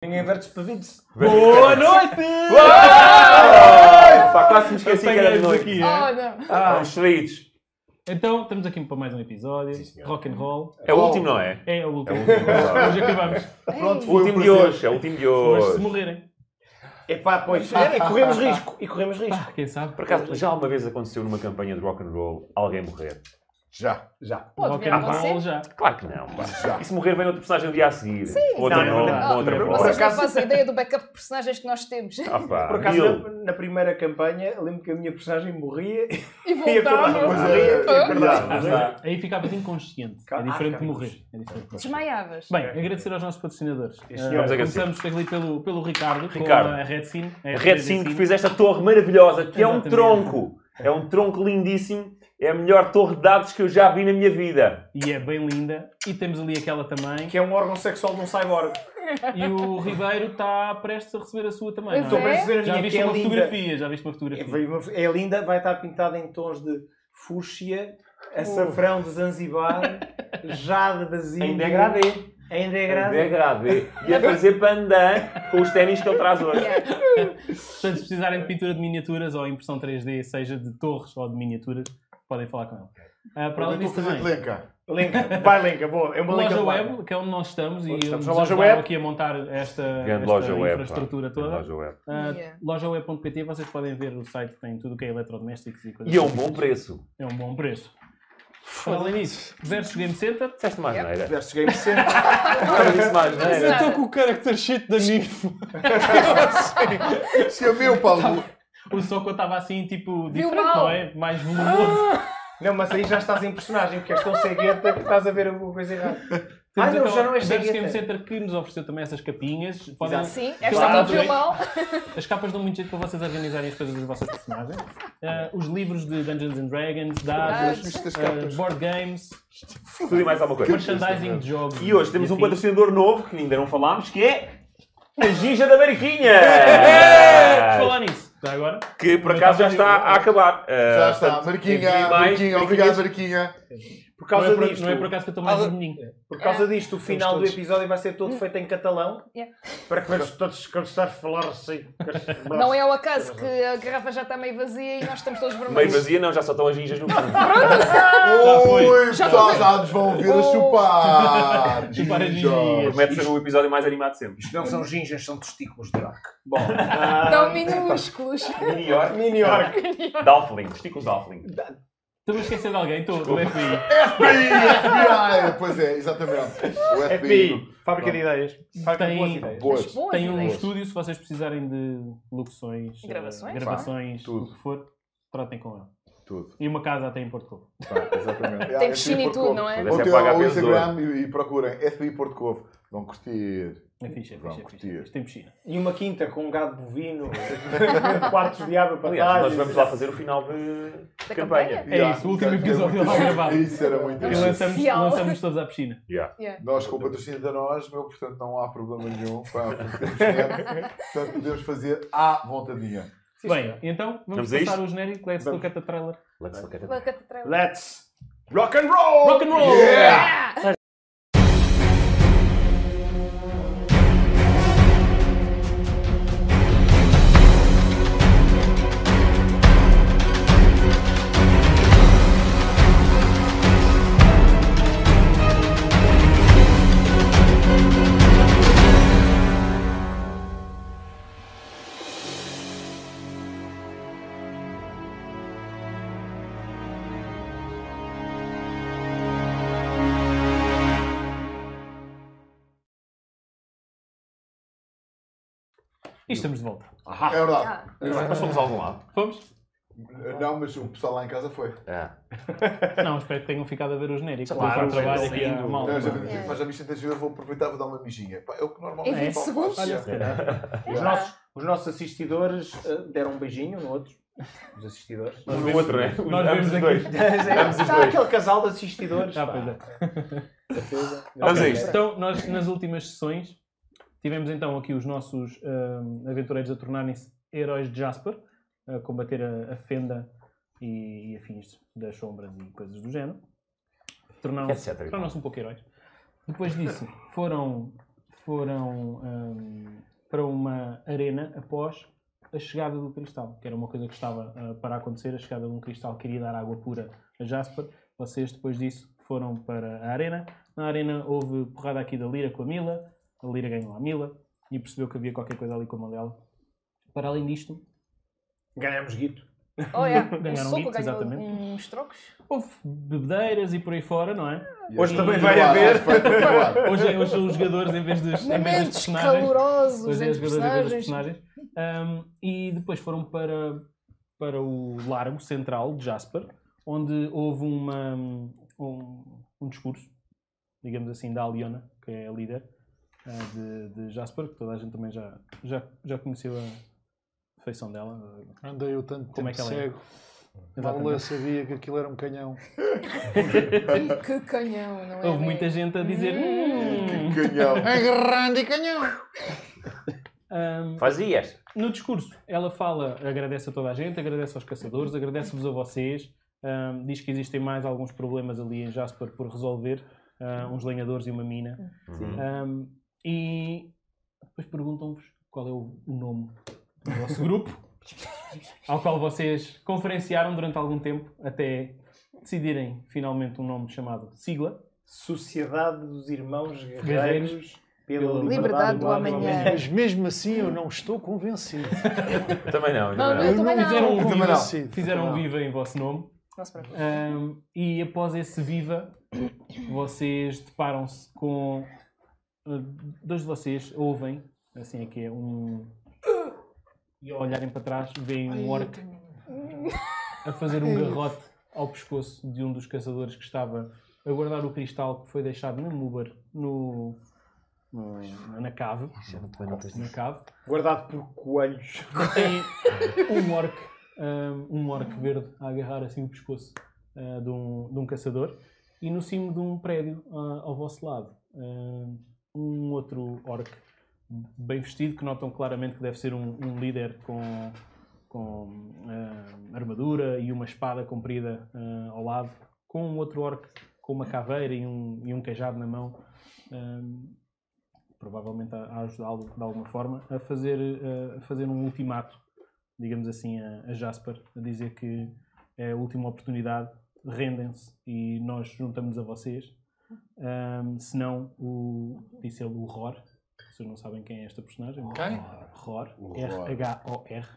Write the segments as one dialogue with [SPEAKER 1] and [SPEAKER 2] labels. [SPEAKER 1] ninguém verte despedidos.
[SPEAKER 2] Boa noite!
[SPEAKER 3] Pá, quase me esqueci que era de
[SPEAKER 2] Apanhei-vos
[SPEAKER 3] noite.
[SPEAKER 2] aqui, é?
[SPEAKER 4] Oh, não.
[SPEAKER 3] Ah, os feridos.
[SPEAKER 2] Então, estamos aqui para mais um episódio.
[SPEAKER 1] Sim, senhor.
[SPEAKER 2] rock and roll.
[SPEAKER 3] É o último, não é?
[SPEAKER 2] É o último.
[SPEAKER 3] É o último.
[SPEAKER 2] Hoje acabamos.
[SPEAKER 1] Pronto,
[SPEAKER 4] Ei,
[SPEAKER 3] O último de hoje, é o último de
[SPEAKER 2] Mas se
[SPEAKER 3] hoje.
[SPEAKER 2] morrerem.
[SPEAKER 1] Epá, pois, é, corremos risco. E corremos risco.
[SPEAKER 2] Pá, Ah, quem sabe?
[SPEAKER 3] Por acaso, já alguma vez aconteceu numa campanha de rock and roll alguém morrer?
[SPEAKER 5] Já,
[SPEAKER 1] Já.
[SPEAKER 4] Pode
[SPEAKER 2] rock
[SPEAKER 4] vir
[SPEAKER 2] and
[SPEAKER 4] a
[SPEAKER 2] roll
[SPEAKER 4] acontecer.
[SPEAKER 2] já.
[SPEAKER 3] Claro que não. pá.
[SPEAKER 5] já.
[SPEAKER 3] E se morrer, vem outro personagem no dia a seguir. Sim, outra
[SPEAKER 1] Não,
[SPEAKER 3] não,
[SPEAKER 1] não, não.
[SPEAKER 3] com outra
[SPEAKER 2] Não,
[SPEAKER 3] voz.
[SPEAKER 4] Ah, Vocês não
[SPEAKER 1] acaso-
[SPEAKER 4] fazem ideia do backup de personagens que nós temos.
[SPEAKER 3] Ah, pá,
[SPEAKER 1] Por acaso,
[SPEAKER 3] mil.
[SPEAKER 1] na, na primeira campanha, lembro que a minha personagem morria e
[SPEAKER 2] é
[SPEAKER 4] E
[SPEAKER 1] acordava.
[SPEAKER 5] Pois
[SPEAKER 4] voltava.
[SPEAKER 1] Morria
[SPEAKER 5] é.
[SPEAKER 1] e
[SPEAKER 5] Ah.
[SPEAKER 1] acordava.
[SPEAKER 3] Ah, está.
[SPEAKER 2] Aí ficavas inconsciente. É
[SPEAKER 1] Ah,
[SPEAKER 2] diferente de
[SPEAKER 1] ficava
[SPEAKER 2] morrer. É diferente de morrer.
[SPEAKER 4] Desmaiavas.
[SPEAKER 2] Bem, agradecer aos nossos patrocinadores. Ah,
[SPEAKER 1] senhor. Vamos
[SPEAKER 3] agradecer.
[SPEAKER 2] começamos ali pelo, pelo Ricardo,
[SPEAKER 3] Ricardo.
[SPEAKER 2] com a Red Sim.
[SPEAKER 1] é
[SPEAKER 3] A Red Sim
[SPEAKER 1] assim.
[SPEAKER 3] que fez esta torre maravilhosa, que é um
[SPEAKER 2] Exatamente.
[SPEAKER 3] tronco. É um tronco lindíssimo. É a melhor torre de dados que eu já vi na minha vida.
[SPEAKER 2] E é bem linda. E temos ali aquela também.
[SPEAKER 1] Que é um órgão sexual de um cyborg.
[SPEAKER 2] E o Ribeiro está prestes a receber a sua também.
[SPEAKER 4] Pois
[SPEAKER 1] Estou
[SPEAKER 2] não é?
[SPEAKER 1] para dizer a
[SPEAKER 2] Já
[SPEAKER 1] minha que
[SPEAKER 2] viste
[SPEAKER 1] é
[SPEAKER 2] uma
[SPEAKER 1] linda.
[SPEAKER 2] fotografia, já viste uma fotografia.
[SPEAKER 1] É linda, vai estar pintada em tons de fúcsia, açafrão de Zanzibar, jade das Índias.
[SPEAKER 3] Em
[SPEAKER 2] é
[SPEAKER 3] degradê.
[SPEAKER 1] Em
[SPEAKER 3] Em
[SPEAKER 1] degradê.
[SPEAKER 3] degradê. é E a fazer pandan com os ténis que ele traz hoje.
[SPEAKER 4] Yeah.
[SPEAKER 2] Portanto, se precisarem de pintura de miniaturas ou impressão 3D, seja de torres ou de miniaturas, podem falar com ele. Ah, para além
[SPEAKER 5] Estou a
[SPEAKER 2] disso
[SPEAKER 5] fazer
[SPEAKER 2] também,
[SPEAKER 5] plenca.
[SPEAKER 1] Lenca. Vai, Lenca. Boa. É uma Lenca.
[SPEAKER 2] loja
[SPEAKER 1] boa.
[SPEAKER 2] web, que é onde nós estamos, e
[SPEAKER 1] Onde estamos,
[SPEAKER 2] nos
[SPEAKER 1] a loja
[SPEAKER 2] ajudaram
[SPEAKER 1] web.
[SPEAKER 2] aqui a montar esta,
[SPEAKER 3] Grande
[SPEAKER 2] esta
[SPEAKER 3] loja web, pá.
[SPEAKER 2] infraestrutura toda.
[SPEAKER 3] Loja web.
[SPEAKER 2] Ah,
[SPEAKER 4] Yeah.
[SPEAKER 2] Lojaweb.pt, vocês podem ver o site que tem tudo o que é eletrodomésticos e coisas
[SPEAKER 3] E é um
[SPEAKER 2] assim.
[SPEAKER 3] bom preço.
[SPEAKER 2] É um bom preço. Além disso, Versus Game Center.
[SPEAKER 3] Disseste mais
[SPEAKER 4] Yep.
[SPEAKER 3] neira.
[SPEAKER 1] Versus Game Center.
[SPEAKER 3] Não Ah, disse mais neira.
[SPEAKER 4] Exato.
[SPEAKER 6] Eu estou com o character sheet da NIF.
[SPEAKER 5] Se é meu, Paulo.
[SPEAKER 2] O Soco estava assim, tipo,
[SPEAKER 4] Viu
[SPEAKER 2] diferente,
[SPEAKER 4] mal.
[SPEAKER 2] não é? Mais volumoso.
[SPEAKER 1] Não, mas aí já estás em personagem, porque és tão cegueta que estás a ver alguma coisa errada. Ah,
[SPEAKER 2] Temos
[SPEAKER 1] não,
[SPEAKER 2] então
[SPEAKER 1] já não é
[SPEAKER 2] o Versus Game
[SPEAKER 1] cegueta.
[SPEAKER 2] Center que nos ofereceu também essas capinhas. Podem,
[SPEAKER 4] Exato. Sim, esta
[SPEAKER 2] Claro.
[SPEAKER 4] confiou mal.
[SPEAKER 2] As capas dão muito jeito para vocês organizarem as coisas dos vossos personagens. Ah, os livros de Dungeons and Dragons, dados,
[SPEAKER 5] Isto das
[SPEAKER 2] ah,
[SPEAKER 5] capas.
[SPEAKER 2] board games,
[SPEAKER 3] Tudo e mais alguma coisa.
[SPEAKER 2] merchandising de jogos.
[SPEAKER 3] E hoje temos um
[SPEAKER 2] afins.
[SPEAKER 3] patrocinador novo que ainda não falámos, que é a Gija da Barquinha!
[SPEAKER 2] Por Falar nisso, já agora.
[SPEAKER 3] que por acaso já está a acabar. Eh,
[SPEAKER 5] Já está.
[SPEAKER 3] portanto, envie
[SPEAKER 5] Marquinha,
[SPEAKER 3] mais
[SPEAKER 5] Marquinha, obrigado, Marquinha.
[SPEAKER 1] Por
[SPEAKER 2] Não
[SPEAKER 1] causa
[SPEAKER 2] é, por,
[SPEAKER 1] disto.
[SPEAKER 2] não é por acaso que eu estou mais
[SPEAKER 6] Ah,
[SPEAKER 2] vermelhinho.
[SPEAKER 1] Por causa disto, o final do episódio vai ser todo feito em catalão.
[SPEAKER 4] Yeah.
[SPEAKER 1] Para que vamos todos começar a falar assim.
[SPEAKER 4] Não é ao acaso que a garrafa já está meio vazia e nós estamos todos
[SPEAKER 3] Ah, Meio
[SPEAKER 4] vermelhos.
[SPEAKER 3] vazia, não, já só estão as ginjas no fundo.
[SPEAKER 2] foi.
[SPEAKER 5] Oi,
[SPEAKER 4] Já
[SPEAKER 5] pessoal, já nos vão ouvir a
[SPEAKER 4] Oh.
[SPEAKER 5] chupar.
[SPEAKER 2] Chupar as
[SPEAKER 5] Gijo.
[SPEAKER 2] gingivas.
[SPEAKER 3] Promete ser o episódio mais animado de sempre.
[SPEAKER 1] Não são gingas, são testículos de orc. Bom.
[SPEAKER 4] Tão minúsculos.
[SPEAKER 3] Mini York. tipo
[SPEAKER 1] Mini orc.
[SPEAKER 3] Dalfling, testículos Dalfling.
[SPEAKER 2] Estou a esquecer de alguém, estou do FBI.
[SPEAKER 5] FBI, FBI. Pois é, exatamente. O FBI.
[SPEAKER 1] FBI. É Fábrica de ideias. Fábrica de boas
[SPEAKER 2] Tem-
[SPEAKER 1] ideias.
[SPEAKER 5] Boas.
[SPEAKER 4] Boas
[SPEAKER 2] Tem um
[SPEAKER 4] ideias.
[SPEAKER 2] estúdio, se vocês precisarem de locuções, eh,
[SPEAKER 4] Gravações?
[SPEAKER 2] gravações,
[SPEAKER 5] Tudo.
[SPEAKER 2] o que for, tratem com ele.
[SPEAKER 5] Tudo.
[SPEAKER 2] E uma casa até em Porto Covo.
[SPEAKER 5] Pá, Exatamente. Ah,
[SPEAKER 4] Tem piscina e tudo, não
[SPEAKER 3] Essa
[SPEAKER 4] é?
[SPEAKER 3] é
[SPEAKER 5] Vão ter
[SPEAKER 3] paga a
[SPEAKER 5] ao
[SPEAKER 3] peso de ouro.
[SPEAKER 5] Instagram e, e procurem FBI Porto Covo. Vão curtir.
[SPEAKER 2] É fixe, é
[SPEAKER 5] Vão
[SPEAKER 2] fixe, é
[SPEAKER 5] curtir.
[SPEAKER 2] fixe. Tem piscina.
[SPEAKER 1] E uma quinta com um gado bovino, quartos de água para
[SPEAKER 3] Aliás, nós
[SPEAKER 1] trás.
[SPEAKER 3] vamos lá fazer o final de
[SPEAKER 4] Da
[SPEAKER 3] Ah, campanha.
[SPEAKER 4] campanha?
[SPEAKER 2] É isso, o último
[SPEAKER 5] já-
[SPEAKER 2] episódio
[SPEAKER 5] era muito-
[SPEAKER 2] lá gravado.
[SPEAKER 5] Isso era muito
[SPEAKER 4] É
[SPEAKER 2] E
[SPEAKER 4] um
[SPEAKER 5] isso.
[SPEAKER 2] lançamos,
[SPEAKER 4] especial.
[SPEAKER 2] lançamos todos à piscina.
[SPEAKER 5] Nós com o patrocínio da nós, meu, portanto não há problema nenhum. Pá, podemos ter. portanto, podemos fazer à vontadinha.
[SPEAKER 2] Bem, então vamos,
[SPEAKER 3] Vamos a
[SPEAKER 2] passar
[SPEAKER 3] isto?
[SPEAKER 2] o genérico. Let's look at the trailer.
[SPEAKER 3] Let's look at it.
[SPEAKER 4] Bacata trailer.
[SPEAKER 1] Let's rock and
[SPEAKER 3] Oh,
[SPEAKER 1] roll!
[SPEAKER 2] Rock and roll! E estamos de volta.
[SPEAKER 5] É verdade.
[SPEAKER 4] Ah,
[SPEAKER 3] Mas fomos a algum lado.
[SPEAKER 2] Vamos?
[SPEAKER 5] Não, mas o pessoal lá em casa foi.
[SPEAKER 3] Ah.
[SPEAKER 2] Não, espero que tenham ficado a ver o genérico.
[SPEAKER 3] Claro,
[SPEAKER 2] Claro, trabalho
[SPEAKER 3] sim.
[SPEAKER 2] aqui à
[SPEAKER 5] Não,
[SPEAKER 2] malta.
[SPEAKER 5] já vi,
[SPEAKER 4] É.
[SPEAKER 5] Mas já vi tantas vezes, eu vou aproveitar e vou dar uma mijinha. Pá, é o que normalmente
[SPEAKER 4] Em 20
[SPEAKER 5] faço.
[SPEAKER 4] segundos?
[SPEAKER 2] Olha, se
[SPEAKER 3] É.
[SPEAKER 2] calhar.
[SPEAKER 1] Os nossos, os nossos assistidores eh, deram um beijinho no outro. Os assistidores.
[SPEAKER 3] Um no outro, né?
[SPEAKER 2] nós
[SPEAKER 3] Ambos
[SPEAKER 2] vemos
[SPEAKER 3] os
[SPEAKER 2] aqui.
[SPEAKER 3] dois. Ambos os
[SPEAKER 1] Está
[SPEAKER 3] dois.
[SPEAKER 1] aquele casal de assistidores.
[SPEAKER 2] Ah,
[SPEAKER 1] pá.
[SPEAKER 2] pois é.
[SPEAKER 1] Certeza.
[SPEAKER 3] Vamos a
[SPEAKER 2] Ok,
[SPEAKER 3] isto.
[SPEAKER 2] Então, nós nas últimas sessões tivemos então aqui os nossos hum, aventureiros a tornarem-se heróis de Jasper, a combater a, a fenda e, e afins das sombras e coisas do género. Tornaram-se
[SPEAKER 3] Etc.
[SPEAKER 2] tornaram-se um pouco heróis. Depois disso, foram, foram hum, arena após a chegada do cristal, que era uma coisa que estava ah, para acontecer, a chegada de um cristal queria dar água pura a Jasper. Vocês depois disso foram para a arena. Na arena houve porrada aqui da Lira com a Mila, a Lira ganhou a Mila e percebeu que havia qualquer coisa ali com a mão dela. Para além disto,
[SPEAKER 1] Ganhámos guito.
[SPEAKER 4] Oh, é. Um
[SPEAKER 2] Ganharam
[SPEAKER 4] soco
[SPEAKER 2] bits,
[SPEAKER 4] ganhou
[SPEAKER 2] exatamente. É
[SPEAKER 4] uns trocos.
[SPEAKER 2] houve bebedeiras e por aí fora, não é?
[SPEAKER 1] Hoje também
[SPEAKER 2] vai
[SPEAKER 1] haver.
[SPEAKER 2] Hoje, hoje os jogadores, em vez dos, em vez dos
[SPEAKER 4] Momentos
[SPEAKER 2] personagens,
[SPEAKER 4] calorosos
[SPEAKER 2] Hoje é
[SPEAKER 4] entre
[SPEAKER 2] as jogadoras das
[SPEAKER 4] personagens.
[SPEAKER 2] personagens. Um, e depois foram para, para o Largo Central de Jasper, onde houve uma, um, um discurso, digamos assim, da Aliona, que é a líder eh, de, de Jasper, que toda a gente também já, já, já conheceu a feição dela.
[SPEAKER 6] Andei eu tanto
[SPEAKER 2] Como
[SPEAKER 6] tempo
[SPEAKER 2] é que ela é?
[SPEAKER 6] cego. Mal eu sabia que aquilo era um canhão.
[SPEAKER 4] Ih, que canhão, não é?
[SPEAKER 2] Houve muita
[SPEAKER 4] bem?
[SPEAKER 2] gente a dizer. "Hum".
[SPEAKER 5] Canhão.
[SPEAKER 6] É grande e canhão!
[SPEAKER 2] Um,
[SPEAKER 7] Fazias.
[SPEAKER 2] no discurso, ela fala, agradece a toda a gente, agradece aos caçadores, agradece-vos a vocês, ahm, diz que existem mais alguns problemas ali em Jasper por resolver, ah, uns lenhadores e uma mina.
[SPEAKER 7] Uhum.
[SPEAKER 2] Ahm, e depois perguntam-vos qual é o, o nome do vosso grupo, ao qual vocês conferenciaram durante algum tempo, até decidirem finalmente um nome chamado Sigla.
[SPEAKER 1] Sociedade dos Irmãos Guerreiros
[SPEAKER 2] Guerreiros
[SPEAKER 1] pela
[SPEAKER 2] pela
[SPEAKER 1] liberdade,
[SPEAKER 4] liberdade do amanhã.
[SPEAKER 6] Mas mesmo assim eu não estou convencido.
[SPEAKER 7] Também não. Também
[SPEAKER 4] Não, não,
[SPEAKER 7] não.
[SPEAKER 4] é
[SPEAKER 6] Eu
[SPEAKER 4] também
[SPEAKER 6] não
[SPEAKER 4] não.
[SPEAKER 6] estou
[SPEAKER 5] Também não.
[SPEAKER 6] convencido.
[SPEAKER 2] um Fizeram um
[SPEAKER 6] Também não.
[SPEAKER 2] viva em vosso nome.
[SPEAKER 4] Não se preocupe.
[SPEAKER 2] Ahm, e após esse viva, vocês deparam-se com. ah, dois de vocês ouvem, assim é que é, um. E ao olharem para trás, veem um orc a fazer
[SPEAKER 4] É
[SPEAKER 2] um garrote ao pescoço de um dos caçadores que estava a guardar o cristal que foi deixado no Uber, no. no- na cave. Na cave.
[SPEAKER 1] guardado por coelhos.
[SPEAKER 2] Tem um orc, hum, um orc verde a agarrar assim o pescoço ah, de, um, de um caçador e no cimo de um prédio ah, ao vosso lado hum, um outro orc bem vestido que notam claramente que deve ser um, um líder com, com ah, armadura e uma espada comprida ah, ao lado com um outro orc com uma caveira e um, e um cajado na mão hum, provavelmente a, a ajudá-lo de alguma forma, a fazer, eh, a fazer um ultimato, digamos assim, a, a Jasper, a dizer que é a última oportunidade, rendem-se e nós juntamos a vocês. Ahm, senão, o, disse ele, o Ror, vocês não sabem quem é esta personagem, mas
[SPEAKER 6] Quem?
[SPEAKER 2] Ror,
[SPEAKER 5] O Ror.
[SPEAKER 2] R-H-O-R,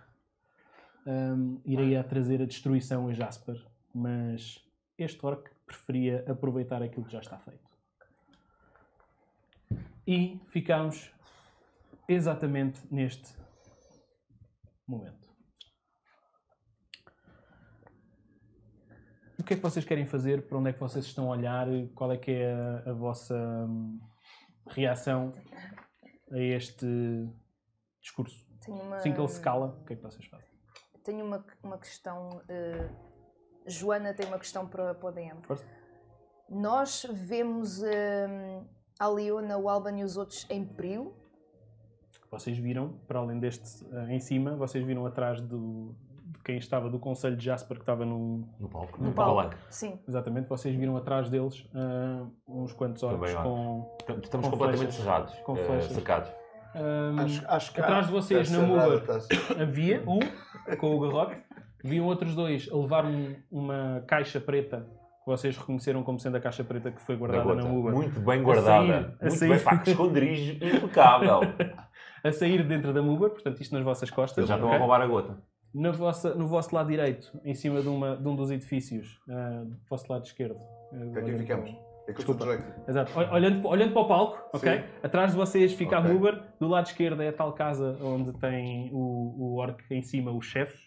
[SPEAKER 2] Ahm, irei a trazer a destruição a Jasper, mas este orc preferia aproveitar aquilo que já está feito. E ficámos exatamente neste momento. O que é que vocês querem fazer? Para onde é que vocês estão a olhar? Qual é que é a, a vossa hum, reação a este discurso?
[SPEAKER 4] Tenho uma,
[SPEAKER 2] Assim que
[SPEAKER 5] Ah.
[SPEAKER 2] ele se cala, o que é que vocês fazem?
[SPEAKER 4] Tenho uma, uma questão. eh, Joana tem uma questão para, para o DM.
[SPEAKER 2] Força.
[SPEAKER 4] Nós vemos eh, a Leona, o Alban e os outros em perigo.
[SPEAKER 2] Vocês viram, para além deste eh, em cima, vocês viram atrás do, de quem estava do Conselho de Jasper, que estava num,
[SPEAKER 5] No palco.
[SPEAKER 3] Hum,
[SPEAKER 2] num
[SPEAKER 4] palco.
[SPEAKER 7] Palanque.
[SPEAKER 4] Sim.
[SPEAKER 2] Exatamente, vocês viram atrás deles ah, uns quantos orcos
[SPEAKER 7] Também há.
[SPEAKER 2] com.
[SPEAKER 7] Estamos
[SPEAKER 2] Com
[SPEAKER 7] completamente
[SPEAKER 2] flechas.
[SPEAKER 7] cerrados.
[SPEAKER 2] Com
[SPEAKER 7] eh,
[SPEAKER 2] flechas.
[SPEAKER 7] cercados.
[SPEAKER 2] ah,
[SPEAKER 5] Acho, acho que
[SPEAKER 2] atrás de vocês, na
[SPEAKER 5] mula.
[SPEAKER 2] Mover, havia um com o garrote, viam outros dois a levar um- uma caixa preta que vocês reconheceram como sendo a caixa preta que foi
[SPEAKER 7] Da
[SPEAKER 2] guardada
[SPEAKER 7] gota.
[SPEAKER 2] na Uber.
[SPEAKER 7] Muito bem
[SPEAKER 2] A
[SPEAKER 7] guardada.
[SPEAKER 2] sair- a
[SPEAKER 7] Muito
[SPEAKER 2] sair-
[SPEAKER 7] bem. Pá, que esconderijo impecável.
[SPEAKER 2] A sair dentro da Uber, portanto, isto nas vossas costas.
[SPEAKER 7] Eles já estão a
[SPEAKER 2] ok?
[SPEAKER 7] roubar a gota.
[SPEAKER 2] Na vossa, no vosso lado direito, em cima de, uma, de um dos edifícios, ah, do vosso lado esquerdo. ah,
[SPEAKER 5] Aqui
[SPEAKER 2] olhando
[SPEAKER 5] ficamos.
[SPEAKER 2] para-
[SPEAKER 5] É que eu sou
[SPEAKER 2] Desculpa.
[SPEAKER 5] direito.
[SPEAKER 2] Exato. Ol- Olhando, olhando para o palco, ok?
[SPEAKER 5] Sim.
[SPEAKER 2] Atrás de vocês fica
[SPEAKER 5] Ok.
[SPEAKER 2] a Uber, do lado esquerdo é a tal casa onde tem o, o orc em cima, o chefe,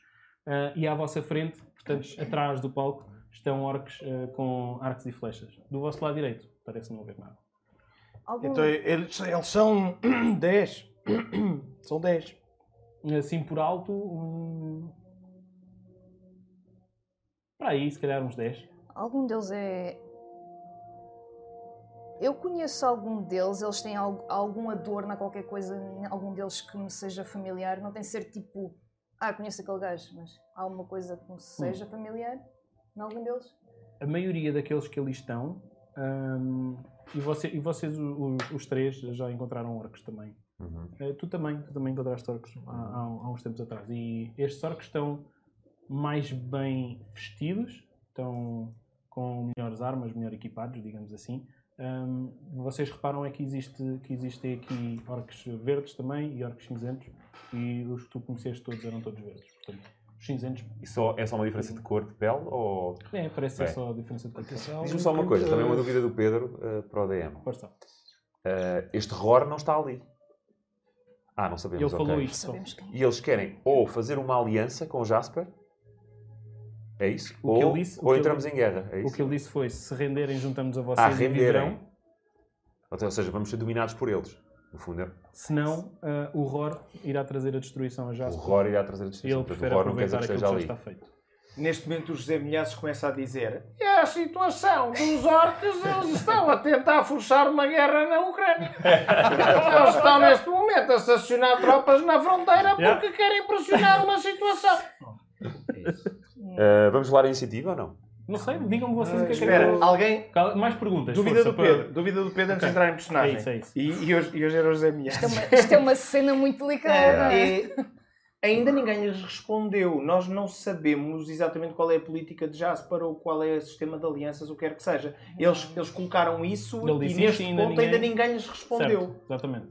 [SPEAKER 2] ah, e à vossa frente, portanto, atrás do palco, estão orcs ah, com arcos e flechas. Do vosso lado direito, parece não haver nada.
[SPEAKER 4] Algum...
[SPEAKER 1] Então eles, eles são 10. São 10.
[SPEAKER 2] Assim por alto, um... para aí, se calhar uns 10.
[SPEAKER 4] Algum deles é. Eu conheço algum deles, eles têm al- algum adorno a qualquer coisa, em algum deles que me seja familiar. Não tem de ser tipo, ah, conheço aquele gajo, mas há alguma coisa que me seja familiar em algum deles?
[SPEAKER 2] A maioria daqueles que ali hum, estão, ahm, e, você- e vocês, o- o- os três, já encontraram orcs também
[SPEAKER 3] Uhum.
[SPEAKER 2] Eh, Tu também, tu também encontraste orcos há, há- há uns tempos atrás. E estes orcos estão mais bem vestidos, estão com melhores armas, melhor equipados, digamos assim. Ahm, vocês reparam é que existe que existem aqui orcs verdes também e orcs cinzentos e os que tu conheceste todos eram todos verdes. Portanto, os cinzentos
[SPEAKER 3] E só, é só uma diferença de cor de pele ou.
[SPEAKER 2] é, parece ser
[SPEAKER 3] Bem.
[SPEAKER 2] só a diferença de cor.
[SPEAKER 6] Atenção.
[SPEAKER 3] Diz-me só uma coisa, também é uma dúvida do Pedro eh, para o DM.
[SPEAKER 2] Força.
[SPEAKER 3] Eh, este ROR não está ali. Ah, não sabemos.
[SPEAKER 2] Ele falou
[SPEAKER 3] ok.
[SPEAKER 2] isto só.
[SPEAKER 4] Sabemos quem.
[SPEAKER 3] E eles querem ou fazer uma aliança com o Jasper, é isso?
[SPEAKER 2] O que
[SPEAKER 3] ou
[SPEAKER 2] ele disse- o
[SPEAKER 3] ou
[SPEAKER 2] que ele
[SPEAKER 3] entramos
[SPEAKER 2] disse-
[SPEAKER 3] em guerra, é
[SPEAKER 2] O
[SPEAKER 3] isso?
[SPEAKER 2] que ele disse foi: se renderem, juntamos a vocês
[SPEAKER 3] Ah,
[SPEAKER 2] e viverão.
[SPEAKER 3] renderem. Ou seja, vamos ser dominados por eles. No fundo, é-
[SPEAKER 2] Senão, ah, o Ror irá trazer a destruição a
[SPEAKER 3] o
[SPEAKER 2] Jasper.
[SPEAKER 3] ROR irá trazer a
[SPEAKER 2] E
[SPEAKER 3] destruição.
[SPEAKER 2] ele
[SPEAKER 3] Portanto,
[SPEAKER 2] prefere
[SPEAKER 3] o ROR não quer
[SPEAKER 2] aproveitar
[SPEAKER 3] dizer que
[SPEAKER 2] aquilo que
[SPEAKER 3] esteja
[SPEAKER 2] já
[SPEAKER 3] ali.
[SPEAKER 2] está feito.
[SPEAKER 1] Neste momento o José Milhazes começa a dizer e "É a situação dos orcas, eles estão a tentar forçar uma guerra na Ucrânia. Eles estão neste momento a estacionar tropas na fronteira porque
[SPEAKER 2] Yeah.
[SPEAKER 1] querem pressionar uma situação.
[SPEAKER 3] Eh, vamos falar a iniciativa ou não?
[SPEAKER 2] Não sei, digam-me vocês o que é que é
[SPEAKER 1] Ah, Espera, alguém...
[SPEAKER 2] Cal- Mais perguntas.
[SPEAKER 1] Dúvida
[SPEAKER 2] força,
[SPEAKER 1] do Pedro, dúvida do Pedro antes de entrar em personagem.
[SPEAKER 2] É isso, é isso.
[SPEAKER 1] E, e hoje, e hoje era o José Milhazes.
[SPEAKER 4] Isto é, uma, isto é uma cena muito delicada.
[SPEAKER 1] É, ainda ninguém lhes respondeu. Nós não sabemos exatamente qual é a política de Jasper ou qual é o sistema de alianças, o que quer que seja.
[SPEAKER 4] É
[SPEAKER 1] Eles, eles colocaram isso
[SPEAKER 2] Ele
[SPEAKER 1] e
[SPEAKER 2] disse
[SPEAKER 1] neste
[SPEAKER 2] isto e ainda
[SPEAKER 1] ponto ainda
[SPEAKER 2] ninguém-
[SPEAKER 1] ninguém lhes
[SPEAKER 2] Certo,
[SPEAKER 1] respondeu.
[SPEAKER 2] exatamente.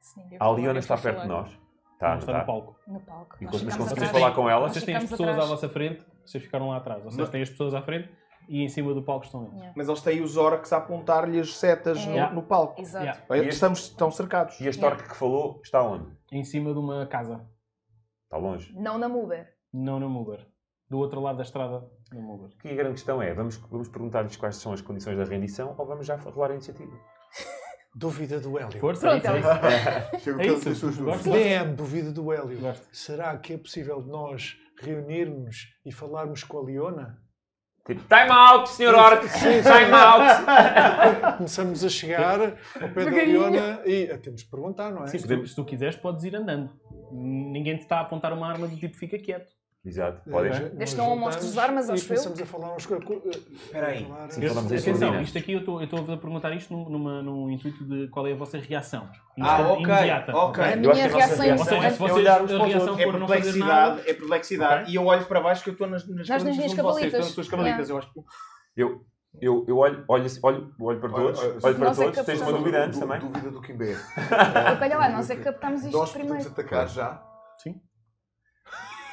[SPEAKER 4] Se ninguém
[SPEAKER 3] A
[SPEAKER 4] falar,
[SPEAKER 3] Leona
[SPEAKER 4] eu
[SPEAKER 3] está
[SPEAKER 4] vou
[SPEAKER 3] perto de
[SPEAKER 4] falar.
[SPEAKER 3] nós. Está,
[SPEAKER 2] Não está
[SPEAKER 3] está.
[SPEAKER 2] no palco.
[SPEAKER 4] No palco.
[SPEAKER 3] E
[SPEAKER 4] Nós
[SPEAKER 3] quando- mas
[SPEAKER 4] ficamos
[SPEAKER 3] quando vocês
[SPEAKER 4] atrás.
[SPEAKER 3] falar com ela,
[SPEAKER 2] Vocês
[SPEAKER 4] Nós
[SPEAKER 2] têm as
[SPEAKER 4] ficamos
[SPEAKER 2] pessoas
[SPEAKER 4] atrás.
[SPEAKER 2] à vossa frente, vocês ficaram lá atrás. Vocês
[SPEAKER 1] Mas-
[SPEAKER 2] têm as pessoas à frente e em cima do palco estão eles.
[SPEAKER 4] Yeah.
[SPEAKER 1] Mas eles têm os orcs a apontar-lhe as setas no,
[SPEAKER 2] Yeah.
[SPEAKER 1] no palco.
[SPEAKER 4] Exato.
[SPEAKER 2] Yeah.
[SPEAKER 1] Olha,
[SPEAKER 3] E este-
[SPEAKER 1] Estamos, estão cercados.
[SPEAKER 3] E este orc que falou está onde?
[SPEAKER 2] Em cima de uma casa,
[SPEAKER 3] Está longe.
[SPEAKER 4] Não na Uber.
[SPEAKER 2] não na Muber. Do outro lado da estrada, na Muber.
[SPEAKER 3] Aqui a grande questão é, vamos, vamos perguntar-lhes quais são as condições da rendição ou vamos já rolar a iniciativa?
[SPEAKER 6] Dúvida do Hélio.
[SPEAKER 2] Força,
[SPEAKER 4] Pronto,
[SPEAKER 2] isso, é
[SPEAKER 4] ela-
[SPEAKER 2] isso.
[SPEAKER 5] Chega
[SPEAKER 2] É
[SPEAKER 5] que ele
[SPEAKER 2] isso,
[SPEAKER 5] deixa os
[SPEAKER 2] gosto.
[SPEAKER 5] dois.
[SPEAKER 6] DM, dúvida do Hélio.
[SPEAKER 2] Gosto.
[SPEAKER 6] Será que é possível nós reunirmos e falarmos com a Leona?
[SPEAKER 3] Tipo, time out, senhor orc! Time out!
[SPEAKER 6] Começamos a chegar ao pé da Leona e ah, temos de perguntar, não é?
[SPEAKER 2] Sim, se, tu, se tu quiseres, podes ir andando. Ninguém te está a apontar uma arma do tipo fica quieto.
[SPEAKER 3] Exato,
[SPEAKER 1] É.
[SPEAKER 6] Eh,
[SPEAKER 3] podem. é?
[SPEAKER 6] nós
[SPEAKER 4] Desde que não é
[SPEAKER 6] juntamos
[SPEAKER 4] mostres as armas,
[SPEAKER 6] e
[SPEAKER 4] acho eu.
[SPEAKER 6] começamos a eh, falar uns...
[SPEAKER 1] Espera aí.
[SPEAKER 3] Sim,
[SPEAKER 2] Este-
[SPEAKER 3] falamos em
[SPEAKER 2] atenção,
[SPEAKER 3] surdina.
[SPEAKER 2] isto aqui eu estou- eu estou a perguntar isto num- numa, num intuito de qual é a vossa reação.
[SPEAKER 1] Ah,
[SPEAKER 2] Insta-
[SPEAKER 1] ok, ok.
[SPEAKER 4] A
[SPEAKER 1] Eu
[SPEAKER 4] minha
[SPEAKER 3] acho que a nossa
[SPEAKER 2] Ou
[SPEAKER 4] reação é
[SPEAKER 3] reação
[SPEAKER 2] seja, se
[SPEAKER 4] importante.
[SPEAKER 1] É
[SPEAKER 2] vocês,
[SPEAKER 1] olhar uns
[SPEAKER 2] a
[SPEAKER 1] para os
[SPEAKER 2] reação
[SPEAKER 1] outros. É
[SPEAKER 2] for não fazer nada...
[SPEAKER 1] perplexidade, é perplexidade. E eu olho para baixo que eu estou nas, nas
[SPEAKER 4] Nas
[SPEAKER 1] colinas
[SPEAKER 4] minhas
[SPEAKER 1] de um de vocês,
[SPEAKER 4] cavalitas.
[SPEAKER 1] nas suas cavalitas. Eu acho que
[SPEAKER 3] Eu, eu olho, olho, assim- olho, olho para
[SPEAKER 5] Olha,
[SPEAKER 3] todos,
[SPEAKER 5] olha,
[SPEAKER 3] olho
[SPEAKER 5] nós
[SPEAKER 3] para
[SPEAKER 4] é que
[SPEAKER 3] todos, tens uma
[SPEAKER 4] apostamos.
[SPEAKER 3] dúvida antes
[SPEAKER 5] Dú-
[SPEAKER 3] também?
[SPEAKER 5] Dúvida do Kimbé.
[SPEAKER 4] Porque olha lá, nós é que captamos isto
[SPEAKER 5] Nós podemos
[SPEAKER 4] primeiro.
[SPEAKER 5] atacar já.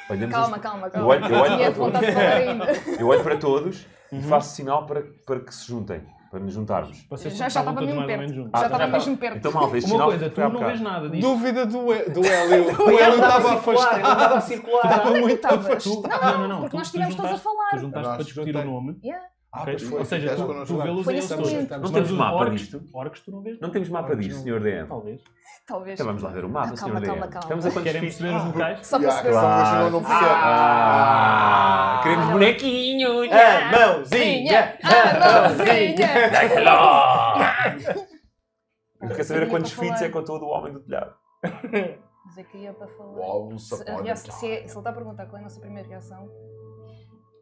[SPEAKER 3] Olhamos
[SPEAKER 4] Calma, calma,
[SPEAKER 3] Eu
[SPEAKER 4] calma.
[SPEAKER 3] olho- eu olho
[SPEAKER 4] Tinha
[SPEAKER 3] para
[SPEAKER 4] vontade de falar ainda.
[SPEAKER 3] os- Eu olho para todos e
[SPEAKER 2] Uhum.
[SPEAKER 3] faço sinal para, para que se juntem, para nos juntarmos.
[SPEAKER 2] Vocês
[SPEAKER 4] Já- já
[SPEAKER 2] estavam
[SPEAKER 4] estava
[SPEAKER 2] todos
[SPEAKER 4] mesmo
[SPEAKER 2] mais ou
[SPEAKER 4] perto.
[SPEAKER 2] menos juntos.
[SPEAKER 4] Já
[SPEAKER 3] Ah,
[SPEAKER 4] estava mesmo perto.
[SPEAKER 3] Então, malta, este
[SPEAKER 2] Uma
[SPEAKER 3] sinal
[SPEAKER 2] coisa,
[SPEAKER 3] foi
[SPEAKER 2] tu
[SPEAKER 3] há
[SPEAKER 2] não
[SPEAKER 3] bocado.
[SPEAKER 2] vês nada disto.
[SPEAKER 6] Dúvida do, Hé- do Hélio. o Hélio estava
[SPEAKER 1] Claro, ele
[SPEAKER 6] afastado.
[SPEAKER 1] estava a
[SPEAKER 2] tá
[SPEAKER 1] circular.
[SPEAKER 6] Estava
[SPEAKER 4] Onde é que
[SPEAKER 6] muito
[SPEAKER 4] tu estavas?
[SPEAKER 6] afastado.
[SPEAKER 4] Não, não, porque
[SPEAKER 2] tu-
[SPEAKER 4] nós
[SPEAKER 2] tu
[SPEAKER 4] estivemos todos a
[SPEAKER 2] juntaste-
[SPEAKER 4] falar.
[SPEAKER 2] Tu juntaste
[SPEAKER 5] Nós
[SPEAKER 2] para discutir o
[SPEAKER 5] juntei.
[SPEAKER 2] nome.
[SPEAKER 4] Yeah.
[SPEAKER 5] Ah,
[SPEAKER 2] ok?
[SPEAKER 5] pois foi,
[SPEAKER 2] Ou seja,
[SPEAKER 5] ficaste
[SPEAKER 2] tu,
[SPEAKER 5] connosco
[SPEAKER 2] tu
[SPEAKER 5] lá.
[SPEAKER 2] vê-los
[SPEAKER 4] Foi
[SPEAKER 2] a eles
[SPEAKER 4] nesse
[SPEAKER 2] todos.
[SPEAKER 4] momento.
[SPEAKER 3] Não
[SPEAKER 2] Mas
[SPEAKER 3] temos
[SPEAKER 2] os
[SPEAKER 3] mapa
[SPEAKER 2] orcs-
[SPEAKER 3] disto?
[SPEAKER 2] Orcs tu não Então, vês?
[SPEAKER 3] Não temos mapa
[SPEAKER 6] Olha,
[SPEAKER 3] disto,
[SPEAKER 6] não.
[SPEAKER 3] senhor DM.
[SPEAKER 2] Talvez.
[SPEAKER 4] Talvez.
[SPEAKER 3] Então vamos lá ver o mapa,
[SPEAKER 4] Ah,
[SPEAKER 3] senhor
[SPEAKER 4] calma,
[SPEAKER 3] DM.
[SPEAKER 4] calma, calma.
[SPEAKER 3] Estamos a quantos
[SPEAKER 2] Querem
[SPEAKER 3] feet?
[SPEAKER 2] perceber os locais?
[SPEAKER 4] Só para
[SPEAKER 5] Ah,
[SPEAKER 4] saber.
[SPEAKER 5] claro. não
[SPEAKER 3] Ah, queremos bonequinhos!
[SPEAKER 1] A É, mãozinha,
[SPEAKER 4] Zinha!
[SPEAKER 1] a
[SPEAKER 4] Ah, não,
[SPEAKER 1] mãozinha.
[SPEAKER 4] Zinha!
[SPEAKER 3] Dai lá! Eu
[SPEAKER 4] Tinha
[SPEAKER 3] quero saber a quantos
[SPEAKER 4] para falar.
[SPEAKER 3] feet é que eu estou do homem do telhado.
[SPEAKER 4] Mas é que ia para falar.
[SPEAKER 5] O álbum
[SPEAKER 4] Se, a
[SPEAKER 5] Sapone.
[SPEAKER 4] reação- se é- se ele está a perguntar qual é a nossa primeira reação,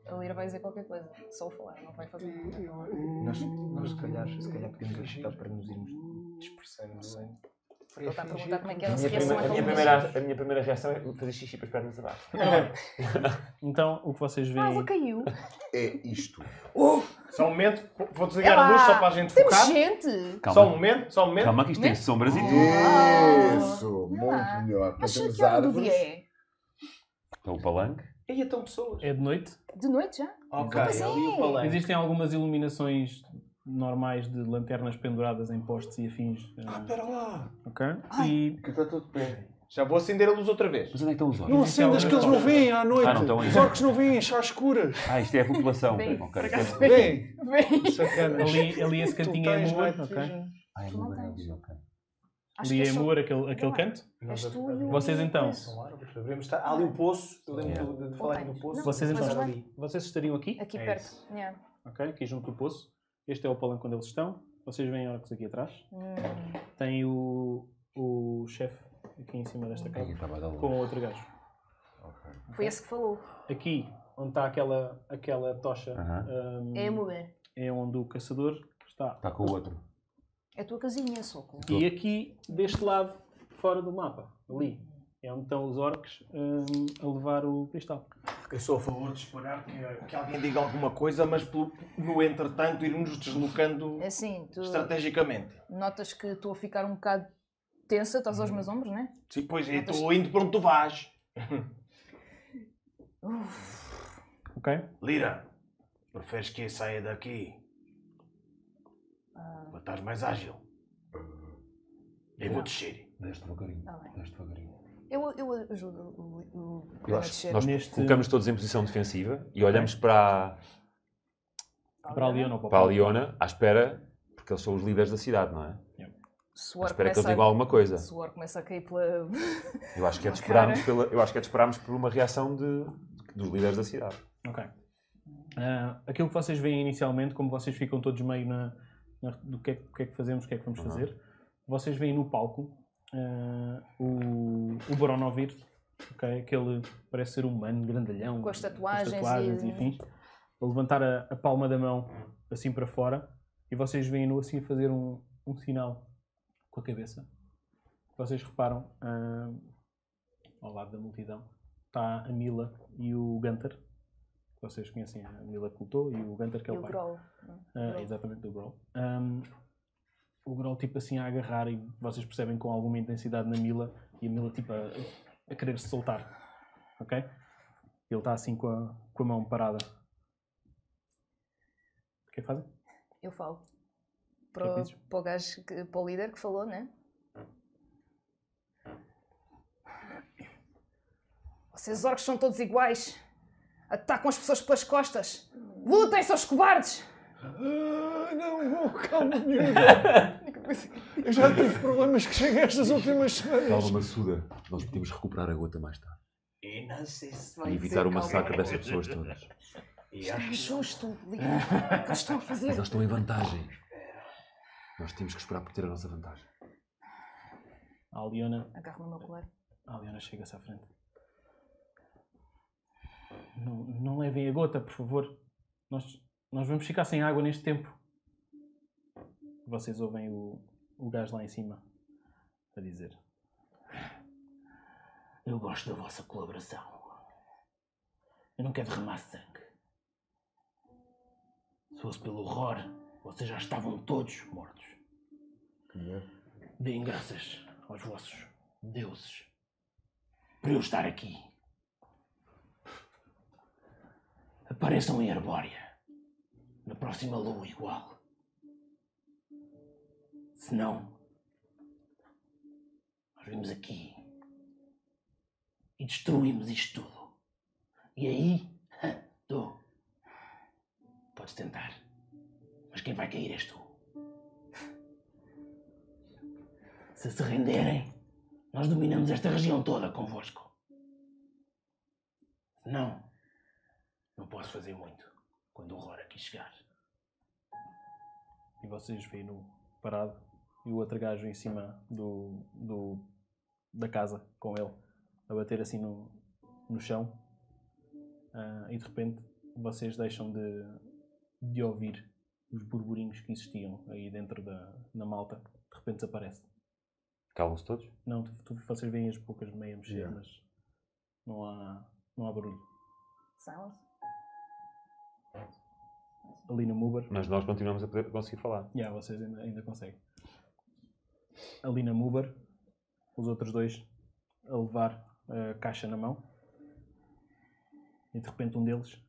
[SPEAKER 4] a Lira vai dizer qualquer coisa. Só o falar, não vai fazer nada.
[SPEAKER 1] Nós,
[SPEAKER 4] Uhum.
[SPEAKER 1] nós se calhar, se calhar podemos ajudar para nos irmos dispersando. não é?
[SPEAKER 4] Ele está a perguntar como é que é a nossa
[SPEAKER 3] A
[SPEAKER 4] reação
[SPEAKER 3] primeira- a,
[SPEAKER 4] a
[SPEAKER 3] minha
[SPEAKER 4] qualquer
[SPEAKER 3] primeira, a minha primeira reação é fazer xixi para as pernas abaixo.
[SPEAKER 2] Então, o que vocês
[SPEAKER 4] coisa. Ah, ela
[SPEAKER 2] veem...
[SPEAKER 4] caiu.
[SPEAKER 5] É isto.
[SPEAKER 1] é? Só um momento, vou desligar
[SPEAKER 4] Ela-
[SPEAKER 1] a luz só para a gente
[SPEAKER 4] Temos
[SPEAKER 1] focar.
[SPEAKER 4] gente!
[SPEAKER 1] Só um momento, só um momento.
[SPEAKER 3] Calma, que isto tem sombras e tudo.
[SPEAKER 4] Ah.
[SPEAKER 5] Isso, muito melhor.
[SPEAKER 4] Mas
[SPEAKER 5] Nós temos
[SPEAKER 4] que hora do
[SPEAKER 5] árvores.
[SPEAKER 4] dia é?
[SPEAKER 3] Então o palanque.
[SPEAKER 1] E aí estão pessoas.
[SPEAKER 2] É de noite.
[SPEAKER 4] De noite já?
[SPEAKER 1] Ok,
[SPEAKER 4] Pois é.
[SPEAKER 1] ali o palanque.
[SPEAKER 2] Existem algumas iluminações normais de lanternas penduradas em postes e afins. eh,
[SPEAKER 6] Ah,
[SPEAKER 5] Espera lá.
[SPEAKER 2] Ok?
[SPEAKER 4] Ai.
[SPEAKER 2] E
[SPEAKER 5] Que
[SPEAKER 1] Então,
[SPEAKER 5] está tudo bem.
[SPEAKER 1] Já vou acender a luz outra vez.
[SPEAKER 3] Mas onde é que estão os olhos?
[SPEAKER 6] Não acendas que eles não vêm à noite.
[SPEAKER 3] Ah, não estão
[SPEAKER 2] então
[SPEAKER 3] aí.
[SPEAKER 2] é.
[SPEAKER 6] Os orcos não vêm, só às escuras.
[SPEAKER 3] Ah, isto é a população.
[SPEAKER 4] Bem,
[SPEAKER 3] Ok.
[SPEAKER 4] por acaso bem.
[SPEAKER 6] Vêm.
[SPEAKER 4] Vem!
[SPEAKER 6] Sacanas.
[SPEAKER 2] ali, ali esse
[SPEAKER 6] Tu
[SPEAKER 2] cantinho é
[SPEAKER 6] tens
[SPEAKER 2] amor,
[SPEAKER 6] night
[SPEAKER 2] ok?
[SPEAKER 6] vision.
[SPEAKER 3] Ah, é
[SPEAKER 4] Tu não
[SPEAKER 3] uma
[SPEAKER 4] tens.
[SPEAKER 3] grande, ok.
[SPEAKER 4] Acho
[SPEAKER 2] Ali
[SPEAKER 4] que
[SPEAKER 2] é
[SPEAKER 4] és só-
[SPEAKER 2] amor, aquele, aquele
[SPEAKER 4] Não é.
[SPEAKER 2] canto.
[SPEAKER 4] és tu e o-
[SPEAKER 2] Vocês então?
[SPEAKER 1] São árvores, abrimos. Está ali o poço. Eu lembro
[SPEAKER 3] Yeah.
[SPEAKER 1] de, de falar do poço.
[SPEAKER 4] Não,
[SPEAKER 2] Vocês então
[SPEAKER 4] depois
[SPEAKER 2] estão
[SPEAKER 4] eu
[SPEAKER 2] ali. Vocês estariam aqui?
[SPEAKER 4] Aqui
[SPEAKER 2] É
[SPEAKER 4] perto.
[SPEAKER 2] isso.
[SPEAKER 4] Yeah.
[SPEAKER 2] Ok, aqui junto do poço. Este é o palanque onde eles estão. Vocês veem orcos aqui atrás.
[SPEAKER 4] Hum.
[SPEAKER 2] Tem o, o chefe aqui em cima desta casa
[SPEAKER 3] Aí estava a dar luz.
[SPEAKER 2] com o outro gajo.
[SPEAKER 4] Foi esse que falou.
[SPEAKER 2] Aqui, onde está aquela, aquela tocha,
[SPEAKER 3] Aham.
[SPEAKER 2] hum,
[SPEAKER 4] É a mulher.
[SPEAKER 2] é onde o caçador está.
[SPEAKER 3] Está com o Tá outro.
[SPEAKER 4] É a tua casinha, Soco.
[SPEAKER 2] E aqui, deste lado, fora do mapa, ali, é onde estão os orcs hum, a levar o cristal.
[SPEAKER 1] Eu sou a favor de esperar que, que alguém diga alguma coisa, mas pelo- no entretanto irmos deslocando
[SPEAKER 4] Assim, tu
[SPEAKER 1] estrategicamente.
[SPEAKER 4] notas que estou a ficar um bocado tensa, estás
[SPEAKER 3] Hum.
[SPEAKER 4] aos meus ombros, né?
[SPEAKER 1] Sim, pois é,
[SPEAKER 4] Não, mas-
[SPEAKER 1] estou indo para onde tu vais.
[SPEAKER 2] Ok?
[SPEAKER 1] Lira, preferes que eu saia daqui? Para estar mais ágil. Eu vou descer.
[SPEAKER 3] Desce devagarinho.
[SPEAKER 4] Tá bem.
[SPEAKER 3] Desce devagarinho.
[SPEAKER 4] Eu, eu ajudo o, o, o
[SPEAKER 3] Eu
[SPEAKER 4] a
[SPEAKER 3] acho
[SPEAKER 4] descer.
[SPEAKER 3] nós
[SPEAKER 2] Neste-
[SPEAKER 3] colocamos todos em posição defensiva e olhamos para,
[SPEAKER 2] Para a Leona ou para o
[SPEAKER 3] para a
[SPEAKER 2] Paulo?
[SPEAKER 3] Leona à espera, porque eles são os líderes da cidade, não é? À
[SPEAKER 4] Suor
[SPEAKER 3] espera que
[SPEAKER 4] começa,
[SPEAKER 3] eles digam alguma coisa.
[SPEAKER 4] a, suor começa a cair pela.
[SPEAKER 3] Eu acho que é de
[SPEAKER 4] Uma
[SPEAKER 3] esperarmos, pela, eu acho que é de esperarmos por uma reação de, dos líderes da cidade.
[SPEAKER 2] Ok. Ah, aquilo que vocês veem inicialmente, como vocês ficam todos meio na, na- do que é, que- o que é que fazemos, o que é que vamos
[SPEAKER 3] Uhum.
[SPEAKER 2] fazer, vocês veem no palco ah, o, o Boronovir, ok? aquele parece ser humano, grandalhão,
[SPEAKER 4] Com as tatuagens
[SPEAKER 2] tatuagens
[SPEAKER 4] e-
[SPEAKER 2] e afins, a levantar a, a palma da mão assim para fora e vocês veem-no assim a fazer um, um sinal com a cabeça. Vocês reparam ah, ao lado da multidão está a Mila e o Gunter. Vocês conhecem a Mila Cultou e o Gunter que é
[SPEAKER 4] e
[SPEAKER 2] o
[SPEAKER 4] o
[SPEAKER 2] pai.
[SPEAKER 4] Grol.
[SPEAKER 2] Ah,
[SPEAKER 4] Grohl.
[SPEAKER 2] exatamente, do Grohl. Ahm, o Grohl tipo assim a agarrar e vocês percebem com alguma intensidade na Mila e a Mila tipo a, a querer se soltar. Ok? Ele está assim com a, com a mão parada. O que é que fazem?
[SPEAKER 4] Eu falo.
[SPEAKER 2] que é que
[SPEAKER 4] Para, o-
[SPEAKER 2] dizes?
[SPEAKER 4] para o gajo, que, para o líder que falou, né? Vocês orcs são todos iguais. Atacam as pessoas pelas costas. Lutem, seus cobardes!
[SPEAKER 6] Ah, não, bom, calma, miúda. Eu já tive problemas que cheguei estas últimas semanas.
[SPEAKER 3] Calma, Massuda. Nós podemos recuperar a gota mais tarde.
[SPEAKER 1] E não sei se
[SPEAKER 3] E
[SPEAKER 1] vai
[SPEAKER 3] evitar o
[SPEAKER 4] calma.
[SPEAKER 3] massacre dessas pessoas todas.
[SPEAKER 1] E
[SPEAKER 4] Isto não é
[SPEAKER 1] acho
[SPEAKER 4] justo, líder. O que eles estão a
[SPEAKER 3] Mas
[SPEAKER 4] fazer?
[SPEAKER 3] eles estão em vantagem. Nós temos que esperar por ter a nossa vantagem.
[SPEAKER 2] A Leona,
[SPEAKER 4] Agarro no meu colar.
[SPEAKER 2] a Leona chega-se à frente. Não, não levem a gota, por favor. Nós, nós vamos ficar sem água neste tempo. Vocês ouvem o, o gajo lá em cima a dizer.
[SPEAKER 1] Eu gosto da vossa colaboração. Eu não quero derramar sangue. Se fosse pelo horror, vocês já estavam todos mortos. Deem graças aos vossos deuses por eu estar aqui. Apareçam em Arbórea. Na próxima lua, igual. Se não, nós vimos aqui e destruímos isto tudo. E aí, tu. Podes tentar. Mas quem vai cair és tu. Se se renderem, nós dominamos esta região toda convosco. Não. Não posso fazer muito quando o horror aqui chegar.
[SPEAKER 2] E vocês veem no parado e o outro gajo em cima do, do- da casa com ele a bater assim no, no chão. Ah, e de repente vocês deixam de, de ouvir os burburinhos que existiam aí dentro da na malta. De repente desaparece.
[SPEAKER 3] Calam-se todos?
[SPEAKER 2] Não, tu- tu- vocês veem as bocas meio a mexer,
[SPEAKER 5] Yeah.
[SPEAKER 2] mas não há, não há barulho.
[SPEAKER 4] Silence.
[SPEAKER 2] Ali no Muber,
[SPEAKER 3] Mas nós continuamos a poder conseguir falar.
[SPEAKER 2] Já, vocês ainda, ainda conseguem. Ali na Mubar, os outros dois a levar a caixa na mão. E de repente um deles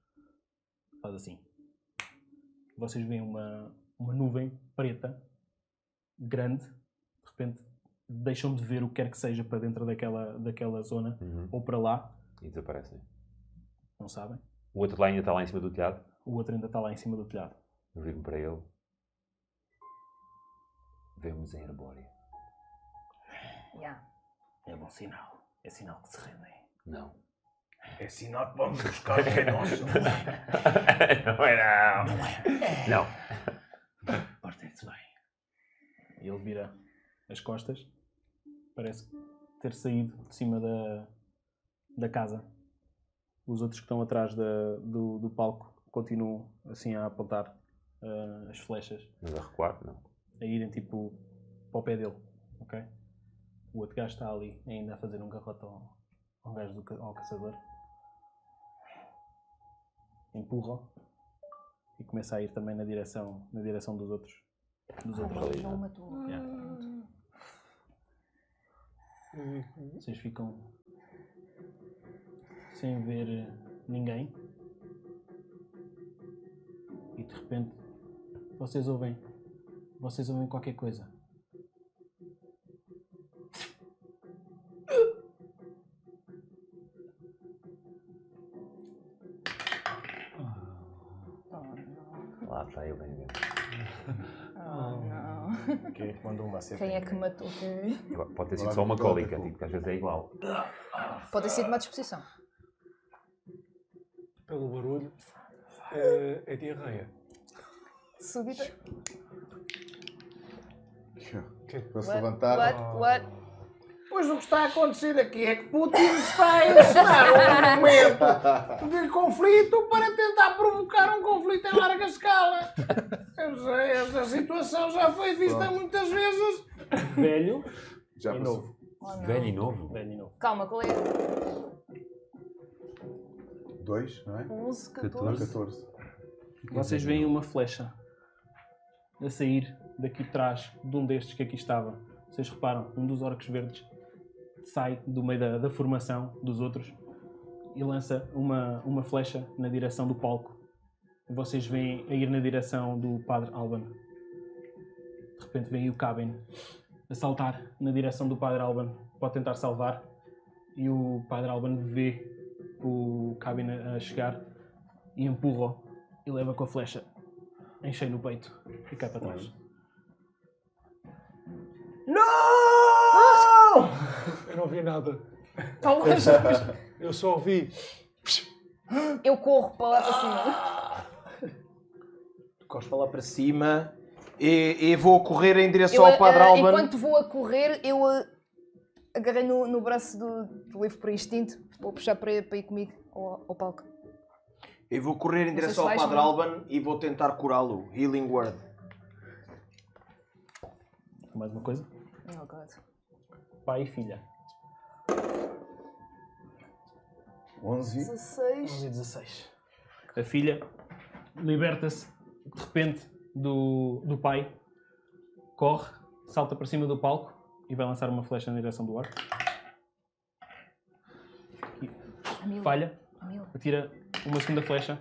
[SPEAKER 2] faz assim. Vocês veem uma, uma nuvem preta, grande, de repente deixam de ver o que quer que seja para dentro daquela, daquela zona
[SPEAKER 3] Uhum.
[SPEAKER 2] ou para lá,
[SPEAKER 3] E desaparecem.
[SPEAKER 2] não sabem.
[SPEAKER 3] O outro lá ainda está lá em cima do telhado.
[SPEAKER 2] O outro ainda está lá em cima do telhado.
[SPEAKER 3] Eu viro-me para ele. Vemos em Herbórea.
[SPEAKER 4] Yeah.
[SPEAKER 1] É bom sinal. É sinal que se rendem.
[SPEAKER 3] Não.
[SPEAKER 1] É sinal que vamos buscar o que é nosso.
[SPEAKER 3] não é não. Não.
[SPEAKER 1] Portem-se bem.
[SPEAKER 2] E ele vira as costas. Parece ter saído de cima da, da casa. Os outros que estão atrás da- do, do palco continuam assim a apontar ah, as flechas.
[SPEAKER 3] Mas a recuar, não.
[SPEAKER 2] A a irem tipo para o pé dele, ok? O outro gajo está ali ainda a fazer um garrote ao, ao gajo do ca- ao caçador. Empurra e começa a ir também na direção, na direção dos outros. Dos outros
[SPEAKER 4] Não,
[SPEAKER 2] dois.
[SPEAKER 4] não matou.
[SPEAKER 2] Yeah. Vocês ficam sem ver eh, ninguém. E de repente vocês ouvem. Vocês ouvem qualquer coisa.
[SPEAKER 4] Ah,
[SPEAKER 7] Lá está eu bem dentro.
[SPEAKER 4] Oh, não.
[SPEAKER 1] Quem é que mandou uma seta?
[SPEAKER 4] Quem é que matou?
[SPEAKER 3] Agora, Pode ter sido só uma cólica, tipo, que às vezes é igual.
[SPEAKER 4] Pode ter sido uma disposição.
[SPEAKER 6] Pelo barulho. É, é diarreia.
[SPEAKER 4] Súbita.
[SPEAKER 5] Para se levantar.
[SPEAKER 4] What? What?
[SPEAKER 1] Pois o que está a acontecer aqui é que Putin está a ensinar um momento de conflito para tentar provocar um conflito em larga escala. Essa, essa situação já foi vista
[SPEAKER 5] Pronto.
[SPEAKER 1] muitas vezes.
[SPEAKER 2] Velho
[SPEAKER 5] Já
[SPEAKER 2] e
[SPEAKER 5] passou.
[SPEAKER 2] novo.
[SPEAKER 4] Oh, não.
[SPEAKER 3] Velho e novo?
[SPEAKER 2] Velho e novo.
[SPEAKER 4] Calma, qual é?
[SPEAKER 5] Dois, não é?
[SPEAKER 4] 11, 14.
[SPEAKER 5] 14.
[SPEAKER 2] Vocês veem uma flecha a sair daqui de trás de um destes que aqui estava. Vocês reparam, um dos orcos verdes sai do meio da, da formação dos outros e lança uma, uma flecha na direção do palco. Vocês veem a ir na direção do padre Alban. De repente vem o Cabin a saltar na direção do padre Alban. Pode tentar salvar e o padre Alban vê o Cabin a a chegar e empurra-o e leva com a flecha. Enchei no peito e cai para trás.
[SPEAKER 6] Eu não vi nada.
[SPEAKER 4] Tá longe.
[SPEAKER 6] Eu só ouvi.
[SPEAKER 4] Eu corro para lá para cima.
[SPEAKER 1] Costa lá para cima e, e vou correr em direção
[SPEAKER 4] Eu,
[SPEAKER 1] ao Padre
[SPEAKER 4] ah,
[SPEAKER 1] Alban.
[SPEAKER 4] enquanto vou a correr, eu ah, agarrei no, no braço do, do livro por instinto. Vou puxar para, para ir comigo ao, ao palco.
[SPEAKER 1] Eu vou correr em
[SPEAKER 4] Não sei se
[SPEAKER 1] direção ao
[SPEAKER 4] vais,
[SPEAKER 1] Padre
[SPEAKER 4] não.
[SPEAKER 1] Alban e vou tentar curá-lo. Healing Word.
[SPEAKER 2] Mais uma coisa?
[SPEAKER 4] Oh, God.
[SPEAKER 2] Pai e filha.
[SPEAKER 5] 11.
[SPEAKER 4] 16.
[SPEAKER 2] 11 e 16. A filha liberta-se de repente do, do pai, corre, salta para cima do palco e vai lançar uma flecha na direção do orco.
[SPEAKER 4] Mil.
[SPEAKER 2] Falha,
[SPEAKER 4] Mil.
[SPEAKER 2] atira uma segunda flecha,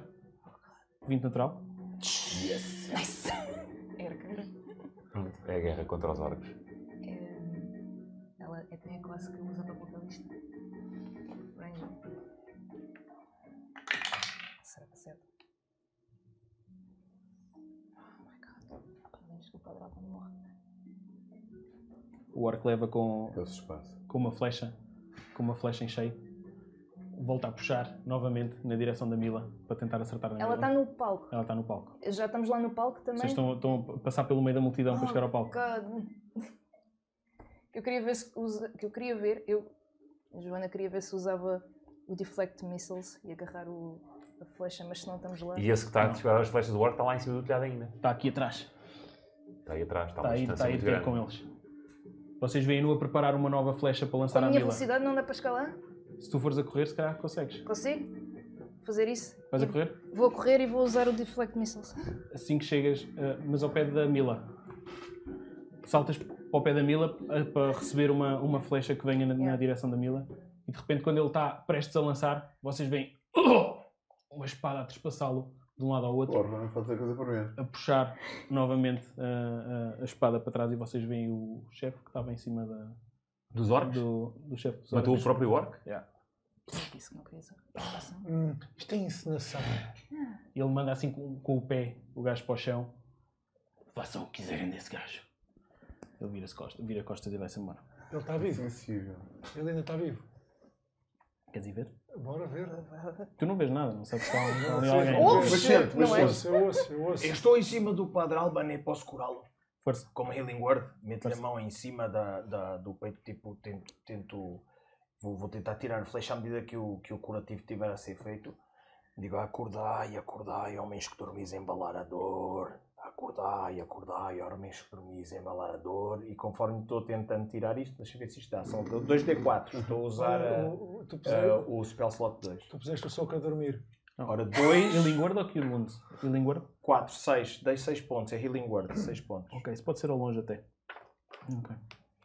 [SPEAKER 2] 20 natural.
[SPEAKER 4] Nice. Era que era.
[SPEAKER 3] Pronto, é a guerra contra os orcos.
[SPEAKER 4] É, Ela é tem a classe que usa para vocalista. Ranger. Será que acerta? Oh my god. Pelo menos que o padrão não morre.
[SPEAKER 2] O orco leva com,
[SPEAKER 5] Deu-se espaço.
[SPEAKER 2] com uma flecha, com uma flecha em cheio. Volta a puxar novamente na direção da Mila para tentar acertar na Mila.
[SPEAKER 4] Ela está no palco.
[SPEAKER 2] Ela está no palco.
[SPEAKER 4] Já estamos lá no palco também.
[SPEAKER 2] Vocês estão, estão a passar pelo meio da multidão para
[SPEAKER 4] Oh,
[SPEAKER 2] chegar ao palco.
[SPEAKER 4] God. Que eu queria ver se usa, que eu queria ver, eu a Joana queria ver se usava o deflect missiles e agarrar o, a flecha, mas se não estamos lá.
[SPEAKER 3] E esse que está a disparar as flechas do orco está lá em cima do telhado ainda.
[SPEAKER 2] Está aqui atrás.
[SPEAKER 3] Está aí atrás, está a Tá
[SPEAKER 2] Está
[SPEAKER 3] uma
[SPEAKER 2] aí,
[SPEAKER 3] distância
[SPEAKER 2] está aí
[SPEAKER 3] muito
[SPEAKER 2] de ver
[SPEAKER 3] grande.
[SPEAKER 2] com eles. Vocês veem-no a preparar uma nova flecha para
[SPEAKER 4] Com
[SPEAKER 2] lançar
[SPEAKER 4] a
[SPEAKER 2] à
[SPEAKER 4] minha
[SPEAKER 2] Mila.
[SPEAKER 4] velocidade não dá para escalar?
[SPEAKER 2] Se tu fores a correr, se calhar consegues.
[SPEAKER 4] Consigo fazer isso?
[SPEAKER 2] Vais a
[SPEAKER 4] E
[SPEAKER 2] correr?
[SPEAKER 4] Vou correr e vou usar o deflect missiles.
[SPEAKER 2] Assim que chegas, eh, mas ao pé da Mila. Saltas para o pé da Mila eh, para receber uma, uma flecha que venha na, na
[SPEAKER 4] Yeah.
[SPEAKER 2] direção da Mila. E de repente, quando ele está prestes a lançar, vocês veem uma espada a trespassá-lo de um lado ao outro.
[SPEAKER 5] Porra, não fazer coisa para mim.
[SPEAKER 2] a puxar novamente eh, a, a- a espada para trás e vocês veem o chefe que estava em cima da,
[SPEAKER 3] Dos orcos?
[SPEAKER 2] do, do chefe dos
[SPEAKER 3] Matou o
[SPEAKER 2] orcs.
[SPEAKER 3] próprio orc?
[SPEAKER 4] Isso que não queria usar. Passam.
[SPEAKER 6] Hum, isto é encenação.
[SPEAKER 2] E ele manda assim com, com o pé o gajo para o chão. Façam o que quiserem desse gajo. Ele vira-se costas, vira costas e vai-se embora.
[SPEAKER 6] Ele está
[SPEAKER 5] É
[SPEAKER 6] Tá vivo.
[SPEAKER 5] sensível.
[SPEAKER 6] Ele ainda está vivo.
[SPEAKER 2] Queres ir ver?
[SPEAKER 6] Bora ver.
[SPEAKER 2] Tu não vês nada, não é. sabes se está ali- está ali
[SPEAKER 6] Sim.
[SPEAKER 2] alguém.
[SPEAKER 6] Ouve!
[SPEAKER 5] Mas sente, mas
[SPEAKER 4] Não é?
[SPEAKER 6] Ouço,
[SPEAKER 5] sente.
[SPEAKER 6] eu ouço, eu ouço.
[SPEAKER 1] Eu estou em cima do Padre Alban e posso curá-lo.
[SPEAKER 2] Força.
[SPEAKER 1] Como Healing Word, meto-lhe a mão em cima da, da- do peito, tipo, tento. tento vou, vou tentar tirar a flecha à medida que o, que o curativo estiver a ser feito. Digo, acordai, acordai, homens que dormis, embalar a dor. Acordai, acordai, homens que dormis em malardor. E conforme estou tentando tirar isto, deixa eu ver se isto dá. São 2D4. Estou a usar
[SPEAKER 6] Olha,
[SPEAKER 1] a-
[SPEAKER 6] o- o- tu,
[SPEAKER 1] a-
[SPEAKER 2] eh,
[SPEAKER 6] puseste,
[SPEAKER 1] o Spell Slot 2.
[SPEAKER 6] tu puseste o soco a dormir.
[SPEAKER 1] Ora,
[SPEAKER 2] Healing
[SPEAKER 1] 2,
[SPEAKER 2] Word ou Cure Wounds? Healing Word?
[SPEAKER 1] 4, 6. Dei 6 pontos. É Healing Word, 6 pontos.
[SPEAKER 2] Ok, isso pode ser ao longe até. Ok.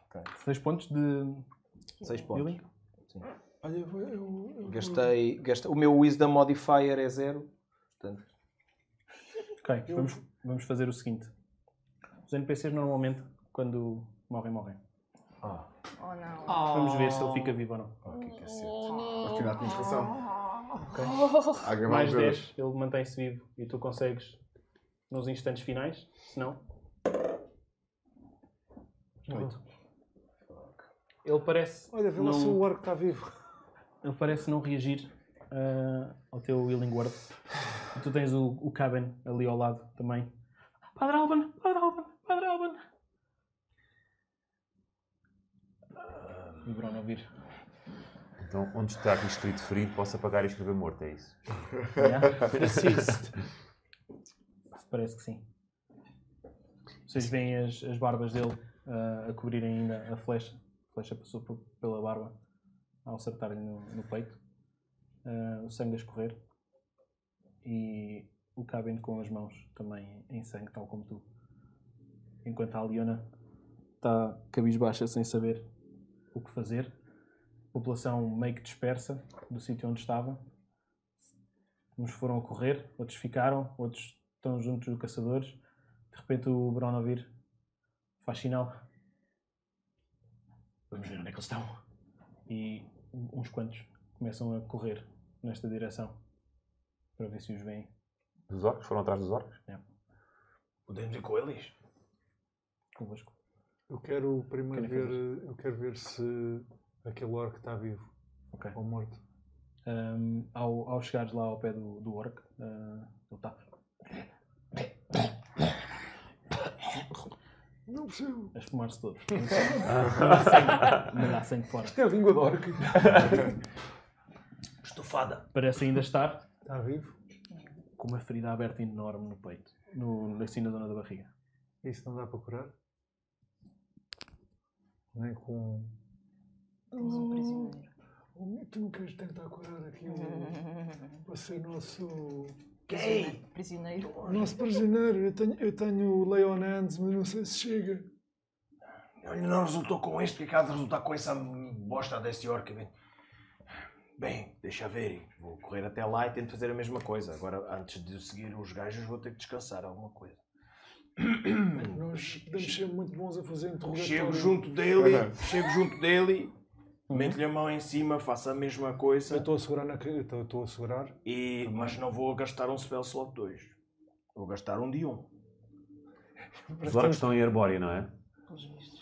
[SPEAKER 1] Ok.
[SPEAKER 2] 6 pontos de
[SPEAKER 1] 6 pontos.
[SPEAKER 2] healing?
[SPEAKER 6] Olha, eu, vou- eu- eu-
[SPEAKER 1] Gastei, gastei. O meu Wisdom Modifier é 0. Portanto,
[SPEAKER 2] Ok,
[SPEAKER 6] Eu-
[SPEAKER 2] vamos, vamos fazer o seguinte. Os NPCs normalmente, quando morrem, morrem.
[SPEAKER 4] Oh não.
[SPEAKER 2] Vamos ver se ele fica vivo ou não.
[SPEAKER 5] Oh, é
[SPEAKER 4] Oh,
[SPEAKER 5] Afinal, tens razão. Há que
[SPEAKER 2] Mais
[SPEAKER 5] ver.
[SPEAKER 2] 10, ele mantém-se vivo e tu consegues nos instantes finais, se não. 8. Ele parece,
[SPEAKER 6] Olha, vê lá se o
[SPEAKER 2] não,
[SPEAKER 6] arco está vivo.
[SPEAKER 2] ele parece não reagir ah, ao teu Healing Word. E tu tens o, o Caben ali ao lado também. Padre Alban, Padre Alban, Padre Alban. E o Bruno a vir.
[SPEAKER 3] Então, onde está aqui escrito ferido, posso apagar e escrever morto, é isso?
[SPEAKER 2] Assist. Parece que sim. Vocês veem as, as barbas dele ah, a cobrir ainda a flecha. A flecha passou por- pela barba ao acertar-lhe no, no peito. Ah, o sangue a escorrer. E o Caben com as mãos também em sangue, tal como tu. Enquanto a Leona está cabisbaixa sem saber o que fazer. A população meio que dispersa do sítio onde estava. Uns foram a correr, outros ficaram, outros estão juntos dos caçadores. De repente o Bronovir faz sinal. Vamos ver onde é que eles estão. E uns quantos começam a correr nesta direção para ver se os veem.
[SPEAKER 3] Dos orcos? Foram atrás dos orcos?
[SPEAKER 1] podemos ir com eles.
[SPEAKER 2] Convosco.
[SPEAKER 6] Eu quero primeiro
[SPEAKER 2] Querem
[SPEAKER 6] ver, eu quero ver se aquele orc está vivo
[SPEAKER 2] Ok.
[SPEAKER 6] ou morto.
[SPEAKER 2] Ahm, ao, ao chegares lá ao pé do, do orc, ah, ele está.
[SPEAKER 6] Não percebo.
[SPEAKER 2] a esfumar-se todo. Mandar sangue fora.
[SPEAKER 6] Isto é a língua do orc.
[SPEAKER 1] Estufada.
[SPEAKER 2] Parece ainda estar
[SPEAKER 6] Está Tá vivo?
[SPEAKER 2] com uma ferida aberta enorme no peito, no, assim na zona da barriga.
[SPEAKER 6] Isso não dá para curar? Nem com. um
[SPEAKER 4] Temos um prisioneiro.
[SPEAKER 6] Hum, Tu não queres tentar curar aqui o. para ser nosso.
[SPEAKER 4] Prisioneiro. Prisioneiro.
[SPEAKER 6] nosso prisioneiro. Eu tenho, eu tenho o Leon Hands, mas não sei se chega.
[SPEAKER 1] Olha, não resultou com este, que acaba de resultar com essa bosta desse orc. Bem, Bem, deixa ver. Vou correr até lá e tento fazer a mesma coisa. Agora, antes de eu seguir os gajos, vou ter que descansar alguma coisa.
[SPEAKER 6] Nós podemos ser muito bons a fazer interrogatório.
[SPEAKER 1] Chego junto dele,
[SPEAKER 5] Aham.
[SPEAKER 1] chego junto dele, meto-lhe a mão em cima, faço a mesma
[SPEAKER 6] Eu
[SPEAKER 1] coisa,
[SPEAKER 6] estou a segurar na. eu estou- eu estou a segurar.
[SPEAKER 1] e, mas não vou gastar um spell slot 2. Vou gastar um de 1. Um.
[SPEAKER 3] Os orcos estão em arbórea, não é?
[SPEAKER 4] Pelos vistos.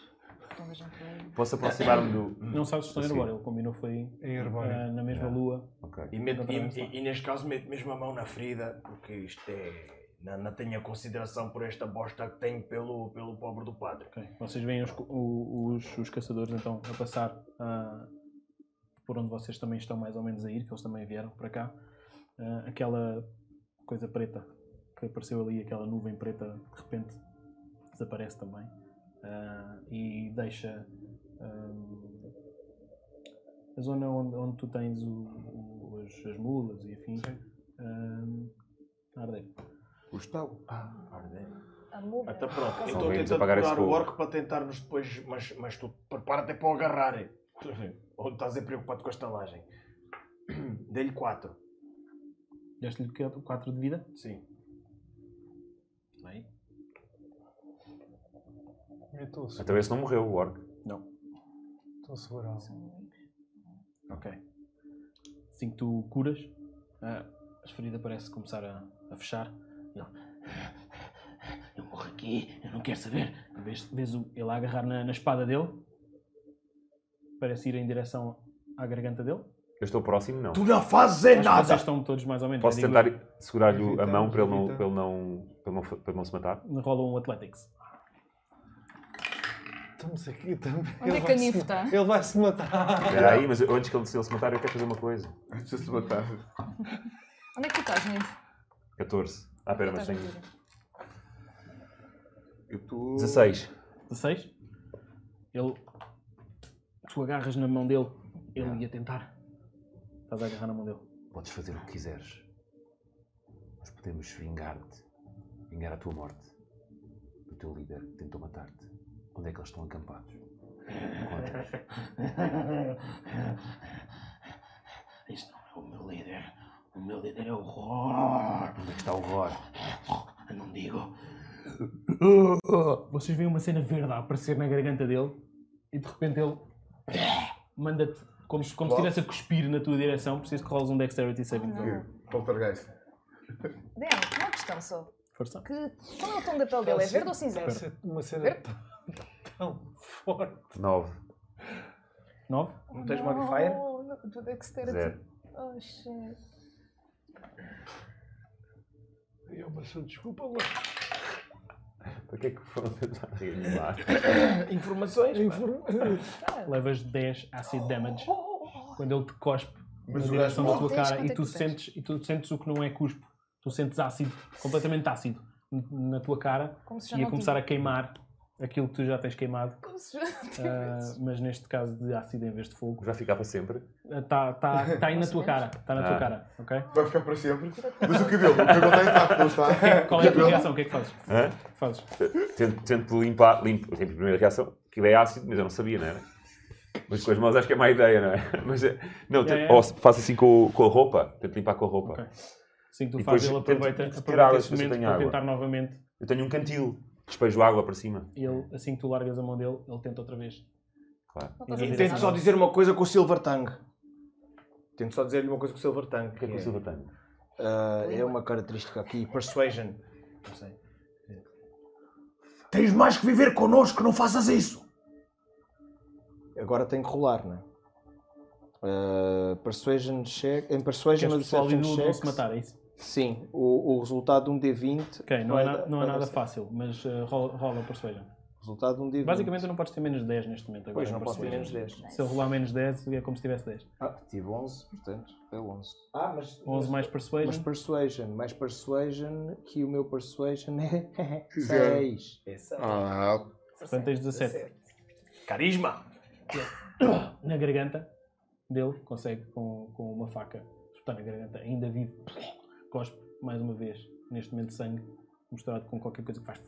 [SPEAKER 4] Então vejam por aí.
[SPEAKER 3] Posso aproximar-me do...
[SPEAKER 2] Não sabes se estão em
[SPEAKER 3] Assim.
[SPEAKER 2] arbóreo, ele combinou foi
[SPEAKER 6] Em herbário.
[SPEAKER 2] ah, na mesma lua.
[SPEAKER 3] Ok.
[SPEAKER 1] é. E, meto- e-
[SPEAKER 2] Não dá
[SPEAKER 1] e- e neste caso meto mesmo a mão na ferida, porque isto é. Não, não tenho a consideração por esta bosta que tenho pelo, pelo pobre do padre.
[SPEAKER 2] Ok. Vocês veem os, co- o- os, os caçadores então a passar ah, por onde vocês também estão mais ou menos a ir, que eles também vieram para cá. Ah, aquela coisa preta que apareceu ali, aquela nuvem preta, de repente desaparece também Ah, e deixa ahm, a zona onde, onde tu tens o- o- as, as mulas e afins ahm, a arder.
[SPEAKER 5] Gustavo.
[SPEAKER 1] Ah.
[SPEAKER 4] A muda.
[SPEAKER 1] Então pronto,
[SPEAKER 3] Só
[SPEAKER 1] eu estou a
[SPEAKER 3] vamos
[SPEAKER 1] tentar
[SPEAKER 3] apagar esse
[SPEAKER 1] curar o
[SPEAKER 3] fogo.
[SPEAKER 1] orco para tentar nos depois. Mas, mas tu prepara-te para o agarrar. Ou estás a preocupado com a estalagem. Dei-lhe 4.
[SPEAKER 2] Deste-lhe 4 de vida.
[SPEAKER 1] Sim.
[SPEAKER 2] Bem.
[SPEAKER 6] Eu estou a segurar.
[SPEAKER 3] Então esse não morreu, o orc.
[SPEAKER 6] Estou a segurar.
[SPEAKER 2] Ok. Assim que tu curas, a as feridas parece começar a, a fechar. E ele, Eu morro aqui, eu não quero saber. Vês, vês o- ele a agarrar na, na espada dele. Parece ir em direção à garganta dele.
[SPEAKER 3] Eu estou próximo, não.
[SPEAKER 1] Tu não fazes é
[SPEAKER 2] Acho que
[SPEAKER 1] nada!
[SPEAKER 2] Vocês estão todos mais ou menos.
[SPEAKER 3] Posso
[SPEAKER 2] eu digo-
[SPEAKER 3] tentar segurar-lhe a
[SPEAKER 6] Evitamos,
[SPEAKER 3] mão para ele não,
[SPEAKER 6] evitamos.
[SPEAKER 3] para ele não, para ele não, fa- para ele não se matar?
[SPEAKER 2] Rola um Athletics.
[SPEAKER 6] Estamos aqui também.
[SPEAKER 4] Onde é que a Nif está?
[SPEAKER 6] Ele vai se matar.
[SPEAKER 3] Espera aí, mas eu- antes que ele se ele se matar, eu quero fazer uma coisa.
[SPEAKER 5] Antes de se matar.
[SPEAKER 4] Onde é que tu estás, Nif?
[SPEAKER 3] 14. Ah, pera, mas
[SPEAKER 4] Então Estás
[SPEAKER 3] tenho...
[SPEAKER 4] na vida.
[SPEAKER 5] Eu estou.
[SPEAKER 3] 16.
[SPEAKER 2] 16. Ele. Tu agarras na mão dele, ele ia tentar. Estás a agarrar na mão dele.
[SPEAKER 3] Podes fazer o que quiseres. Nós podemos vingar-te. Vingar a tua morte. Do teu líder que tentou matar-te. Onde é que eles estão acampados? Encontra-os.
[SPEAKER 8] Isso não é o meu líder. O meu líder é o horror.
[SPEAKER 3] Onde é que está o horror?
[SPEAKER 8] Não digo.
[SPEAKER 2] Oh, Vocês veem uma cena verde a aparecer na garganta dele e de repente ele manda-te como se como se estivesse a cuspir na tua direção. Preciso que roles um Dexterity Saving
[SPEAKER 4] Ah.
[SPEAKER 2] Throw.
[SPEAKER 5] Poltergeist.
[SPEAKER 4] Dan, uma questão só.
[SPEAKER 2] Força.
[SPEAKER 4] Que, qual é o tom da pele dele? É verde ou cinzento?
[SPEAKER 6] Está a ser uma cena tão, tão forte.
[SPEAKER 3] 9.
[SPEAKER 2] 9.
[SPEAKER 1] Não tens modifier?
[SPEAKER 4] Não, não, do dexterity.
[SPEAKER 3] Zero.
[SPEAKER 4] Oh, shit.
[SPEAKER 6] Eu, mas desculpa lá.
[SPEAKER 3] Para que é que foram tentar reanimar?
[SPEAKER 1] Informações?
[SPEAKER 2] Levas 10 acid damage quando ele te cospe
[SPEAKER 5] Mas o
[SPEAKER 2] na direção
[SPEAKER 5] gajo
[SPEAKER 2] da tua
[SPEAKER 4] morre.
[SPEAKER 2] cara
[SPEAKER 4] Oh.
[SPEAKER 2] e
[SPEAKER 4] Quanto é que
[SPEAKER 2] tu,
[SPEAKER 4] tu tens?
[SPEAKER 2] sentes, e tu sentes o que não é cuspo. Tu sentes ácido, completamente ácido, n- na tua cara
[SPEAKER 4] Como se já
[SPEAKER 2] e a
[SPEAKER 4] não
[SPEAKER 2] começar a queimar aquilo que tu já tens queimado,
[SPEAKER 4] tivesse- Como se já não
[SPEAKER 2] ah,
[SPEAKER 4] tivesse.
[SPEAKER 2] mas neste caso de ácido em vez de fogo.
[SPEAKER 3] Vai ficar para sempre?
[SPEAKER 2] Está tá, tá aí na tua cara, está na tua
[SPEAKER 3] Ah.
[SPEAKER 2] cara, ok?
[SPEAKER 5] Vai ficar para sempre. Mas o cabelo, o cabelo está intacto, não está.
[SPEAKER 2] Qual é a tua reação? O que é que fazes? O
[SPEAKER 3] Hã?
[SPEAKER 2] que fazes?
[SPEAKER 3] Tento, tento limpar, limpo. Sempre a primeira reação, que é ácido, mas eu não sabia, não era? Mas com as mãos acho que é má ideia, não é? Mas, é- não, tento-
[SPEAKER 2] é.
[SPEAKER 3] ou se- faço assim com, o- com a roupa, tento limpar com a roupa.
[SPEAKER 2] Ok. Assim que tu
[SPEAKER 3] E
[SPEAKER 2] fazes,
[SPEAKER 3] depois
[SPEAKER 2] ele
[SPEAKER 3] tento tirar
[SPEAKER 2] aproveita, aproveita
[SPEAKER 3] água,
[SPEAKER 2] esse
[SPEAKER 3] se eu
[SPEAKER 2] momento
[SPEAKER 3] tenho
[SPEAKER 2] para
[SPEAKER 3] água.
[SPEAKER 2] tentar novamente.
[SPEAKER 3] Eu tenho um cantil, despejo água para cima.
[SPEAKER 2] Ele, assim que tu largas a mão dele, ele tenta outra vez.
[SPEAKER 3] Claro.
[SPEAKER 4] Não estás a
[SPEAKER 2] E
[SPEAKER 4] dizer
[SPEAKER 1] Tento
[SPEAKER 4] nada.
[SPEAKER 1] só dizer uma coisa com o Silver Tongue. Tento só dizer-lhe uma coisa com o Silver Tongue.
[SPEAKER 3] O que é que o Silva tem?
[SPEAKER 1] Ah, é uma característica aqui. Persuasion. Não sei. Tens mais que viver connosco, não faças isso! Agora tenho que rolar, não é? Ah, persuasion check. Em Persuasion
[SPEAKER 2] Queres
[SPEAKER 1] ou
[SPEAKER 2] que o pessoal
[SPEAKER 1] Deception
[SPEAKER 2] não
[SPEAKER 1] check.
[SPEAKER 2] se matar, é isso?
[SPEAKER 1] Sim, o, o resultado de um D20.
[SPEAKER 2] Ok, não
[SPEAKER 1] vai
[SPEAKER 2] é,
[SPEAKER 1] dar-
[SPEAKER 2] na- não é
[SPEAKER 1] vai dar
[SPEAKER 2] nada
[SPEAKER 1] certo.
[SPEAKER 2] fácil, mas eh, rola, rola persuasion.
[SPEAKER 1] Resultado de um D20.
[SPEAKER 2] Basicamente tu não podes ter menos 10 neste momento. Agora
[SPEAKER 1] Pois,
[SPEAKER 2] em
[SPEAKER 1] não posso ter menos
[SPEAKER 2] persuasion.
[SPEAKER 1] 10.
[SPEAKER 2] Se eu rolar menos 10, é como se tivesse 10.
[SPEAKER 1] Ah, tive 11, portanto, é 11. Ah, mas. eh,
[SPEAKER 2] 11 mais
[SPEAKER 1] Mas
[SPEAKER 2] persuasion.
[SPEAKER 1] persuasion, mais persuasion, que o meu persuasion é 6.
[SPEAKER 5] Ah,
[SPEAKER 2] Portanto, tens 17.
[SPEAKER 1] Carisma!
[SPEAKER 2] Na garganta dele, consegue com, com uma faca espetar na garganta, ainda vivo. Cospe mais uma vez, neste momento, sangue misturado com qualquer coisa que faz.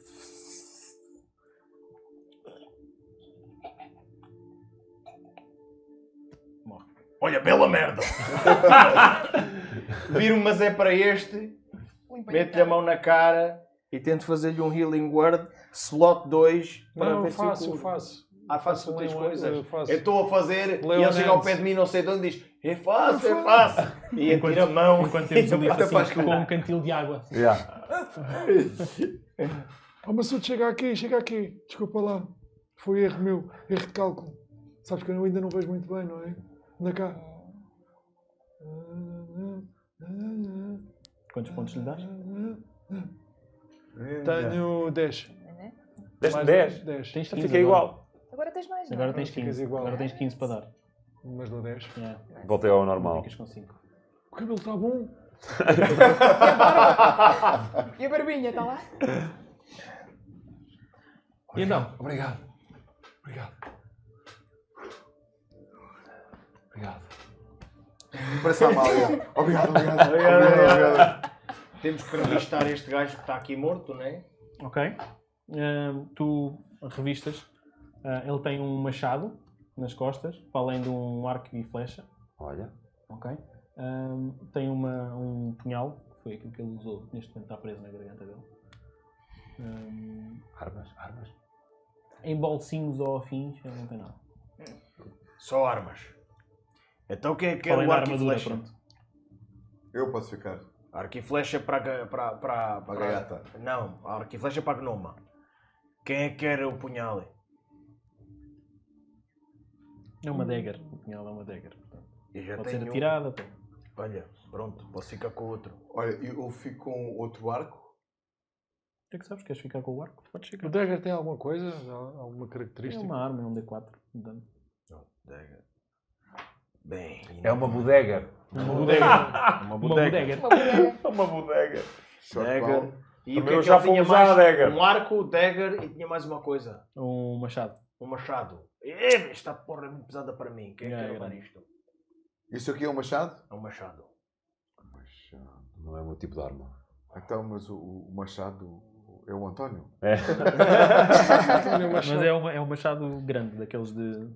[SPEAKER 2] Morre.
[SPEAKER 1] Olha, bela merda! Viro-me, mas é para este, meto-lhe
[SPEAKER 4] Limpa-lhe a
[SPEAKER 1] a
[SPEAKER 4] cara.
[SPEAKER 1] mão na cara e tento fazer-lhe um healing word, slot 2, para
[SPEAKER 6] Não,
[SPEAKER 1] ver
[SPEAKER 6] eu faço,
[SPEAKER 1] se eu
[SPEAKER 6] eu
[SPEAKER 1] curo.
[SPEAKER 6] faço.
[SPEAKER 1] Ah, faço
[SPEAKER 6] Eu
[SPEAKER 1] muitas
[SPEAKER 6] leio- eu
[SPEAKER 1] coisas.
[SPEAKER 6] faço.
[SPEAKER 1] Eu estou a fazer e ele
[SPEAKER 6] Leonardo.
[SPEAKER 1] chega ao pé de mim, não sei de onde, e diz: É fácil, é fácil. E atira a mão.
[SPEAKER 2] Enquanto temos um livro
[SPEAKER 1] Até faz
[SPEAKER 2] assim, com um cantil de água.
[SPEAKER 3] Yeah.
[SPEAKER 6] Ah, mas se chegar aqui, chega aqui. Desculpa lá. Foi erro meu, erro de cálculo. Sabes que eu ainda não vejo muito bem, não é? Anda cá.
[SPEAKER 2] Quantos pontos lhe dás?
[SPEAKER 6] Tá Tenho 10.
[SPEAKER 3] Deste
[SPEAKER 6] Mais
[SPEAKER 3] 10.
[SPEAKER 6] 10.
[SPEAKER 2] Tens
[SPEAKER 3] Então
[SPEAKER 2] 15
[SPEAKER 3] fiquei
[SPEAKER 2] agora.
[SPEAKER 3] igual.
[SPEAKER 4] Agora tens mais, não?
[SPEAKER 2] Agora tens
[SPEAKER 6] Ficas
[SPEAKER 2] 15.
[SPEAKER 6] igual.
[SPEAKER 2] Agora tens 15 para dar.
[SPEAKER 6] Mas não 10.
[SPEAKER 2] Yeah.
[SPEAKER 3] Voltei ao normal.
[SPEAKER 2] Ficas com 5.
[SPEAKER 6] O
[SPEAKER 1] é
[SPEAKER 6] cabelo está bom.
[SPEAKER 4] E a barbinha, está lá?
[SPEAKER 2] E então,
[SPEAKER 6] Obrigado. Obrigado. Obrigado.
[SPEAKER 5] parece a Amália. Obrigado, obrigado. obrigado, obrigado.
[SPEAKER 1] Temos que revistar este gajo que está aqui morto, não é?
[SPEAKER 2] ok. Ahm, tu revistas. Ah, ele tem um machado nas costas, para além de um arco e flecha.
[SPEAKER 3] Olha.
[SPEAKER 2] Ok. Ahm, tem uma, um punhal, que foi aquilo que ele usou. que Neste momento está preso na garganta dele. Ahm,
[SPEAKER 3] Armas, armas.
[SPEAKER 2] em bolsinhos ou afins, ele não tem nada.
[SPEAKER 1] Só armas. Então quem é que
[SPEAKER 2] Para
[SPEAKER 1] quer
[SPEAKER 2] além
[SPEAKER 1] o
[SPEAKER 2] da
[SPEAKER 1] arco e
[SPEAKER 2] armadura,
[SPEAKER 1] flecha?
[SPEAKER 2] pronto.
[SPEAKER 5] Eu posso ficar.
[SPEAKER 1] Arco e flecha para. ga- para. para.
[SPEAKER 5] Para a gata.
[SPEAKER 1] Não, arco e flecha para a gnoma. Quem é que quer o punhal?
[SPEAKER 2] É uma dagger. O punhal é uma dagger. portanto.
[SPEAKER 1] Eu já
[SPEAKER 2] Pode
[SPEAKER 1] tenho. um.
[SPEAKER 2] ser atirada. pode-
[SPEAKER 1] Olha, pronto, posso ficar com o outro.
[SPEAKER 5] Olha, eu fico com outro arco.
[SPEAKER 2] Tu é que sabes? Queres ficar com o arco? Podes
[SPEAKER 6] O
[SPEAKER 2] ficar.
[SPEAKER 6] Dagger tem alguma coisa? Al- Alguma
[SPEAKER 2] É
[SPEAKER 6] característica?
[SPEAKER 2] uma arma, é um D4. de dano.
[SPEAKER 1] Dega. Bem.
[SPEAKER 3] É uma bodega.
[SPEAKER 2] Uma bodega.
[SPEAKER 1] uma
[SPEAKER 2] Uma bodega.
[SPEAKER 3] Uma bodega.
[SPEAKER 5] Short
[SPEAKER 1] Dagger.
[SPEAKER 5] bow.
[SPEAKER 1] E o que
[SPEAKER 7] Também
[SPEAKER 1] é
[SPEAKER 7] eu
[SPEAKER 1] que
[SPEAKER 7] já
[SPEAKER 1] ele tinha
[SPEAKER 7] fomos à
[SPEAKER 1] mais?
[SPEAKER 7] adega.
[SPEAKER 1] Um arco, dagger e tinha mais uma coisa.
[SPEAKER 2] Um machado.
[SPEAKER 1] Um machado. Eh, Esta porra é muito pesada para mim. Quem é
[SPEAKER 2] É,
[SPEAKER 1] que quer levar
[SPEAKER 2] grande.
[SPEAKER 1] isto?
[SPEAKER 5] Isso aqui é um machado?
[SPEAKER 1] É um machado.
[SPEAKER 5] Machado.
[SPEAKER 3] Não é o meu tipo de arma.
[SPEAKER 5] Então, mas o, o machado é o António?
[SPEAKER 6] Olha, o
[SPEAKER 2] Mas
[SPEAKER 6] machado.
[SPEAKER 2] é, uma, é um machado grande, daqueles de.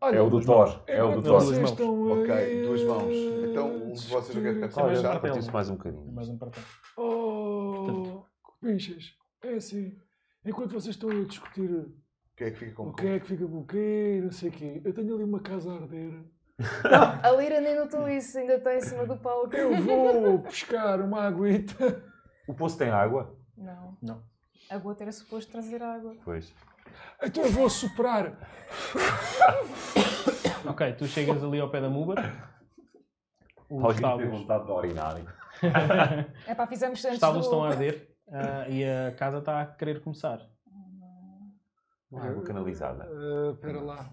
[SPEAKER 6] Olha,
[SPEAKER 7] É o do Thor. É o do
[SPEAKER 6] enquanto
[SPEAKER 7] Thor.
[SPEAKER 2] Duas
[SPEAKER 6] vocês
[SPEAKER 2] mãos.
[SPEAKER 6] estão aí
[SPEAKER 5] Ok, duas
[SPEAKER 6] a
[SPEAKER 5] mãos. Então, um de vocês não quer
[SPEAKER 6] discutir-
[SPEAKER 5] ficar com o
[SPEAKER 2] Olha,
[SPEAKER 5] machado?
[SPEAKER 2] papel.
[SPEAKER 3] Partiu-se mais um bocadinho.
[SPEAKER 2] Mais um papel.
[SPEAKER 6] Oh, bichas, é assim. Enquanto vocês estão a discutir
[SPEAKER 5] Quem é que fica com
[SPEAKER 6] o
[SPEAKER 5] o
[SPEAKER 6] que é que fica com o quê, não sei o quê, eu tenho ali uma casa a arder.
[SPEAKER 4] A Lira nem notou isso, ainda está em cima do palco.
[SPEAKER 6] Eu vou pescar uma aguita.
[SPEAKER 7] O poço tem água?
[SPEAKER 4] Não.
[SPEAKER 2] Não.
[SPEAKER 4] A gota era suposto trazer água.
[SPEAKER 7] Pois.
[SPEAKER 6] Então eu vou soprar.
[SPEAKER 2] Ok, tu chegas ali ao pé da Muba. Os
[SPEAKER 7] Alguém tem
[SPEAKER 2] estábulos.
[SPEAKER 7] vontade de orinar.
[SPEAKER 4] É pá, fizemos
[SPEAKER 2] Os
[SPEAKER 4] antes do...
[SPEAKER 2] estábulos estão a arder ah, e a casa está a querer começar.
[SPEAKER 3] é
[SPEAKER 7] Uma água canalizada.
[SPEAKER 6] Ah, Espera lá.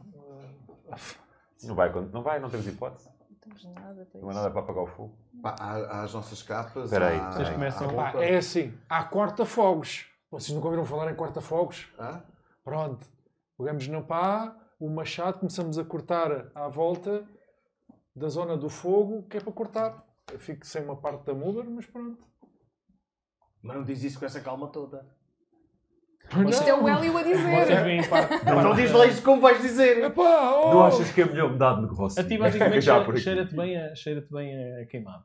[SPEAKER 7] Não vai, não vai, não temos hipótese.
[SPEAKER 4] Não temos nada para
[SPEAKER 7] Não há
[SPEAKER 4] isso.
[SPEAKER 7] nada para apagar o fogo.
[SPEAKER 5] Pá, há, há as nossas capas.
[SPEAKER 7] Espera aí,
[SPEAKER 5] há-
[SPEAKER 7] vocês
[SPEAKER 5] há
[SPEAKER 2] começam-
[SPEAKER 5] roupa.
[SPEAKER 6] Pá, é assim, há corta-fogos. Vocês nunca ouviram falar em corta-fogos?
[SPEAKER 5] Hã?
[SPEAKER 6] Pronto. Pegamos na pá, o machado, começamos a cortar à volta da zona do fogo, que é para cortar. Eu fico sem uma parte da muda, mas pronto.
[SPEAKER 1] Mas não diz isso com essa calma toda.
[SPEAKER 4] Isto é o Hélio a
[SPEAKER 2] Vocês
[SPEAKER 4] dizer.
[SPEAKER 2] veem parte.
[SPEAKER 1] Então diz lá isso como vais dizer.
[SPEAKER 6] Epá, oh!
[SPEAKER 7] Não achas que é melhor mudar de negócio?
[SPEAKER 2] A ti basicamente
[SPEAKER 7] Já
[SPEAKER 2] cheira-
[SPEAKER 7] por aqui.
[SPEAKER 2] cheira-te bem, a- cheira-te bem a, a queimado.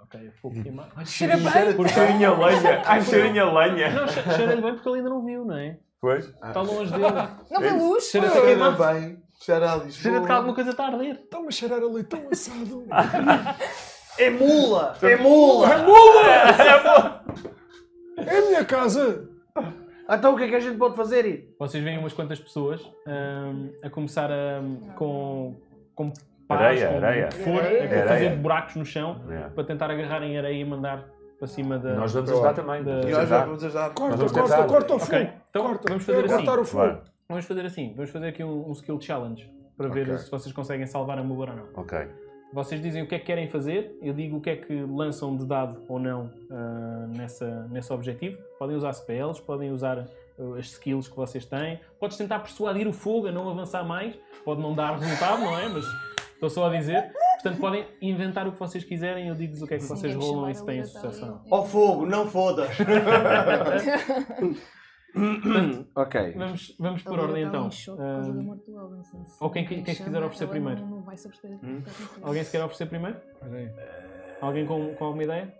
[SPEAKER 2] Ok, a fogo queimado. Ai,
[SPEAKER 4] Cheira É bem.
[SPEAKER 7] Por cheirinho a lenha. Ai, cheirinho a lenha.
[SPEAKER 2] Não, che- cheira-lhe bem porque ele ainda não viu, não é?
[SPEAKER 7] Pois.
[SPEAKER 2] Está longe dele.
[SPEAKER 4] Não vê luz?
[SPEAKER 2] Cheira-te a
[SPEAKER 5] Cheira
[SPEAKER 2] queimado.
[SPEAKER 5] bem. Cheira a Lisboa.
[SPEAKER 2] Cheira-te que alguma coisa está a arder.
[SPEAKER 6] Está-me a cheirar a leitão assado.
[SPEAKER 1] É mula! É mula!
[SPEAKER 6] é a minha casa!
[SPEAKER 1] Então o que é que a gente pode fazer?
[SPEAKER 2] Vocês veem umas quantas pessoas ahm, a começar a, hum, com, com pás,
[SPEAKER 7] Areia,
[SPEAKER 2] com
[SPEAKER 7] areia.
[SPEAKER 2] folhas,
[SPEAKER 1] Areia.
[SPEAKER 2] a fazer
[SPEAKER 7] Areia.
[SPEAKER 2] buracos no chão
[SPEAKER 7] É.
[SPEAKER 2] para tentar agarrar em areia e mandar para cima da.
[SPEAKER 7] Nós vamos ajudar também.
[SPEAKER 2] Da-
[SPEAKER 5] E
[SPEAKER 7] Vamos
[SPEAKER 5] nós já
[SPEAKER 7] ajudar.
[SPEAKER 5] vamos ajudar.
[SPEAKER 6] Corta,
[SPEAKER 7] vamos
[SPEAKER 6] corta,
[SPEAKER 7] tentar.
[SPEAKER 6] corta o fogo!
[SPEAKER 2] Ok, então
[SPEAKER 6] corta.
[SPEAKER 2] vamos fazer
[SPEAKER 6] É
[SPEAKER 2] assim.
[SPEAKER 6] cortar o fogo.
[SPEAKER 7] Vai.
[SPEAKER 2] Vamos fazer assim, vamos fazer aqui um, um skill challenge para ver
[SPEAKER 5] Ok.
[SPEAKER 2] se vocês conseguem salvar a Mubar ou não.
[SPEAKER 3] Ok.
[SPEAKER 2] Vocês dizem o que é que querem fazer, eu digo o que é que lançam de dado ou não ah, nessa, nesse objetivo. Podem usar spells, podem usar ah, as skills que vocês têm. Podes tentar persuadir o fogo a não avançar mais, pode não dar resultado, não é? Mas estou só a dizer. Portanto, podem inventar o que vocês quiserem, eu digo-vos o que é que vocês
[SPEAKER 4] Ninguém me
[SPEAKER 2] rolam e
[SPEAKER 4] chamar
[SPEAKER 2] se
[SPEAKER 4] a
[SPEAKER 2] têm
[SPEAKER 4] Lira,
[SPEAKER 2] sucesso ou não.
[SPEAKER 4] tá
[SPEAKER 1] Ó fogo, não fodas!
[SPEAKER 5] Ok.
[SPEAKER 2] Vamos, vamos por
[SPEAKER 4] Ela
[SPEAKER 2] ordem
[SPEAKER 4] está
[SPEAKER 2] então.
[SPEAKER 4] tá em choque um por causa
[SPEAKER 2] Ah,
[SPEAKER 4] da morte do Owen, se- se
[SPEAKER 2] ou quem- quem-
[SPEAKER 4] ninguém
[SPEAKER 2] quem se
[SPEAKER 4] chama,
[SPEAKER 2] quiser oferecer
[SPEAKER 4] ela
[SPEAKER 2] primeiro.
[SPEAKER 4] Não, não vai sobreviver.
[SPEAKER 1] Hum?
[SPEAKER 2] alguém se quer oferecer primeiro?
[SPEAKER 6] Espera
[SPEAKER 2] Alguém com, com alguma ideia?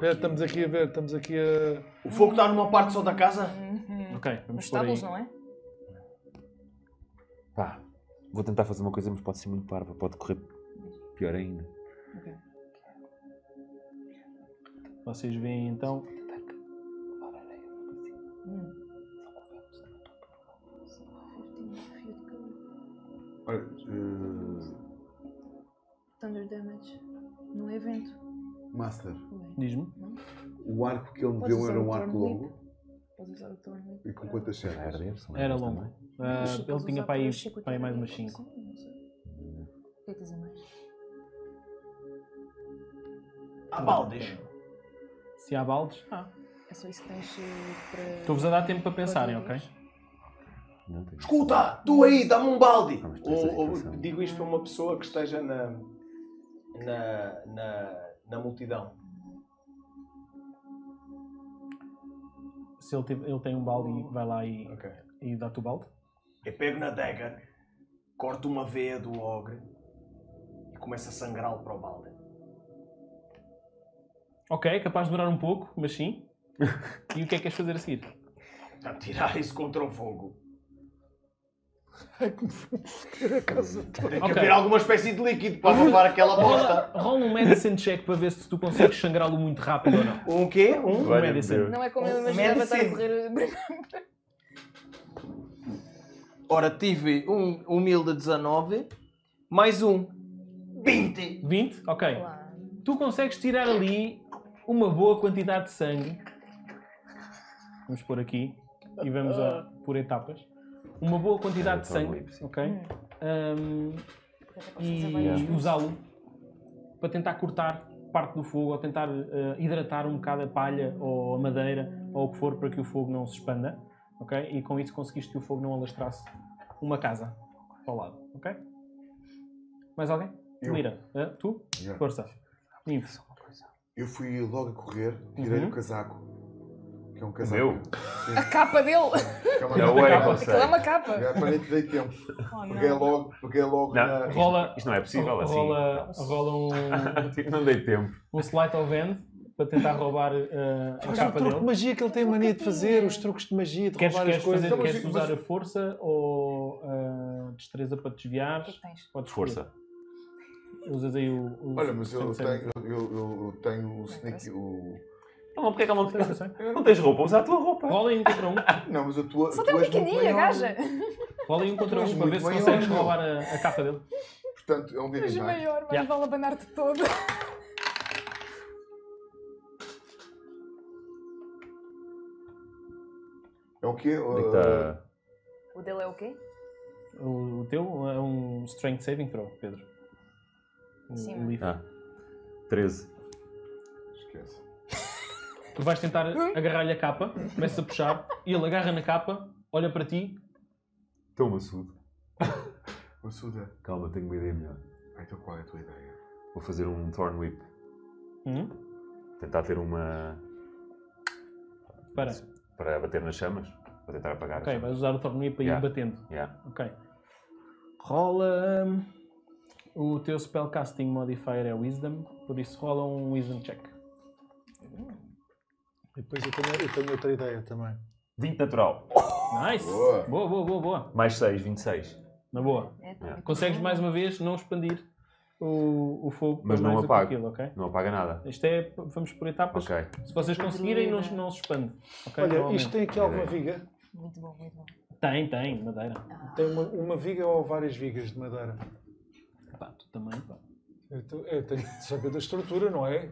[SPEAKER 6] aí. Estamos aqui a ver, estamos aqui a.
[SPEAKER 1] O fogo está tá numa parte só da casa?
[SPEAKER 4] Uhum.
[SPEAKER 2] Ok,
[SPEAKER 4] Nos
[SPEAKER 2] vamos por aí.
[SPEAKER 4] estábulos, não é?
[SPEAKER 3] Pá, vou tentar fazer uma coisa, mas pode ser muito parva. Pode correr pior ainda.
[SPEAKER 2] Vocês veem então.
[SPEAKER 5] Olha, eh,
[SPEAKER 4] Thunder damage. Não é vento.
[SPEAKER 5] Eh, Master,
[SPEAKER 4] Ué.
[SPEAKER 2] Diz-me.
[SPEAKER 5] o arco que ele me
[SPEAKER 4] Podes
[SPEAKER 5] deu
[SPEAKER 4] usar
[SPEAKER 5] era
[SPEAKER 4] o
[SPEAKER 5] um arco
[SPEAKER 4] Thorn
[SPEAKER 5] longo.
[SPEAKER 4] Podes usar o torno.
[SPEAKER 5] E com quantas
[SPEAKER 3] Era
[SPEAKER 5] serras?
[SPEAKER 3] arder,
[SPEAKER 7] é?
[SPEAKER 3] são
[SPEAKER 2] Era
[SPEAKER 3] armas
[SPEAKER 2] longo.
[SPEAKER 3] também.
[SPEAKER 2] Ah,
[SPEAKER 4] Mas
[SPEAKER 2] ele
[SPEAKER 4] podes
[SPEAKER 2] tinha
[SPEAKER 4] usar
[SPEAKER 2] para aí,
[SPEAKER 4] três chicotadas
[SPEAKER 2] para aí mais
[SPEAKER 4] em
[SPEAKER 2] umas
[SPEAKER 4] qualquer
[SPEAKER 2] 5.
[SPEAKER 4] coisa, não sei. Deitas a mais.
[SPEAKER 1] Há baldes.
[SPEAKER 2] Se há baldes. Ah.
[SPEAKER 4] É só isso que tens eh, para.
[SPEAKER 2] Estou-vos a dar tempo para pensarem, ok?
[SPEAKER 3] Não tem.
[SPEAKER 1] Escuta, tu aí, dá-me um balde!
[SPEAKER 3] Ah, mas tu tens
[SPEAKER 1] Ou, ou
[SPEAKER 3] atenção.
[SPEAKER 1] digo isto para uma pessoa que esteja na, na, na, na multidão.
[SPEAKER 2] Se ele, tiver- ele tem um balde, e vai lá e,
[SPEAKER 1] Ok.
[SPEAKER 2] e dá-te o balde.
[SPEAKER 1] Eu pego na dagger, corto uma veia do ogre e começo a sangrá-lo para o balde.
[SPEAKER 2] Ok, é capaz de durar um pouco, mas sim. E o que é que queres fazer a seguir?
[SPEAKER 1] A tirar isso contra o fogo.
[SPEAKER 6] Ai, que me vou foder a casa toda.
[SPEAKER 1] Tem que
[SPEAKER 2] Ok.
[SPEAKER 1] haver alguma espécie de líquido para lavar aquela bosta.
[SPEAKER 2] Rola, rola um medicine check para ver se tu consegues sangrá-lo muito rápido ou não.
[SPEAKER 1] Um quê? Um?
[SPEAKER 7] Olha,
[SPEAKER 2] medicine.
[SPEAKER 7] Deus.
[SPEAKER 4] Não é como
[SPEAKER 1] Um
[SPEAKER 4] eu imaginava estar a
[SPEAKER 1] medicine.
[SPEAKER 4] correr.
[SPEAKER 1] Ora, tive um humilde 19, mais um 20.
[SPEAKER 2] 20? Ok.
[SPEAKER 4] Lá.
[SPEAKER 2] Tu consegues tirar ali uma boa quantidade de sangue. Vamos pôr aqui e vamos a,
[SPEAKER 1] Ah.
[SPEAKER 2] por etapas. Uma boa quantidade de sangue, ok? Ahm,
[SPEAKER 4] Porque eu posso fazer
[SPEAKER 2] e
[SPEAKER 4] várias coisas.
[SPEAKER 2] usá-lo para tentar cortar parte do fogo ou tentar eh, hidratar um bocado a palha ou a madeira ou o que for para que o fogo não se expanda, ok? E com isso conseguiste que o fogo não alastrasse uma casa ao lado, ok? Mais alguém?
[SPEAKER 5] Eu.
[SPEAKER 2] Mira, eh, tu?
[SPEAKER 5] Yeah.
[SPEAKER 2] Força. Ninfo.
[SPEAKER 5] Eu fui logo a correr, tirei
[SPEAKER 2] Uhum.
[SPEAKER 5] o casaco. Que é um casaco.
[SPEAKER 3] Meu?
[SPEAKER 5] Sim,
[SPEAKER 4] A capa dele!
[SPEAKER 5] que é uma
[SPEAKER 3] Já o
[SPEAKER 5] capa.
[SPEAKER 3] é,
[SPEAKER 4] Aquilo é
[SPEAKER 3] consegue.
[SPEAKER 4] uma capa!
[SPEAKER 5] Já Aparentemente dei tempo.
[SPEAKER 4] Oh,
[SPEAKER 5] Peguei
[SPEAKER 4] não.
[SPEAKER 5] logo, peguei logo
[SPEAKER 3] Não.
[SPEAKER 5] na.
[SPEAKER 2] Rola,
[SPEAKER 3] Isto não é possível assim.
[SPEAKER 2] rola, rola
[SPEAKER 3] Não dei tempo.
[SPEAKER 2] um, um slight of hand para tentar roubar eh, a
[SPEAKER 6] Mas o
[SPEAKER 2] capa
[SPEAKER 6] um truque de
[SPEAKER 2] dele.
[SPEAKER 6] magia que ele tem mania de fazer, os truques de magia, de
[SPEAKER 2] Queres,
[SPEAKER 6] roubar
[SPEAKER 2] queres
[SPEAKER 6] as coisas.
[SPEAKER 2] fazer-
[SPEAKER 5] Então, mas-
[SPEAKER 2] queres usar a força ou a destreza para
[SPEAKER 4] O
[SPEAKER 2] desviar?
[SPEAKER 4] que é que tens?
[SPEAKER 2] Podes
[SPEAKER 3] Força.
[SPEAKER 2] escolher. Usas aí o. o
[SPEAKER 5] Olha, mas eu
[SPEAKER 2] 100%.
[SPEAKER 5] tenho, eu, eu- eu
[SPEAKER 4] é
[SPEAKER 5] tenho o sneak. O...
[SPEAKER 3] Não,
[SPEAKER 2] Ah,
[SPEAKER 3] porque é que ele não
[SPEAKER 2] Eu sei, eu
[SPEAKER 3] tem.
[SPEAKER 2] sei.
[SPEAKER 3] Não tens roupa, usa a tua roupa.
[SPEAKER 2] Rola aí um contra um.
[SPEAKER 5] Não, mas a tua.
[SPEAKER 4] Só
[SPEAKER 5] tu
[SPEAKER 4] tem um
[SPEAKER 5] és muito
[SPEAKER 4] pequenininho, a
[SPEAKER 5] maior.
[SPEAKER 4] gaja!
[SPEAKER 2] Rola aí um contra
[SPEAKER 5] Mas
[SPEAKER 2] um para ver
[SPEAKER 5] muito
[SPEAKER 2] se
[SPEAKER 5] maior,
[SPEAKER 2] consegues
[SPEAKER 5] não.
[SPEAKER 2] roubar a, a capa dele.
[SPEAKER 5] Portanto, é um
[SPEAKER 4] És
[SPEAKER 5] D10, não é?
[SPEAKER 4] maior, mas
[SPEAKER 2] Yeah.
[SPEAKER 4] vale abanar-te todo.
[SPEAKER 5] É o quê?
[SPEAKER 3] Onde é que
[SPEAKER 5] Uh,
[SPEAKER 3] está?
[SPEAKER 4] O dele é o quê?
[SPEAKER 2] O, o teu é um strength saving throw, Pedro. O-
[SPEAKER 4] Sim.
[SPEAKER 2] o leaf.
[SPEAKER 3] Ah, 13.
[SPEAKER 5] Esquece.
[SPEAKER 2] Tu vais tentar agarrar-lhe a capa, começas a puxar, e ele agarra na capa, olha para ti
[SPEAKER 3] Tão maçudo.
[SPEAKER 5] Ô, Suda,
[SPEAKER 3] Calma, tenho uma ideia melhor.
[SPEAKER 5] ah, então qual é a tua ideia?
[SPEAKER 3] Vou fazer um Thorn Whip.
[SPEAKER 2] Hum?
[SPEAKER 3] Tentar ter uma.
[SPEAKER 2] para.
[SPEAKER 3] para bater nas chamas. Vou tentar apagar.
[SPEAKER 2] Ok,
[SPEAKER 3] as chamas.
[SPEAKER 2] vais usar o torneio para ir
[SPEAKER 3] Yeah.
[SPEAKER 2] batendo.
[SPEAKER 3] Yeah.
[SPEAKER 2] Ok. Rola. hum, o teu spellcasting modifier é Wisdom, por isso rola um Wisdom check.
[SPEAKER 6] E depois eu tenho, eu tenho outra ideia também.
[SPEAKER 3] 20 natural.
[SPEAKER 2] Nice!
[SPEAKER 5] Boa.
[SPEAKER 2] boa, boa, boa. boa.
[SPEAKER 3] Mais 6, 26.
[SPEAKER 2] Na boa.
[SPEAKER 4] É, tá Uhum.
[SPEAKER 2] Consegues mais uma vez não expandir o, o fogo
[SPEAKER 3] Mas
[SPEAKER 2] para
[SPEAKER 3] não
[SPEAKER 2] mais do que
[SPEAKER 3] apago.
[SPEAKER 2] aquilo, ok?
[SPEAKER 3] Não apaga nada.
[SPEAKER 2] Isto é, vamos por etapas.
[SPEAKER 3] Ok.
[SPEAKER 2] Se vocês conseguirem, não, não se expande. ok?
[SPEAKER 6] Olha,
[SPEAKER 2] Normalmente.
[SPEAKER 6] isto é- tem aqui alguma viga?
[SPEAKER 4] Muito bom, muito bom.
[SPEAKER 2] Tem, tem, madeira.
[SPEAKER 6] Tem uma, uma viga ou várias vigas de madeira?
[SPEAKER 2] Pá, tu também, pá.
[SPEAKER 6] Eu, tô- eu tenho de saber da estrutura, não é?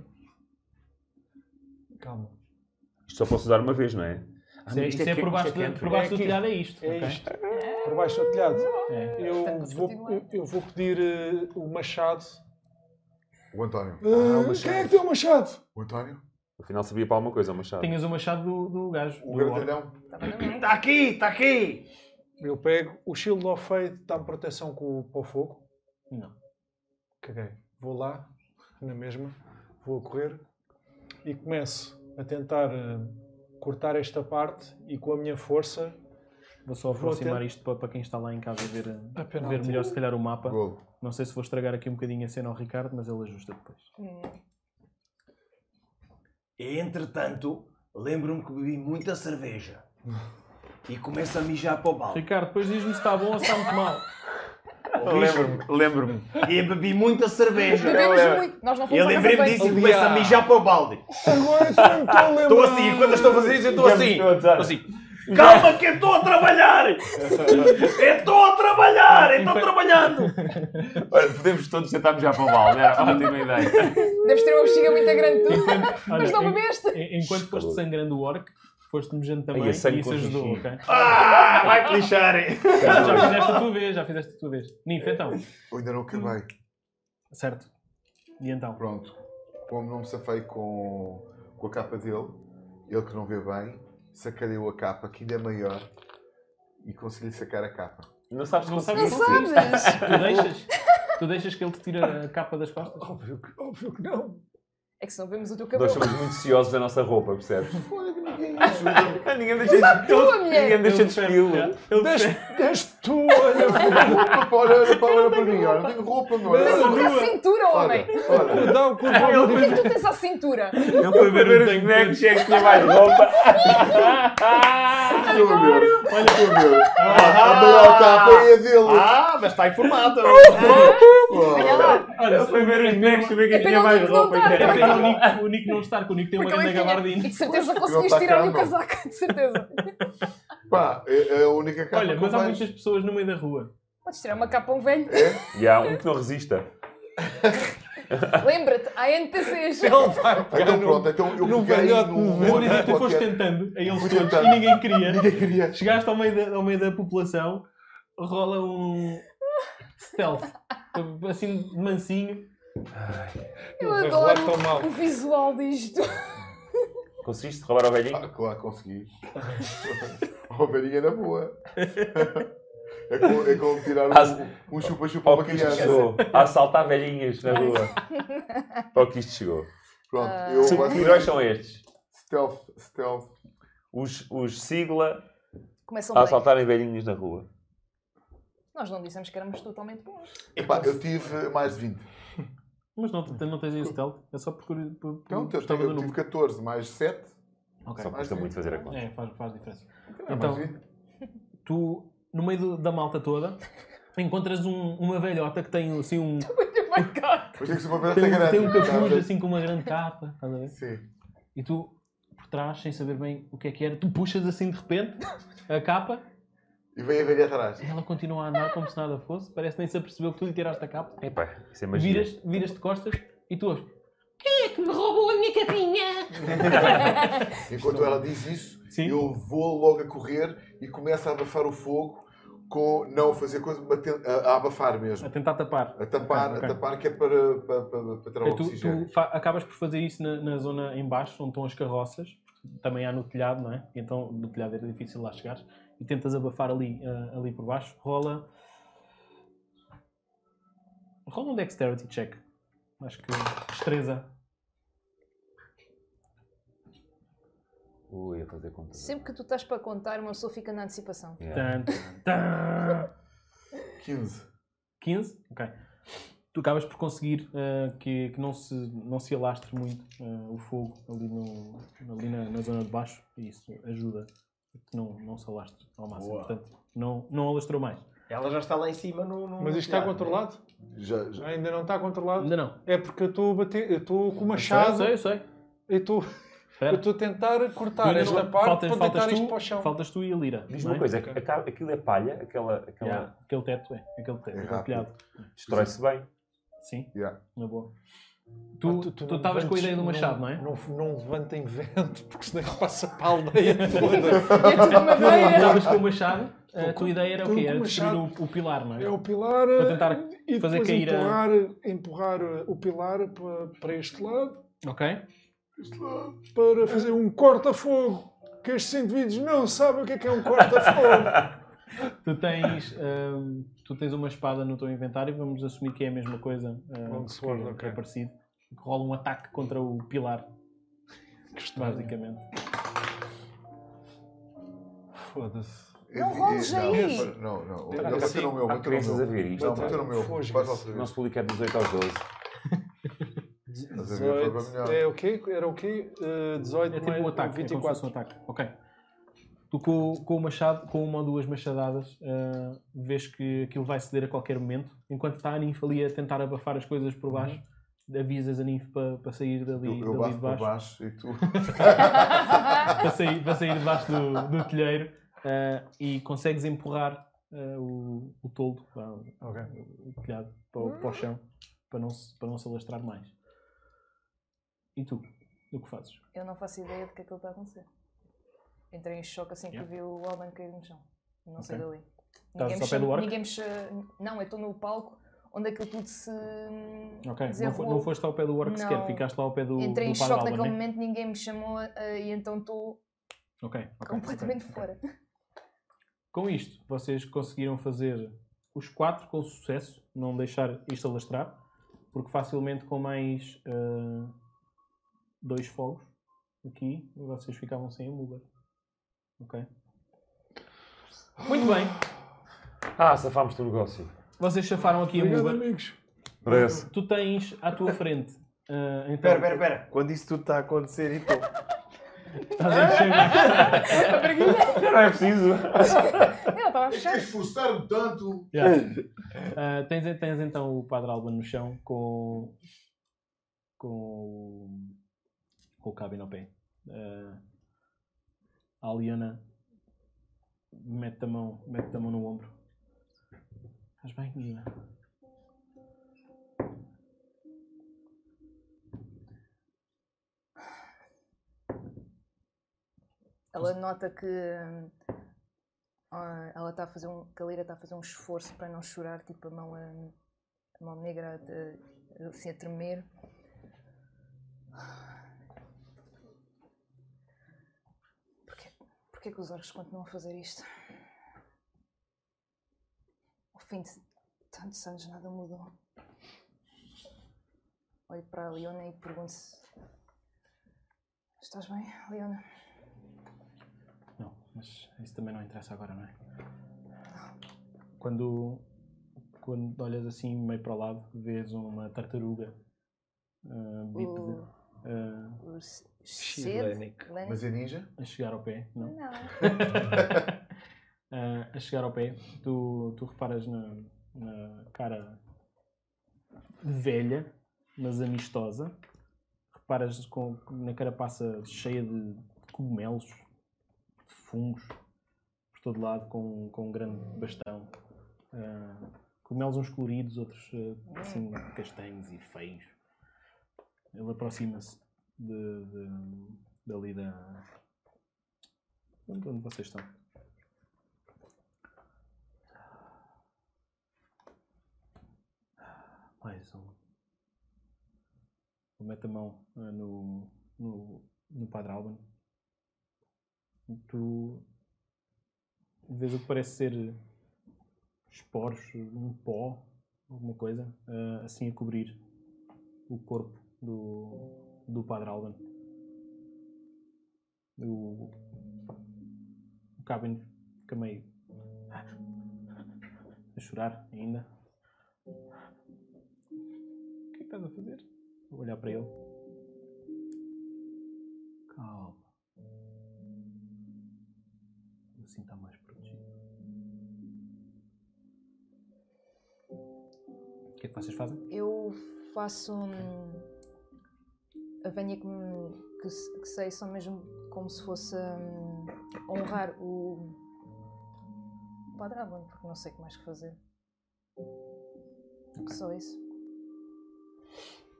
[SPEAKER 6] Calma.
[SPEAKER 3] Isto só posso usar uma vez, não é? Ah,
[SPEAKER 2] Isto é,
[SPEAKER 3] mas
[SPEAKER 2] isto é
[SPEAKER 3] que-
[SPEAKER 2] por baixo,
[SPEAKER 3] isto é
[SPEAKER 2] do-
[SPEAKER 3] quente.
[SPEAKER 2] por baixo do
[SPEAKER 6] É aqui.
[SPEAKER 2] telhado, é isto.
[SPEAKER 6] É
[SPEAKER 2] ok?
[SPEAKER 6] isto. Por baixo do telhado.
[SPEAKER 2] É.
[SPEAKER 6] Eu
[SPEAKER 4] Portanto,
[SPEAKER 6] vou,
[SPEAKER 4] continuar.
[SPEAKER 6] eu, eu vou pedir eh, o machado.
[SPEAKER 5] O António.
[SPEAKER 6] Ah,
[SPEAKER 5] Ah, o
[SPEAKER 6] Quem é que
[SPEAKER 5] Machado.
[SPEAKER 6] tem o machado?
[SPEAKER 5] O António?
[SPEAKER 3] Afinal sabia para alguma coisa, o machado.
[SPEAKER 2] Tinhas o machado do, do gajo.
[SPEAKER 5] O
[SPEAKER 2] do orc.
[SPEAKER 5] grandalhão?
[SPEAKER 4] Estava na mão.
[SPEAKER 2] Tá.
[SPEAKER 1] Está aqui, está aqui!
[SPEAKER 6] Eu pego o Shield of Fate, dá-me proteção com, o- para o fogo.
[SPEAKER 2] Não.
[SPEAKER 6] Caguei. Vou lá, na mesma, vou a correr e começo a tentar eh, cortar esta parte e com a minha força.
[SPEAKER 2] Vou só
[SPEAKER 6] Vou
[SPEAKER 2] aproximar
[SPEAKER 6] ter- Ah,
[SPEAKER 2] isto para, para quem está lá em casa ver,
[SPEAKER 6] A
[SPEAKER 2] ver
[SPEAKER 6] penalti.
[SPEAKER 2] melhor, se calhar, o mapa.
[SPEAKER 5] Gol.
[SPEAKER 2] Não sei se vou estragar aqui um bocadinho a cena ao Ricardo, mas ele ajusta depois.
[SPEAKER 4] Hum.
[SPEAKER 1] E entretanto, lembro-me que bebi muita cerveja. E começo a mijar para o balde.
[SPEAKER 2] Ricardo, depois diz-me se está bom ou se está muito mal.
[SPEAKER 3] Lembro-me, lembro-me.
[SPEAKER 1] E bebi muita cerveja.
[SPEAKER 4] Bebemos muito, nós não
[SPEAKER 1] Eu
[SPEAKER 4] fomos à casa
[SPEAKER 1] lembrei-me
[SPEAKER 4] bem.
[SPEAKER 1] disso e começo a mijar para o balde.
[SPEAKER 6] Agora é que eu me estou a lembrar.
[SPEAKER 1] Estou assim, enquanto eu estou a fazer isso, eu estou
[SPEAKER 3] Digamos
[SPEAKER 1] assim.
[SPEAKER 3] que eu adoro.
[SPEAKER 1] Estou assim. Calma que eu estou a trabalhar! Eu estou a trabalhar! Eu estou trabalhando!
[SPEAKER 3] Olha, podemos todos tentarmos já para o balde, era ótima ideia.
[SPEAKER 4] Deves ter uma bexiga muito grande, tu. Mas não
[SPEAKER 2] en-
[SPEAKER 4] bebeste!
[SPEAKER 2] en- enquanto foste sangrando o orc, foste mejando também
[SPEAKER 3] Ai,
[SPEAKER 2] e
[SPEAKER 3] eu sangue
[SPEAKER 2] isso
[SPEAKER 3] com
[SPEAKER 2] ajudou,
[SPEAKER 3] xixi.
[SPEAKER 2] ok?
[SPEAKER 1] Ah, vai te lixarem!
[SPEAKER 2] Já fizeste a tua vez, já fizeste a tua vez. Ninfa, então.
[SPEAKER 5] Eu ainda não
[SPEAKER 4] Hum.
[SPEAKER 5] acabei.
[SPEAKER 2] Certo. E então?
[SPEAKER 5] Pronto. Como não me safei com, com a capa dele, ele que não vê bem, sacarei-o a capa, que ainda é maior, e consegui-lhe sacar a capa.
[SPEAKER 3] Não sabes como
[SPEAKER 2] sabes
[SPEAKER 4] Não
[SPEAKER 2] Sim.
[SPEAKER 4] sabes!
[SPEAKER 2] Tu deixas, tu deixas que ele te tira a capa das costas?
[SPEAKER 6] Óbvio que, óbvio que não.
[SPEAKER 4] É que se não vemos o teu
[SPEAKER 3] Nós
[SPEAKER 4] cabelo.
[SPEAKER 3] somos muito ciosos da nossa roupa, percebes?
[SPEAKER 5] Olha, ninguém ajuda.
[SPEAKER 3] Ninguém deixa de
[SPEAKER 4] tua, mulher.
[SPEAKER 3] Ninguém deixa de
[SPEAKER 2] prefere-
[SPEAKER 3] esquilo.
[SPEAKER 6] Deste, deste tu, olha.
[SPEAKER 5] Roupa, pá, olha, pá, olha para mim, olha, não tenho roupa, não
[SPEAKER 4] Tens o
[SPEAKER 5] olha.
[SPEAKER 4] que à cintura, assim, homem!
[SPEAKER 5] Olha, olha.
[SPEAKER 6] Dá o cu para
[SPEAKER 4] O que é que tu tens à cintura?
[SPEAKER 3] Ele foi ver os bonecos, é que tinha mais roupa.
[SPEAKER 5] Estou a ver, estou a ver. Ah, adoro a capa é a dele.
[SPEAKER 1] Ah, mas está informado!
[SPEAKER 4] Olha lá!
[SPEAKER 3] Ele foi ver os bonecos, saber
[SPEAKER 4] É
[SPEAKER 3] quem tinha
[SPEAKER 4] pena
[SPEAKER 3] mais
[SPEAKER 4] o Nico não
[SPEAKER 3] roupa.
[SPEAKER 4] estar,
[SPEAKER 3] e
[SPEAKER 4] também.
[SPEAKER 3] era-
[SPEAKER 2] O Nico, o Nico não está, porque o Nico tem uma
[SPEAKER 4] Porque ele é
[SPEAKER 2] grande gabardina.
[SPEAKER 4] que tinha- E de certeza
[SPEAKER 5] Não tá
[SPEAKER 4] conseguiste tirar-lhe o
[SPEAKER 5] cá, não.
[SPEAKER 4] casaco, de certeza.
[SPEAKER 5] Pá, é é a única capa
[SPEAKER 2] Olha,
[SPEAKER 5] que
[SPEAKER 2] mas
[SPEAKER 5] eu
[SPEAKER 2] há
[SPEAKER 5] vejo.
[SPEAKER 2] muitas pessoas no meio da rua.
[SPEAKER 4] Podes tirar uma capa a um velho.
[SPEAKER 3] E há um que não resista.
[SPEAKER 4] Lembra-te, há NPCs.
[SPEAKER 5] Então pronto, então eu
[SPEAKER 6] num
[SPEAKER 5] peguei
[SPEAKER 6] velhote,
[SPEAKER 5] num
[SPEAKER 6] num
[SPEAKER 2] Mas por
[SPEAKER 5] outro
[SPEAKER 2] exemplo, tu tipo, foste
[SPEAKER 5] qualquer.
[SPEAKER 2] tentando a eles
[SPEAKER 5] Fui
[SPEAKER 2] todos
[SPEAKER 5] tentando.
[SPEAKER 2] e ninguém queria.
[SPEAKER 5] Ninguém queria.
[SPEAKER 2] Chegaste ao meio, da, ao meio da população, rola um stealth, assim de mansinho,
[SPEAKER 4] Eu
[SPEAKER 6] Eles
[SPEAKER 4] adoro
[SPEAKER 6] relatam mal.
[SPEAKER 4] o visual disto.
[SPEAKER 7] Conseguiste roubar o velhinho?
[SPEAKER 5] Ah, claro, consegui. A ovelhinha na boa. É como, é como tirar
[SPEAKER 7] As-
[SPEAKER 1] Ah,
[SPEAKER 5] um- um chupa-chupa
[SPEAKER 7] Ao
[SPEAKER 5] para
[SPEAKER 7] que isto
[SPEAKER 5] criança.
[SPEAKER 7] chegou. A assaltar velhinhas na rua. Ao que isto chegou.
[SPEAKER 5] Pronto,
[SPEAKER 4] Ah.
[SPEAKER 5] eu
[SPEAKER 7] Sim, Que heróis
[SPEAKER 5] faço
[SPEAKER 7] são estes?
[SPEAKER 5] stealth, stealth.
[SPEAKER 7] Os, os sigla
[SPEAKER 4] Começam
[SPEAKER 2] Ah,
[SPEAKER 7] a
[SPEAKER 4] bem.
[SPEAKER 2] tá-
[SPEAKER 7] assaltarem velhinhos na rua.
[SPEAKER 4] Nós não dissemos que éramos totalmente bons.
[SPEAKER 5] Epá,
[SPEAKER 2] Então
[SPEAKER 5] eu tive mais de 20.
[SPEAKER 2] Mas não, tu não tens aí o stealth, é só por curiosidade. Por, por,
[SPEAKER 5] Pronto, Então, eu,
[SPEAKER 2] gostava
[SPEAKER 5] tenho,
[SPEAKER 2] do
[SPEAKER 5] eu tive
[SPEAKER 2] número.
[SPEAKER 5] 14 mais 7.
[SPEAKER 2] Ok.
[SPEAKER 7] Só custa muito fazer a conta.
[SPEAKER 2] É, faz, faz diferença.
[SPEAKER 5] Então,
[SPEAKER 2] Então,
[SPEAKER 5] mais 20.
[SPEAKER 2] tu, no meio do- da malta toda, encontras um- uma velhota que tem assim um.
[SPEAKER 5] Mas tem é que ser uma velhota
[SPEAKER 2] Tem, um-
[SPEAKER 5] Tá grande.
[SPEAKER 2] tem um capuz
[SPEAKER 5] Sabe?
[SPEAKER 2] assim com uma grande capa, estás a ver?
[SPEAKER 5] Sim.
[SPEAKER 2] E tu, por trás, sem saber bem o que é que era, tu puxas assim de repente a capa
[SPEAKER 5] E vem a velha atrás.
[SPEAKER 2] e ela continua a andar como se nada fosse, parece nem se apercebeu que tu lhe tiraste a capa.
[SPEAKER 7] Epá, isso é magia.
[SPEAKER 2] Viras, viras de costas e tu ouves, Quem é que me roubou a minha capinha?
[SPEAKER 5] Enquanto ela diz isso,
[SPEAKER 2] Sim.
[SPEAKER 5] eu vou logo a correr e começo a abafar o fogo com não a fazer coisa, mas ten- a, a abafar mesmo.
[SPEAKER 2] A tentar tapar.
[SPEAKER 5] A tapar,
[SPEAKER 2] Ok, ok.
[SPEAKER 5] a tapar que é para, para, para, para tirar o
[SPEAKER 2] Tu,
[SPEAKER 5] oxigênio.
[SPEAKER 2] tu fa- acabas por fazer isso na, na zona em baixo, onde estão as carroças, também há no telhado, não é? Então no telhado era difícil lá chegares, e tentas abafar ali, ah, ali por baixo, rola... Rola um dexterity check. Acho que destreza.
[SPEAKER 3] Ui, a fazer conta.
[SPEAKER 4] Sempre que tu estás para contar, uma pessoa fica na antecipação.
[SPEAKER 3] Yeah.
[SPEAKER 2] Tan, tan.
[SPEAKER 5] 15.
[SPEAKER 2] 15? Ok. Tu acabas por conseguir eh, que, que não, se, não se alastre muito eh, o fogo ali, no, ali na, na zona de baixo e isso ajuda a que não, não se alastre ao máximo.
[SPEAKER 8] Boa.
[SPEAKER 2] Portanto, não, não alastrou mais.
[SPEAKER 8] Ela já está lá em cima no. no-
[SPEAKER 6] Mas
[SPEAKER 8] no
[SPEAKER 6] isto está
[SPEAKER 8] telhado,
[SPEAKER 6] controlado?
[SPEAKER 5] Já, já.
[SPEAKER 6] Ainda não está controlado?
[SPEAKER 2] Ainda não.
[SPEAKER 6] É porque eu estou a bater, eu estou com o
[SPEAKER 2] Eu
[SPEAKER 6] machado
[SPEAKER 2] sei, eu sei.
[SPEAKER 6] e estou eu
[SPEAKER 2] Espera.
[SPEAKER 6] estou a tentar
[SPEAKER 2] Tu
[SPEAKER 6] cortar
[SPEAKER 2] ainda
[SPEAKER 6] esta
[SPEAKER 2] não-
[SPEAKER 6] parte
[SPEAKER 2] faltas,
[SPEAKER 6] para
[SPEAKER 2] faltas
[SPEAKER 6] deitar isto
[SPEAKER 2] tu,
[SPEAKER 6] para o chão.
[SPEAKER 2] Faltas tu e a lira.
[SPEAKER 7] Diz-me
[SPEAKER 2] não é?
[SPEAKER 7] uma coisa, aca- aquilo é palha, aquela, aquela
[SPEAKER 2] Yeah, Aquele teto é, aquele teto,
[SPEAKER 5] É
[SPEAKER 2] aquele
[SPEAKER 5] rápido.
[SPEAKER 2] telhado.
[SPEAKER 7] destrói-se bem.
[SPEAKER 2] Sim,
[SPEAKER 5] Yeah.
[SPEAKER 2] na boa.
[SPEAKER 6] Ah,
[SPEAKER 2] Tu tu
[SPEAKER 6] não
[SPEAKER 2] estavas com a
[SPEAKER 6] levantes-
[SPEAKER 2] ideia do machado, não é?
[SPEAKER 6] Não, não levantem vento, porque senão passa para a aldeia toda.
[SPEAKER 4] E é tudo madeira.
[SPEAKER 2] Estavas com o machado, a tua ideia era
[SPEAKER 6] Estou
[SPEAKER 2] o quê?
[SPEAKER 6] É, com
[SPEAKER 2] Era
[SPEAKER 6] o
[SPEAKER 2] destruir o,
[SPEAKER 6] machado.
[SPEAKER 2] o pilar, não é?
[SPEAKER 6] É o pilar
[SPEAKER 2] Para
[SPEAKER 6] eh,
[SPEAKER 2] tentar
[SPEAKER 6] e
[SPEAKER 2] fazer
[SPEAKER 6] depois
[SPEAKER 2] cair a-
[SPEAKER 6] empurrar, empurrar eh, o pilar para, para este lado
[SPEAKER 2] Ok.
[SPEAKER 6] para fazer um corta-fogo. Que estes indivíduos não sabem o que é que é um corta-fogo.
[SPEAKER 2] Tu tens, hum, tu tens uma espada no teu inventário, vamos assumir que é a mesma coisa. hum,
[SPEAKER 6] Longsword,
[SPEAKER 2] que, que é
[SPEAKER 6] ok.
[SPEAKER 2] parecido. Que rola um ataque contra o pilar, basicamente.
[SPEAKER 6] Foda-se.
[SPEAKER 4] Não
[SPEAKER 5] Eh,
[SPEAKER 4] roles
[SPEAKER 5] eh,
[SPEAKER 4] aí.
[SPEAKER 5] Não, não.
[SPEAKER 6] Tem-
[SPEAKER 5] Não,
[SPEAKER 3] assim,
[SPEAKER 5] bateu no meu,
[SPEAKER 7] Há
[SPEAKER 5] bateu no
[SPEAKER 7] crianças a
[SPEAKER 5] meu.
[SPEAKER 7] ver isto. é um
[SPEAKER 5] Não,
[SPEAKER 7] pá.
[SPEAKER 5] bateu no meu.
[SPEAKER 6] Foge-se.
[SPEAKER 5] Faz outra
[SPEAKER 7] O
[SPEAKER 5] vez.
[SPEAKER 7] nosso público é de 18 aos 12.
[SPEAKER 5] Mas a minha foi bem
[SPEAKER 6] 18,
[SPEAKER 5] melhor.
[SPEAKER 6] é o quê? Era o quê? Eh, 18
[SPEAKER 2] É tipo um
[SPEAKER 6] mais-
[SPEAKER 2] ataque, 24.
[SPEAKER 6] 24.
[SPEAKER 2] um ataque. Ok. Tu com, o- com o machado, com uma ou duas machadadas, ah, vês que aquilo vai ceder a qualquer momento. Enquanto está a ninfa ali a tentar abafar as coisas por baixo, avisas a ninfa para sair dali,
[SPEAKER 5] Eu, eu
[SPEAKER 2] dali de
[SPEAKER 5] bato para
[SPEAKER 2] baixo.
[SPEAKER 5] baixo e tu.
[SPEAKER 2] para sair, para sair debaixo do, do telheiro ah, e consegues empurrar ah, o, o toldo, ah,
[SPEAKER 6] Ok.
[SPEAKER 2] o telhado, para, o- para o chão, para não, se, para não se alastrar mais. E tu? O que fazes?
[SPEAKER 4] Eu não faço ideia do que é que ele está a acontecer. Entrei em choque assim que
[SPEAKER 2] Yeah.
[SPEAKER 4] vi o Alban cair no chão. Não sei
[SPEAKER 2] Ok.
[SPEAKER 4] dali.
[SPEAKER 2] Estás
[SPEAKER 4] Ninguém
[SPEAKER 2] ao
[SPEAKER 4] me
[SPEAKER 2] pé do
[SPEAKER 4] chama-
[SPEAKER 2] orc?
[SPEAKER 4] Ninguém me chama- Não, eu estou no palco onde aquilo tudo se.
[SPEAKER 2] Ok, não, fo-
[SPEAKER 4] desenrolou.
[SPEAKER 2] não foste ao pé do orc
[SPEAKER 4] Não.
[SPEAKER 2] sequer, ficaste lá ao pé do,
[SPEAKER 4] Entrei em
[SPEAKER 2] do
[SPEAKER 4] choque
[SPEAKER 2] padre
[SPEAKER 4] naquele
[SPEAKER 2] Alban, né?
[SPEAKER 4] momento, ninguém me chamou eh, e então estou
[SPEAKER 2] Ok, ok, ok,
[SPEAKER 4] completamente
[SPEAKER 2] ok.
[SPEAKER 4] fora.
[SPEAKER 2] Com isto, vocês conseguiram fazer os quatro com sucesso, não deixar isto alastrar, porque facilmente com mais ah, dois fogos aqui, vocês ficavam sem a muga. Ok? Muito bem,
[SPEAKER 7] Ah, safámos do negócio.
[SPEAKER 2] vocês chafaram aqui a
[SPEAKER 6] Obrigado,
[SPEAKER 2] muga.
[SPEAKER 6] amigos.
[SPEAKER 7] Parece.
[SPEAKER 2] Tu tens à tua frente. ah, então,
[SPEAKER 8] Espera, espera, espera. Quando isso tudo está a acontecer e tu.
[SPEAKER 2] Estás a enxergar.
[SPEAKER 7] Não é preciso.
[SPEAKER 4] Eu estava a fechar.
[SPEAKER 5] Esforçaram tanto.
[SPEAKER 2] Yeah. Ah, tens, tens então o Padre Alba no chão com. com. o- com o cabine ao pé. Ah, a Aliana mete a mão, mete a mão no ombro. Estás bem, menina?
[SPEAKER 4] Ela nota que hum, ah, ela está a fazer um. que a Lira está a fazer um esforço para não chorar, tipo a mão, hum, a mão negra a, assim a tremer. Porquê, porquê que os orcs continuam a fazer isto? Ao fim de tantos anos nada mudou. Olho para a Leona e pergunto se... Estás bem, Leona?
[SPEAKER 2] Não, mas isso também não interessa agora, não é? Quando, quando olhas assim meio para o lado, vês uma tartaruga ah, bípede
[SPEAKER 4] O-
[SPEAKER 2] ah,
[SPEAKER 4] O s- Shed? Lenny?
[SPEAKER 5] Mas é ninja?
[SPEAKER 2] a chegar ao pé, não?
[SPEAKER 4] Não.
[SPEAKER 2] Ah, a chegar ao pé, tu, tu reparas na, na cara velha, mas amistosa. Reparas com, na carapaça cheia de cogumelos, de fungos, por todo lado, com, com um grande bastão. Ah, cogumelos uns coloridos, outros ah, assim castanhos e feios. Ele aproxima-se de, de, dali da... Onde onde vocês estão? Mais um. Ele mete a mão ah, no, no, no Padre Alban. E tu vês o que parece ser esporos, um pó, alguma coisa, ah, assim a cobrir o corpo do, do Padre Alban. O, o Cabin fica meio a chorar ainda. O que é que estás a fazer? Vou olhar para ele. Calma. Assim está mais protegido. O que é que vocês fazem?
[SPEAKER 4] Eu faço um... A venha que, me- que, se- que sei só mesmo como se fosse hum, honrar o... o Padre Aban, porque não sei o que mais que fazer. Só isso.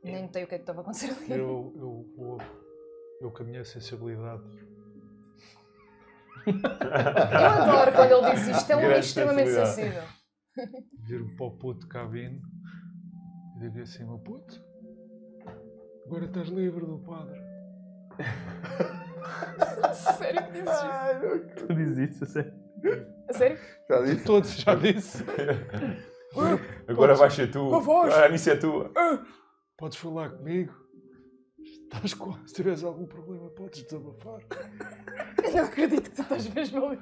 [SPEAKER 4] Nem notei o que é que estava a acontecer ali.
[SPEAKER 7] Eu, eu, eu, eu com a minha sensibilidade.
[SPEAKER 4] Eu adoro quando ele diz isto, é um homem
[SPEAKER 3] Grande
[SPEAKER 4] extremamente
[SPEAKER 3] sensibilidade.
[SPEAKER 4] sensível.
[SPEAKER 7] Viro-me para o um puto cabine e digo assim: meu puto, agora estás livre do padre.
[SPEAKER 4] Sério que dizes isso?
[SPEAKER 2] Tu dizes isso, sério?
[SPEAKER 4] A Ah, sério?
[SPEAKER 5] Já disse?
[SPEAKER 7] Todos já disse.
[SPEAKER 3] Agora vais ser tu.
[SPEAKER 7] Com Ah, a voz.
[SPEAKER 3] Agora a missa é tua.
[SPEAKER 7] Podes falar comigo. Estás quase. Se tiveres algum problema, podes desabafar.
[SPEAKER 4] Eu não acredito que tu estás mesmo ali.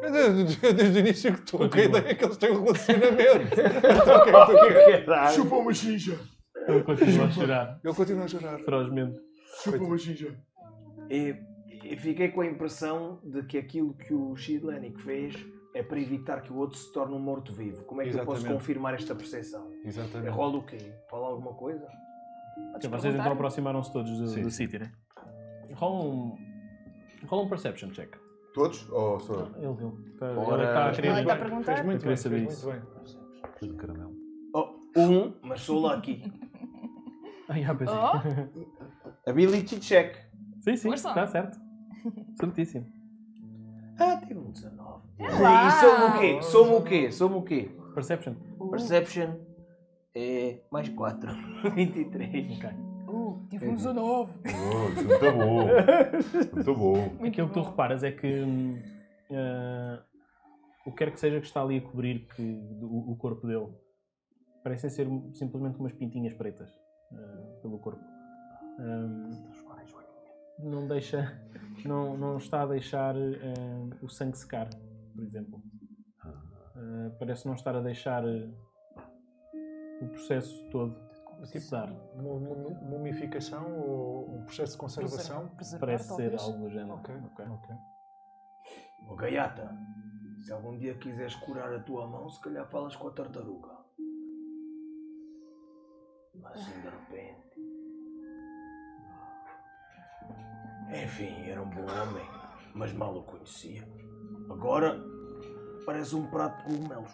[SPEAKER 7] Mas eu, eu desde o início que estou com a
[SPEAKER 2] Continua.
[SPEAKER 7] ideia que eles têm um relacionamento. Então, o que é que tu queres?
[SPEAKER 5] Chupa uma ginja!
[SPEAKER 2] Ele continua a chorar.
[SPEAKER 7] Ele continua a chorar.
[SPEAKER 2] Ferozmente.
[SPEAKER 5] Chupa uma ginja!
[SPEAKER 1] E, e fiquei com a impressão de que aquilo que o Shidlanic fez é para evitar que o outro se torne um morto-vivo. Como é que eu posso
[SPEAKER 7] Exatamente.
[SPEAKER 1] confirmar esta percepção? Eu
[SPEAKER 7] Exatamente.
[SPEAKER 1] rolo o quê? Rola alguma coisa?
[SPEAKER 4] Podes
[SPEAKER 2] Vocês então
[SPEAKER 4] perguntar?
[SPEAKER 2] aproximaram-se todos do,
[SPEAKER 7] Sim.
[SPEAKER 2] do sítio, né? Rola um. Rola um perception check.
[SPEAKER 5] Todos? Ou só? eu?
[SPEAKER 2] Ele viu. Está
[SPEAKER 5] Ora,
[SPEAKER 2] a
[SPEAKER 4] Ele
[SPEAKER 2] querer.
[SPEAKER 4] está a perguntar?
[SPEAKER 7] Fez muito
[SPEAKER 2] Eu
[SPEAKER 7] bem,
[SPEAKER 2] queria
[SPEAKER 7] fez
[SPEAKER 2] saber
[SPEAKER 7] muito bem.
[SPEAKER 9] Tudo caramelo.
[SPEAKER 1] Oh, um, mas sou lá aqui.
[SPEAKER 2] Ai, Ah, já pensei.
[SPEAKER 4] Oh,
[SPEAKER 1] Ability check.
[SPEAKER 2] Sim, sim,
[SPEAKER 4] Força.
[SPEAKER 2] está certo. Certíssimo.
[SPEAKER 1] Ah, tive um 19.
[SPEAKER 4] É lá.
[SPEAKER 1] E sou o quê? Sou o quê? Sou o quê?
[SPEAKER 2] Perception.
[SPEAKER 1] Perception é mais 4. 23.
[SPEAKER 2] Ok.
[SPEAKER 4] uh, tive um 19.
[SPEAKER 3] Oh, isso é muito bom. Muito bom.
[SPEAKER 2] Aquilo que tu
[SPEAKER 4] bom.
[SPEAKER 2] reparas é que hum, ah, o que quer que seja que está ali a cobrir que, o, o corpo dele parecem ser simplesmente umas pintinhas pretas ah, pelo corpo. Hum, não deixa, não, não está a deixar ah, o sangue secar, por exemplo. Ah, parece não estar a deixar ah, o processo todo tipo de ar.
[SPEAKER 7] Mu- mu- Mumificação ou um processo de conservação?
[SPEAKER 4] Preservar,
[SPEAKER 2] Parece ser
[SPEAKER 4] talvez.
[SPEAKER 2] algo do género.
[SPEAKER 7] Ok, ok, ok.
[SPEAKER 1] Ô gaiata, se algum dia quiseres curar a tua mão, se calhar falas com a tartaruga. Mas assim de repente. Enfim, era um bom homem, mas mal o conhecia. Agora parece um prato de cogumelos.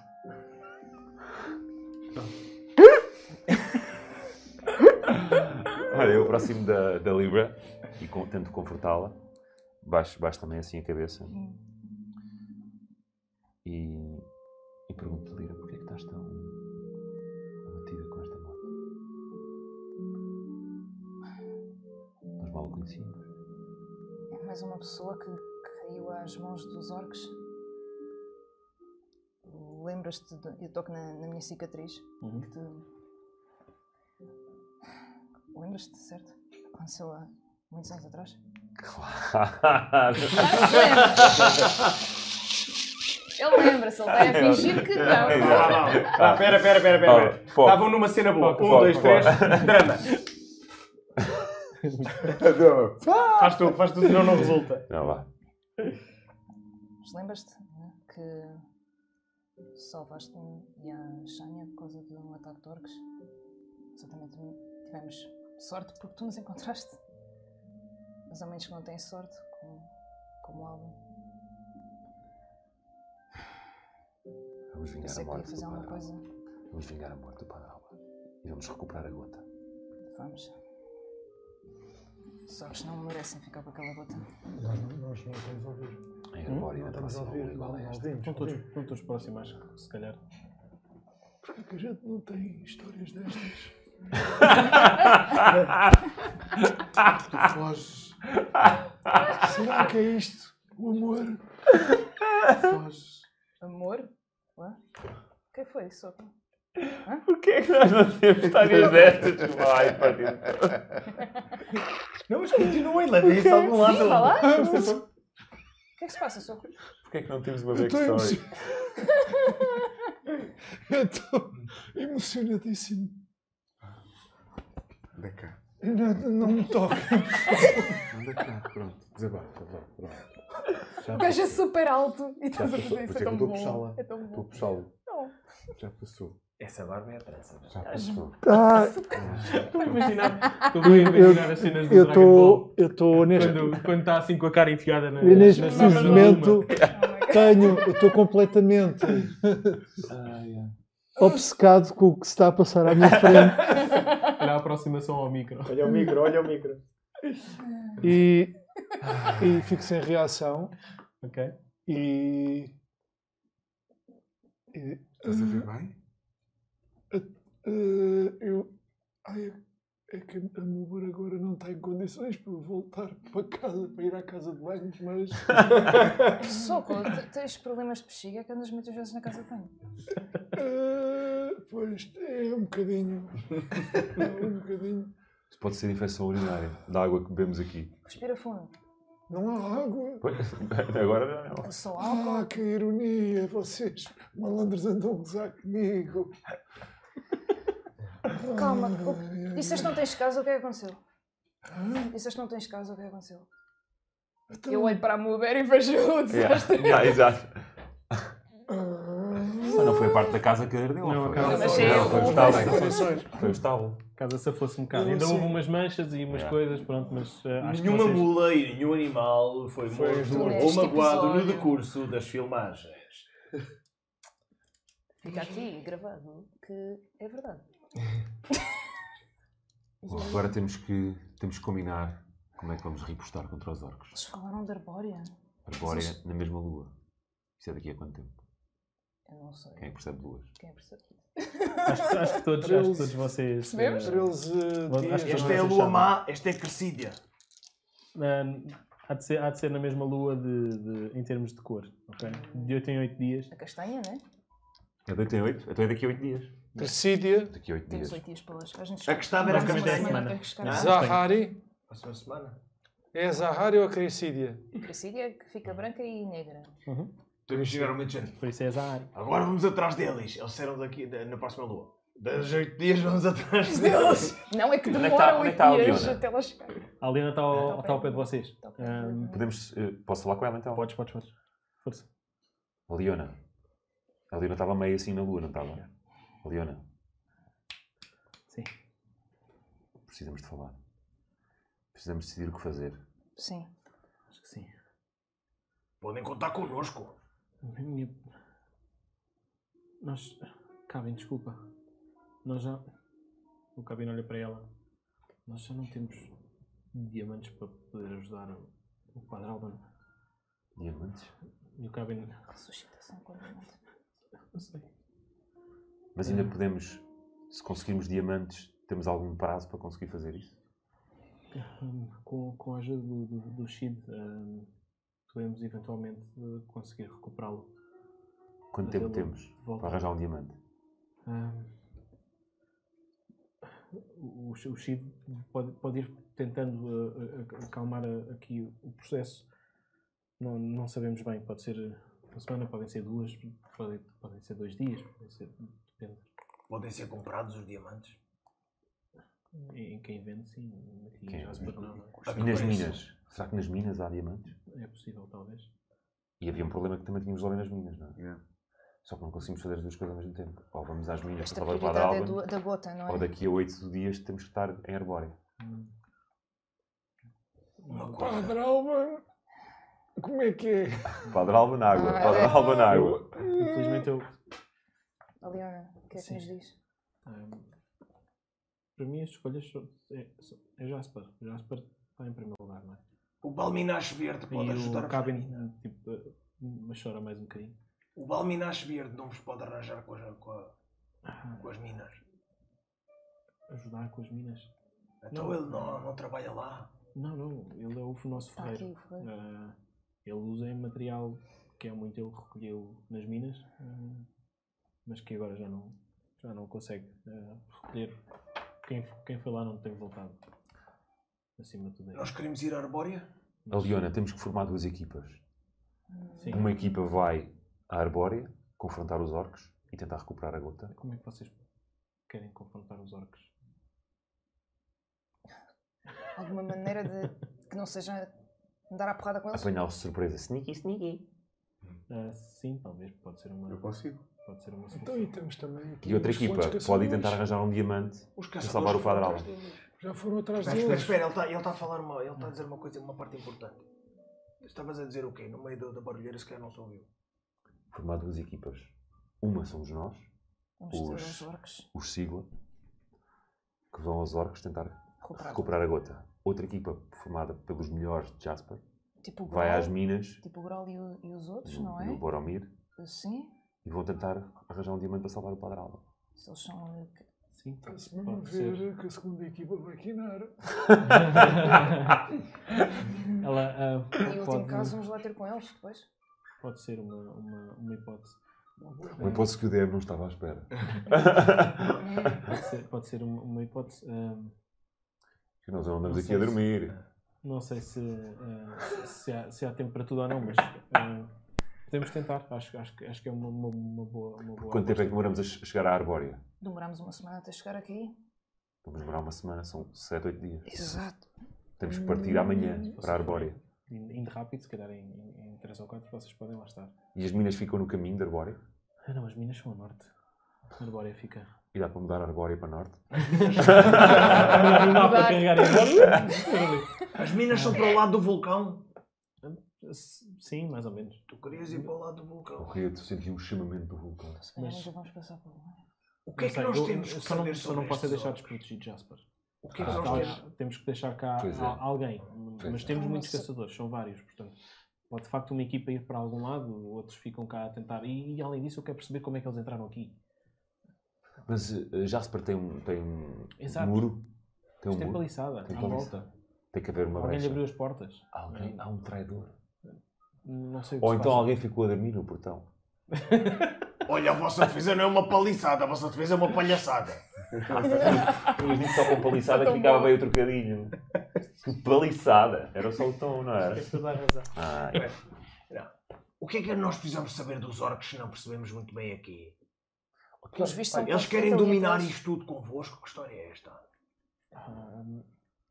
[SPEAKER 3] Olha, eu aproximo da, da Libra e con- tento confortá-la. Baixo, baixo também assim a cabeça. E, e pergunto-te, Lira, porquê é que estás tão abatida com esta morte? conhecia.
[SPEAKER 4] É mais uma pessoa que caiu às mãos dos orcs. Lembras-te? de- Eu toco na, na minha cicatriz.
[SPEAKER 2] Uhum.
[SPEAKER 4] Que te... Lembras-te, certo? Aconteceu há muitos anos atrás. Ele lembra-se, ele vai a fingir que não.
[SPEAKER 1] Ah, pera, pera, pera, pera. pera.
[SPEAKER 7] Ah, foco.
[SPEAKER 1] Estavam numa cena boa.
[SPEAKER 7] Foco,
[SPEAKER 1] um,
[SPEAKER 7] foco,
[SPEAKER 1] dois, três, drama.
[SPEAKER 5] Adoro.
[SPEAKER 1] Faz tu, faz tu, senão não resulta.
[SPEAKER 7] Não vá.
[SPEAKER 4] Mas lembras-te né, que salvaste-me e a Shania por causa de um ataque de orcs? Exatamente, tivemos sorte porque tu nos encontraste. Mas há muitos que não têm sorte, como, como Alan.
[SPEAKER 3] Vamos
[SPEAKER 4] Eu
[SPEAKER 3] vingar a
[SPEAKER 4] sei que ia
[SPEAKER 3] morte do
[SPEAKER 4] fazer alguma
[SPEAKER 3] Padalba.
[SPEAKER 4] coisa.
[SPEAKER 3] Vamos vingar a morte do Padalba. E vamos recuperar a gota.
[SPEAKER 4] Vamos. Os orcs não merecem ficar com aquela gota.
[SPEAKER 6] Nós não, nós não estamos a ouvir.
[SPEAKER 3] A
[SPEAKER 1] Hum?
[SPEAKER 3] Herbória
[SPEAKER 6] Não
[SPEAKER 3] da
[SPEAKER 6] estamos a
[SPEAKER 3] próxima
[SPEAKER 6] ouvir.
[SPEAKER 3] uma
[SPEAKER 6] Não,
[SPEAKER 3] igual a
[SPEAKER 6] não
[SPEAKER 3] esta.
[SPEAKER 6] ouvimos.
[SPEAKER 2] Estão todos, estão todos próximos, acho que se calhar.
[SPEAKER 6] Porquê que a gente não tem histórias destas?
[SPEAKER 5] Tu foges.
[SPEAKER 6] Será que é isto? O amor?
[SPEAKER 5] Tu foges.
[SPEAKER 4] Amor? Ué? O que foi isso?
[SPEAKER 7] Porquê é que nós não temos histórias destas? Vai, pariu.
[SPEAKER 1] Não, mas continuem, levem
[SPEAKER 4] é
[SPEAKER 1] isso a algum lado.
[SPEAKER 4] Sim, vá lá. O que é que se passa, Soco?
[SPEAKER 7] Porquê é que não temos uma
[SPEAKER 6] Eu
[SPEAKER 4] Então
[SPEAKER 6] estou
[SPEAKER 7] backstory?
[SPEAKER 6] emocionado. Eu estou Então, emocionadíssimo.
[SPEAKER 5] Anda cá.
[SPEAKER 6] Não, não me toque.
[SPEAKER 5] Anda cá. Pronto. Desabafa. vá, Pronto.
[SPEAKER 4] O gajo é super alto e estás a
[SPEAKER 5] passou,
[SPEAKER 4] fazer isso,
[SPEAKER 5] por
[SPEAKER 4] é
[SPEAKER 5] isso é que eu
[SPEAKER 4] tão
[SPEAKER 5] estou a
[SPEAKER 4] bom.
[SPEAKER 5] puxá-la.
[SPEAKER 4] É tão
[SPEAKER 5] Estou a
[SPEAKER 4] bom.
[SPEAKER 5] puxá-lo.
[SPEAKER 4] Não.
[SPEAKER 5] Já passou.
[SPEAKER 1] Essa barba é a trança.
[SPEAKER 5] Já passou.
[SPEAKER 2] Ah,
[SPEAKER 6] Ah,
[SPEAKER 2] Estou a imaginar, estou a imaginar as cenas do
[SPEAKER 6] Eu
[SPEAKER 2] Dragon Ball.
[SPEAKER 6] estou, eu estou neste,
[SPEAKER 2] Quando, quando está assim com a cara enfiada na.
[SPEAKER 7] é
[SPEAKER 6] eu neste
[SPEAKER 2] na- na-
[SPEAKER 6] preciso
[SPEAKER 2] na-
[SPEAKER 6] momento
[SPEAKER 3] Tá.
[SPEAKER 4] Oh
[SPEAKER 6] tenho, eu estou completamente
[SPEAKER 7] Ah,
[SPEAKER 6] obcecado com o que se está a passar à minha frente
[SPEAKER 2] Olha a aproximação ao micro.
[SPEAKER 1] Olha o micro, olha o micro.
[SPEAKER 6] e, e fico sem reação
[SPEAKER 2] Ok.
[SPEAKER 6] e, e ah,
[SPEAKER 5] Estás a ver bem?
[SPEAKER 6] eh, eu ai, é- é que a minha mulher agora não está em condições para eu voltar para casa para ir à casa de banhos, mas ah,
[SPEAKER 4] Soco, te- tens problemas de bexiga que andas muitas vezes na casa de banho.
[SPEAKER 6] eh, pois é um bocadinho, é um bocadinho.
[SPEAKER 3] Isso pode ser infecção urinária.
[SPEAKER 7] Da água que bebemos aqui.
[SPEAKER 4] Respira fundo.
[SPEAKER 6] Não há água.
[SPEAKER 7] Agora
[SPEAKER 3] é
[SPEAKER 7] não.
[SPEAKER 4] Só álcool.
[SPEAKER 6] Ah, que ironia! Vocês malandros andam a gozar comigo.
[SPEAKER 4] Calma,
[SPEAKER 6] Ai,
[SPEAKER 4] o-
[SPEAKER 6] ai,
[SPEAKER 4] Disseste que não tens casa, o que é que aconteceu?
[SPEAKER 6] ai.
[SPEAKER 4] Disseste que não tens casa, o que é que aconteceu?
[SPEAKER 6] Então-
[SPEAKER 4] Eu olho para a Mulber e vejo o desastre.
[SPEAKER 7] Yeah, exato.
[SPEAKER 6] Então, Ah,
[SPEAKER 3] Mas não foi a parte da casa que ardeu.
[SPEAKER 2] Não,
[SPEAKER 3] foi?
[SPEAKER 2] a casa-
[SPEAKER 3] Não, tá.
[SPEAKER 4] Mas
[SPEAKER 3] foi
[SPEAKER 4] é
[SPEAKER 3] o
[SPEAKER 4] o-
[SPEAKER 7] Tá
[SPEAKER 3] estábulo.
[SPEAKER 6] Sensações.
[SPEAKER 3] Foi o estábulo.
[SPEAKER 2] Caso essa fosse um bocado.
[SPEAKER 6] Eu
[SPEAKER 2] Ainda
[SPEAKER 6] sei.
[SPEAKER 2] houve umas manchas e umas
[SPEAKER 3] Yeah.
[SPEAKER 2] coisas, pronto, mas eh, acho
[SPEAKER 1] assim- Nenhuma
[SPEAKER 2] que vocês...
[SPEAKER 1] mula e nenhum animal foi
[SPEAKER 6] Foi
[SPEAKER 1] morto
[SPEAKER 6] morto.
[SPEAKER 1] ou
[SPEAKER 4] Neste
[SPEAKER 1] magoado no
[SPEAKER 4] episódio.
[SPEAKER 1] decurso das filmagens.
[SPEAKER 4] Fica aqui gravado que é verdade.
[SPEAKER 3] Bom, Agora temos que, temos que combinar como é que vamos ripostar contra os orcos.
[SPEAKER 4] Eles falaram de arbórea.
[SPEAKER 3] Arbórea na mesma lua. Isso é daqui a quanto tempo?
[SPEAKER 4] Eu não sei.
[SPEAKER 3] Quem é que percebe de luas?
[SPEAKER 4] Quem é percebe?
[SPEAKER 2] Acho, acho que todos, acho que todos vocês...
[SPEAKER 4] Percebemos?
[SPEAKER 2] eh,
[SPEAKER 6] 13 dias.
[SPEAKER 2] Acho
[SPEAKER 1] Esta
[SPEAKER 2] que
[SPEAKER 1] é a
[SPEAKER 2] vocês
[SPEAKER 1] lua
[SPEAKER 2] sabem.
[SPEAKER 1] má, esta é Cressídia.
[SPEAKER 2] eh, há, de ser, há de ser na mesma lua de, de- em termos de cor, ok? De 8 em 8 dias.
[SPEAKER 4] A castanha, né?
[SPEAKER 3] É de 8 em 8? Então é daqui a 8 dias.
[SPEAKER 6] Persídia,
[SPEAKER 3] Daqui a 8 dias.
[SPEAKER 4] Temos oito dias para hoje. A gente
[SPEAKER 1] A que estava era a
[SPEAKER 4] Próxima
[SPEAKER 1] castanha.
[SPEAKER 4] semana tem é que buscar
[SPEAKER 1] Não?
[SPEAKER 4] a
[SPEAKER 6] Zahari.
[SPEAKER 1] Ah, Próxima semana.
[SPEAKER 6] É Zahari ou a Cressídia?
[SPEAKER 4] Cressídia que fica branca e negra.
[SPEAKER 1] Temos que chegar ao meio de um janeiro.
[SPEAKER 2] Por isso é azar.
[SPEAKER 1] Agora vamos atrás deles. Eles saíram daqui da- na próxima lua. Das oito dias vamos atrás deles.
[SPEAKER 4] Não é que
[SPEAKER 3] Onde é que
[SPEAKER 4] demora
[SPEAKER 3] tá- onde é
[SPEAKER 4] oito
[SPEAKER 3] que tá a
[SPEAKER 4] dias
[SPEAKER 3] Leona?
[SPEAKER 4] até lá chegar.
[SPEAKER 2] A Helena está ao,
[SPEAKER 4] Tá
[SPEAKER 2] tá ao
[SPEAKER 4] bem.
[SPEAKER 2] pé de vocês.
[SPEAKER 4] Tá ao pé de vocês,
[SPEAKER 2] Ahm,
[SPEAKER 4] né?
[SPEAKER 3] Podemos, eh, posso falar com ela então?
[SPEAKER 2] podes, podes, podes. Força.
[SPEAKER 3] A Leona. A Leona estava meio assim na lua, não estava? A Leona.
[SPEAKER 2] Sim.
[SPEAKER 3] Precisamos de falar. Precisamos decidir o que fazer.
[SPEAKER 4] Sim.
[SPEAKER 2] Acho que sim.
[SPEAKER 1] Podem contar connosco.
[SPEAKER 2] A minha- Nós. Cabem, desculpa. Nós já. O Cabin olha para ela. Nós já não temos diamantes para poder ajudar o o Padre Alban.
[SPEAKER 3] Diamantes.
[SPEAKER 2] E o Cabin.
[SPEAKER 4] Ressuscitação coordenada.
[SPEAKER 2] Não sei.
[SPEAKER 3] Mas
[SPEAKER 4] É.
[SPEAKER 3] ainda podemos, se conseguirmos diamantes, temos algum prazo para conseguir fazer isso?
[SPEAKER 2] hum, com, com a ajuda do, do, do Shid, hum, podemos eventualmente eh, conseguir recuperá-lo.
[SPEAKER 3] Quanto tempo
[SPEAKER 2] Até logo.
[SPEAKER 3] temos
[SPEAKER 2] Volta.
[SPEAKER 3] para arranjar um diamante?
[SPEAKER 2] Hum, o o Shid pode, pode ir tentando eh, eh, acalmar a- aqui o processo. Não, não sabemos bem, pode ser uma semana, podem ser duas, podem, podem ser dois dias, podem ser, depende.
[SPEAKER 1] Podem ser comprados os diamantes.
[SPEAKER 2] Em em quem vende, sim. Aqui
[SPEAKER 3] Quem
[SPEAKER 2] já
[SPEAKER 3] é?
[SPEAKER 2] se pagou, não é?
[SPEAKER 3] E
[SPEAKER 1] que
[SPEAKER 3] nas
[SPEAKER 1] preço?
[SPEAKER 3] minas? Será que nas minas há diamantes?
[SPEAKER 2] É possível, talvez.
[SPEAKER 3] E havia um problema que também tínhamos de resolver nas minas, não é?
[SPEAKER 10] Yeah.
[SPEAKER 3] Só que não conseguimos fazer as duas coisas ao mesmo tempo. Ou vamos às minas
[SPEAKER 4] Esta
[SPEAKER 3] para salvar
[SPEAKER 4] prioridade é
[SPEAKER 3] Alban,
[SPEAKER 4] do- da gota, não
[SPEAKER 3] ou
[SPEAKER 4] é?
[SPEAKER 3] daqui a oito dias temos que estar em Arbórea.
[SPEAKER 1] Uma coisa.
[SPEAKER 7] Padre Alba, como é que é?
[SPEAKER 3] Padre Alba na água,
[SPEAKER 4] Ah,
[SPEAKER 3] Padre
[SPEAKER 4] é.
[SPEAKER 3] Alba na água.
[SPEAKER 2] Infelizmente, eu.
[SPEAKER 4] A Leona, o que é que
[SPEAKER 2] Sim.
[SPEAKER 4] nos diz?
[SPEAKER 2] ehm, para mim, as escolhas são, é, são- é Jasper. Jasper está em primeiro lugar, não é?
[SPEAKER 1] O Balminache Verde pode
[SPEAKER 2] e
[SPEAKER 1] ajudar
[SPEAKER 2] o
[SPEAKER 1] vos
[SPEAKER 2] Cabin, tipo, eh, mas chora mais um bocadinho.
[SPEAKER 1] O Balminache Verde não vos pode arranjar com as, com a- com as minas.
[SPEAKER 2] Ah, Ajudar com as minas.
[SPEAKER 1] Então
[SPEAKER 2] Não.
[SPEAKER 1] ele não, não trabalha lá.
[SPEAKER 2] Não, não, ele é o nosso
[SPEAKER 4] Está
[SPEAKER 2] ferreiro.
[SPEAKER 4] aqui, foi.
[SPEAKER 2] Ah, ele usa em material que é muito ele recolheu nas minas, ah, mas que agora já não, já não consegue ah, recolher. Quem, quem foi lá não tem voltado. Acima de tudo é.
[SPEAKER 1] Nós queremos ir à Arbórea?
[SPEAKER 3] A É Leona, temos que formar duas equipas.
[SPEAKER 2] Sim.
[SPEAKER 3] Uma equipa vai à Arbórea, confrontar os orcs e tentar recuperar a gota.
[SPEAKER 2] Como é que vocês querem confrontar os orcs?
[SPEAKER 4] Alguma maneira de que não seja andar à porrada com eles?
[SPEAKER 3] Apanhá-los de surpresa. Sneaky, sneaky.
[SPEAKER 2] Ah, sim, talvez pode ser uma,
[SPEAKER 10] Eu consigo.
[SPEAKER 2] pode ser uma
[SPEAKER 7] Então, e
[SPEAKER 2] solução.
[SPEAKER 7] temos também aqui
[SPEAKER 3] E outra
[SPEAKER 7] os
[SPEAKER 3] equipa
[SPEAKER 7] fontes
[SPEAKER 3] pode ir
[SPEAKER 7] caçadores.
[SPEAKER 3] tentar arranjar um diamante.
[SPEAKER 1] Os
[SPEAKER 3] salvar o
[SPEAKER 1] foram
[SPEAKER 3] Fadral.
[SPEAKER 1] atrás deles.
[SPEAKER 7] Já foram atrás
[SPEAKER 1] Espera, espera,
[SPEAKER 7] deles.
[SPEAKER 1] espera, ele está ele tá a falar uma, ele tá a dizer uma coisa, uma parte importante. Estavas a dizer o quê? No meio da, da barulheira se calhar não se ouviu.
[SPEAKER 3] Formar duas equipas. Uma somos nós,
[SPEAKER 4] Vamos ter
[SPEAKER 3] Os-
[SPEAKER 4] uns orques.
[SPEAKER 3] os Sigla, que vão aos orcs tentar
[SPEAKER 4] Recuperar.
[SPEAKER 3] recuperar a gota. Outra equipa formada pelos melhores de Jasper
[SPEAKER 4] Tipo o
[SPEAKER 3] vai às
[SPEAKER 4] Grol,
[SPEAKER 3] minas
[SPEAKER 4] tipo o Grol e, o- e os outros,
[SPEAKER 3] e o-
[SPEAKER 4] não
[SPEAKER 3] e o
[SPEAKER 4] é?
[SPEAKER 3] Boromir
[SPEAKER 4] Sim.
[SPEAKER 3] e vão tentar arranjar um diamante para salvar o Padre Alba.
[SPEAKER 4] Se eles são. eh,
[SPEAKER 2] Sim,
[SPEAKER 7] Está-se Então, mesmo a
[SPEAKER 2] pode ser.
[SPEAKER 7] ver que a segunda equipa vai quinar.
[SPEAKER 2] Ela ah,
[SPEAKER 4] Em último
[SPEAKER 2] pode,
[SPEAKER 4] caso, um- vamos lá ter com eles depois.
[SPEAKER 2] pode ser uma, uma, uma hipótese. Ah,
[SPEAKER 3] Uma hipótese que o DM não estava à espera.
[SPEAKER 2] Pode ser, pode ser uma, uma hipótese. ah,
[SPEAKER 3] Que nós não andamos
[SPEAKER 2] Não
[SPEAKER 3] aqui
[SPEAKER 2] sei
[SPEAKER 3] a
[SPEAKER 2] se-
[SPEAKER 3] dormir.
[SPEAKER 2] Não sei se, eh, se, há, se há tempo para tudo ou não, mas eh, podemos tentar. Acho, acho, que- acho que é uma, uma, uma boa. Uma boa
[SPEAKER 3] Quanto tempo é que
[SPEAKER 2] aposta.
[SPEAKER 3] demoramos a che- chegar à Arbórea?
[SPEAKER 4] Demorámos uma semana até chegar aqui.
[SPEAKER 3] Vamos demorar uma semana, são 7, 8 dias.
[SPEAKER 4] Exato.
[SPEAKER 3] Temos que
[SPEAKER 4] Hum,
[SPEAKER 3] partir amanhã
[SPEAKER 2] Se
[SPEAKER 3] para a Arbórea.
[SPEAKER 2] forem Indo indo rápido, se calhar em, em, em 3 ou 4 vocês podem lá estar.
[SPEAKER 3] E as minas ficam no caminho da Arbórea?
[SPEAKER 2] Ah, não, as minas são a norte. A arbórea fica.
[SPEAKER 3] E dá para mudar a Arbórea para Norte?
[SPEAKER 2] não dá para carregar em
[SPEAKER 1] As minas são para o lado do vulcão.
[SPEAKER 2] Sim, mais ou menos.
[SPEAKER 1] Tu querias ir para o lado do
[SPEAKER 3] Eu
[SPEAKER 1] vulcão.
[SPEAKER 3] queria sentir um chamamento do vulcão.
[SPEAKER 4] Se calhar
[SPEAKER 2] Mas-
[SPEAKER 4] ainda vamos passar por lá.
[SPEAKER 1] O que é que
[SPEAKER 2] Não sei,
[SPEAKER 1] nós
[SPEAKER 2] eu-
[SPEAKER 1] temos
[SPEAKER 2] eu
[SPEAKER 1] que
[SPEAKER 2] só não,
[SPEAKER 1] saber
[SPEAKER 2] só
[SPEAKER 1] sobre
[SPEAKER 2] não posso é
[SPEAKER 1] estes
[SPEAKER 2] deixar
[SPEAKER 1] orcs?
[SPEAKER 2] desprotegido, Jasper.
[SPEAKER 1] O que é que
[SPEAKER 3] Ah,
[SPEAKER 1] nós
[SPEAKER 3] tá.
[SPEAKER 1] temos?
[SPEAKER 2] Nós temos que deixar cá
[SPEAKER 3] Pois é.
[SPEAKER 2] a- alguém, mas
[SPEAKER 3] é.
[SPEAKER 2] temos
[SPEAKER 4] Ah,
[SPEAKER 2] muitos
[SPEAKER 4] nossa.
[SPEAKER 2] caçadores, são vários, portanto. Pode de facto uma equipa ir para algum lado, outros ficam cá a tentar. E, e, além disso, eu quero perceber como é que eles entraram aqui.
[SPEAKER 3] Mas eh, Jasper tem um, tem um
[SPEAKER 2] Exato.
[SPEAKER 3] muro. Tem um
[SPEAKER 2] Isto tem
[SPEAKER 3] muro.
[SPEAKER 2] paliçada,
[SPEAKER 3] Tem
[SPEAKER 2] à
[SPEAKER 3] paliçada.
[SPEAKER 2] volta.
[SPEAKER 3] Tem que haver uma
[SPEAKER 2] Alguém lhe
[SPEAKER 3] brecha.
[SPEAKER 2] abriu as portas.
[SPEAKER 3] Alguém, há um traidor.
[SPEAKER 2] Não sei o que
[SPEAKER 3] Ou
[SPEAKER 2] se
[SPEAKER 3] então
[SPEAKER 2] passa.
[SPEAKER 3] alguém ficou a dormir no portão.
[SPEAKER 1] Olha, a vossa defesa não é uma paliçada, a vossa defesa é uma palhaçada.
[SPEAKER 3] Eu disse só com paliçada que ficava bem o trocadilho. Paliçada. Era só o tom, não era?
[SPEAKER 2] Tens toda a razão.
[SPEAKER 3] Ai.
[SPEAKER 1] O que é que nós precisamos saber dos orcs se não percebemos muito bem aqui?
[SPEAKER 4] Pelos vistos, são
[SPEAKER 1] Eles
[SPEAKER 4] quase
[SPEAKER 1] querem
[SPEAKER 4] 30
[SPEAKER 1] dominar
[SPEAKER 4] orientais.
[SPEAKER 1] isto tudo convosco? Que história é esta?
[SPEAKER 2] Ah,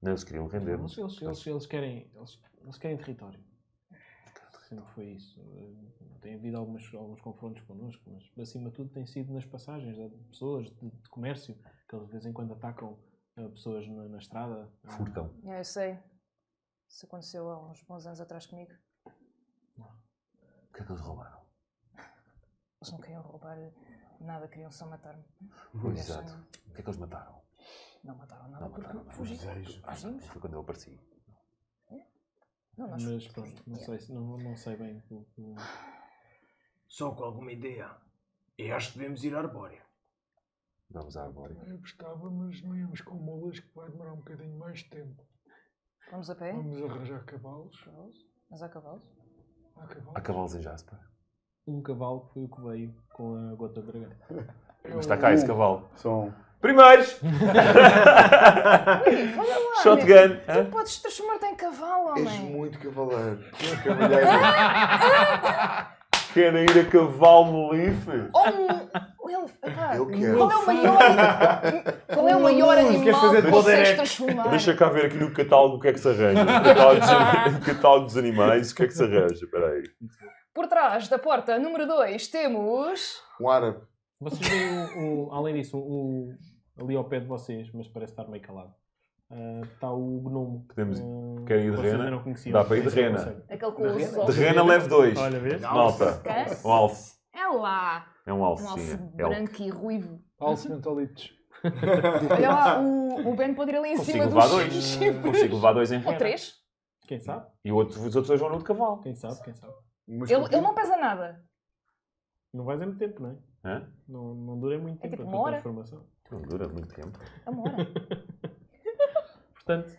[SPEAKER 3] Não, eles queriam render-nos.
[SPEAKER 2] eles, eles, eles, eles querem, eles, eles querem território. Sempre foi isso. Eh, Tem havido algumas, alguns confrontos connosco, mas acima de tudo tem sido nas passagens eh, de pessoas, de, de comércio, que eles de vez em quando atacam eh, pessoas na, na estrada. Eh,
[SPEAKER 3] Furtão.
[SPEAKER 4] É, eu sei. Isso aconteceu há uns bons anos atrás comigo.
[SPEAKER 3] O que é que eles roubaram?
[SPEAKER 4] Eles não queriam roubar nada, queriam só matar-me.
[SPEAKER 3] Pois,
[SPEAKER 4] Eles
[SPEAKER 3] exato.
[SPEAKER 4] não-
[SPEAKER 3] O que é que eles mataram?
[SPEAKER 4] Não mataram nada
[SPEAKER 3] Não
[SPEAKER 4] porque
[SPEAKER 3] mataram nada.
[SPEAKER 4] fugimos.
[SPEAKER 3] Ah,
[SPEAKER 4] Fugimos.
[SPEAKER 3] Foi quando eu apareci.
[SPEAKER 4] Não, nós
[SPEAKER 2] Mas pronto, não sei, se- não, não sei bem. o- o-
[SPEAKER 1] Só com alguma ideia. Eu acho que devemos ir à Arbórea.
[SPEAKER 3] Vamos à Arbórea.
[SPEAKER 7] Eu gostava, mas não íamos com molas que vai demorar um bocadinho mais de tempo.
[SPEAKER 4] Vamos a pé?
[SPEAKER 7] Vamos arranjar cavalos.
[SPEAKER 4] Cavalos? Mas há cavalos?
[SPEAKER 7] Há cavalos.
[SPEAKER 3] Há cavalos em Jasper.
[SPEAKER 2] Um cavalo que foi o que veio com a gota de dragão.
[SPEAKER 3] Mas está
[SPEAKER 5] Uh.
[SPEAKER 3] cá esse cavalo.
[SPEAKER 5] um.
[SPEAKER 11] São.
[SPEAKER 5] Primeiros!
[SPEAKER 4] Ui, fala lá, meu.
[SPEAKER 5] Shotgun!
[SPEAKER 4] Tu podes transformar-te em cavalo,
[SPEAKER 11] És
[SPEAKER 4] homem.
[SPEAKER 11] muito cavaleiro.
[SPEAKER 5] é
[SPEAKER 11] Cavalheiro.
[SPEAKER 5] Querem ir a cavalo no Life?
[SPEAKER 4] Ou um- um elef- epá,
[SPEAKER 11] Eu quero.
[SPEAKER 4] Qual é o maior, qual é o maior
[SPEAKER 12] quer
[SPEAKER 4] animal
[SPEAKER 12] fazer
[SPEAKER 4] que consegues
[SPEAKER 12] poderec.
[SPEAKER 4] transformar?
[SPEAKER 5] Deixa cá ver aqui no catálogo o que é que se arranja. No catálogo dos, no catálogo dos animais, o que é que se arranja? Espera aí.
[SPEAKER 4] Por trás da porta número 2 temos.
[SPEAKER 11] Um árabe.
[SPEAKER 2] Vocês veem, um, um- além disso, um, ali ao pé de vocês, mas parece estar meio calado, ah, está o gnomo.
[SPEAKER 3] Podemos ir.
[SPEAKER 2] Ah,
[SPEAKER 3] Querem ir de
[SPEAKER 2] vocês
[SPEAKER 3] rena?
[SPEAKER 2] ainda não conheciam.
[SPEAKER 3] Dá para ir de
[SPEAKER 2] Vocês não
[SPEAKER 3] rena.
[SPEAKER 2] conseguem.
[SPEAKER 4] Aquele com os
[SPEAKER 3] De
[SPEAKER 4] olhos.
[SPEAKER 3] rena leve dois.
[SPEAKER 2] Olha, vês?
[SPEAKER 3] Malta.
[SPEAKER 4] Ok?
[SPEAKER 3] Um alce.
[SPEAKER 4] É lá.
[SPEAKER 3] É um
[SPEAKER 4] Um
[SPEAKER 3] alce,
[SPEAKER 4] alce
[SPEAKER 3] sim. É um
[SPEAKER 4] branco e ruivo.
[SPEAKER 7] Alce mentalites.
[SPEAKER 4] Olha lá, o, o Ben poderia ali em
[SPEAKER 3] Consigo
[SPEAKER 4] cima
[SPEAKER 3] levar
[SPEAKER 4] dos
[SPEAKER 3] dois.
[SPEAKER 4] chifres.
[SPEAKER 3] Consigo levar dois em
[SPEAKER 4] Ou
[SPEAKER 3] rena.
[SPEAKER 4] três.
[SPEAKER 2] Quem sabe?
[SPEAKER 3] E o outro, os outros dois vão no de cavalo.
[SPEAKER 2] Quem sabe? Quem sabe?
[SPEAKER 11] Mas
[SPEAKER 4] Ele,
[SPEAKER 11] contigo-
[SPEAKER 4] ele não pesa nada.
[SPEAKER 2] Não vai dar muito tempo, não é?
[SPEAKER 3] Hã?
[SPEAKER 2] Não, não dura muito tempo
[SPEAKER 4] tipo
[SPEAKER 2] a
[SPEAKER 4] uma
[SPEAKER 2] tua
[SPEAKER 4] hora.
[SPEAKER 2] transformação.
[SPEAKER 3] Não dura muito tempo.
[SPEAKER 4] É uma hora.
[SPEAKER 2] Portanto,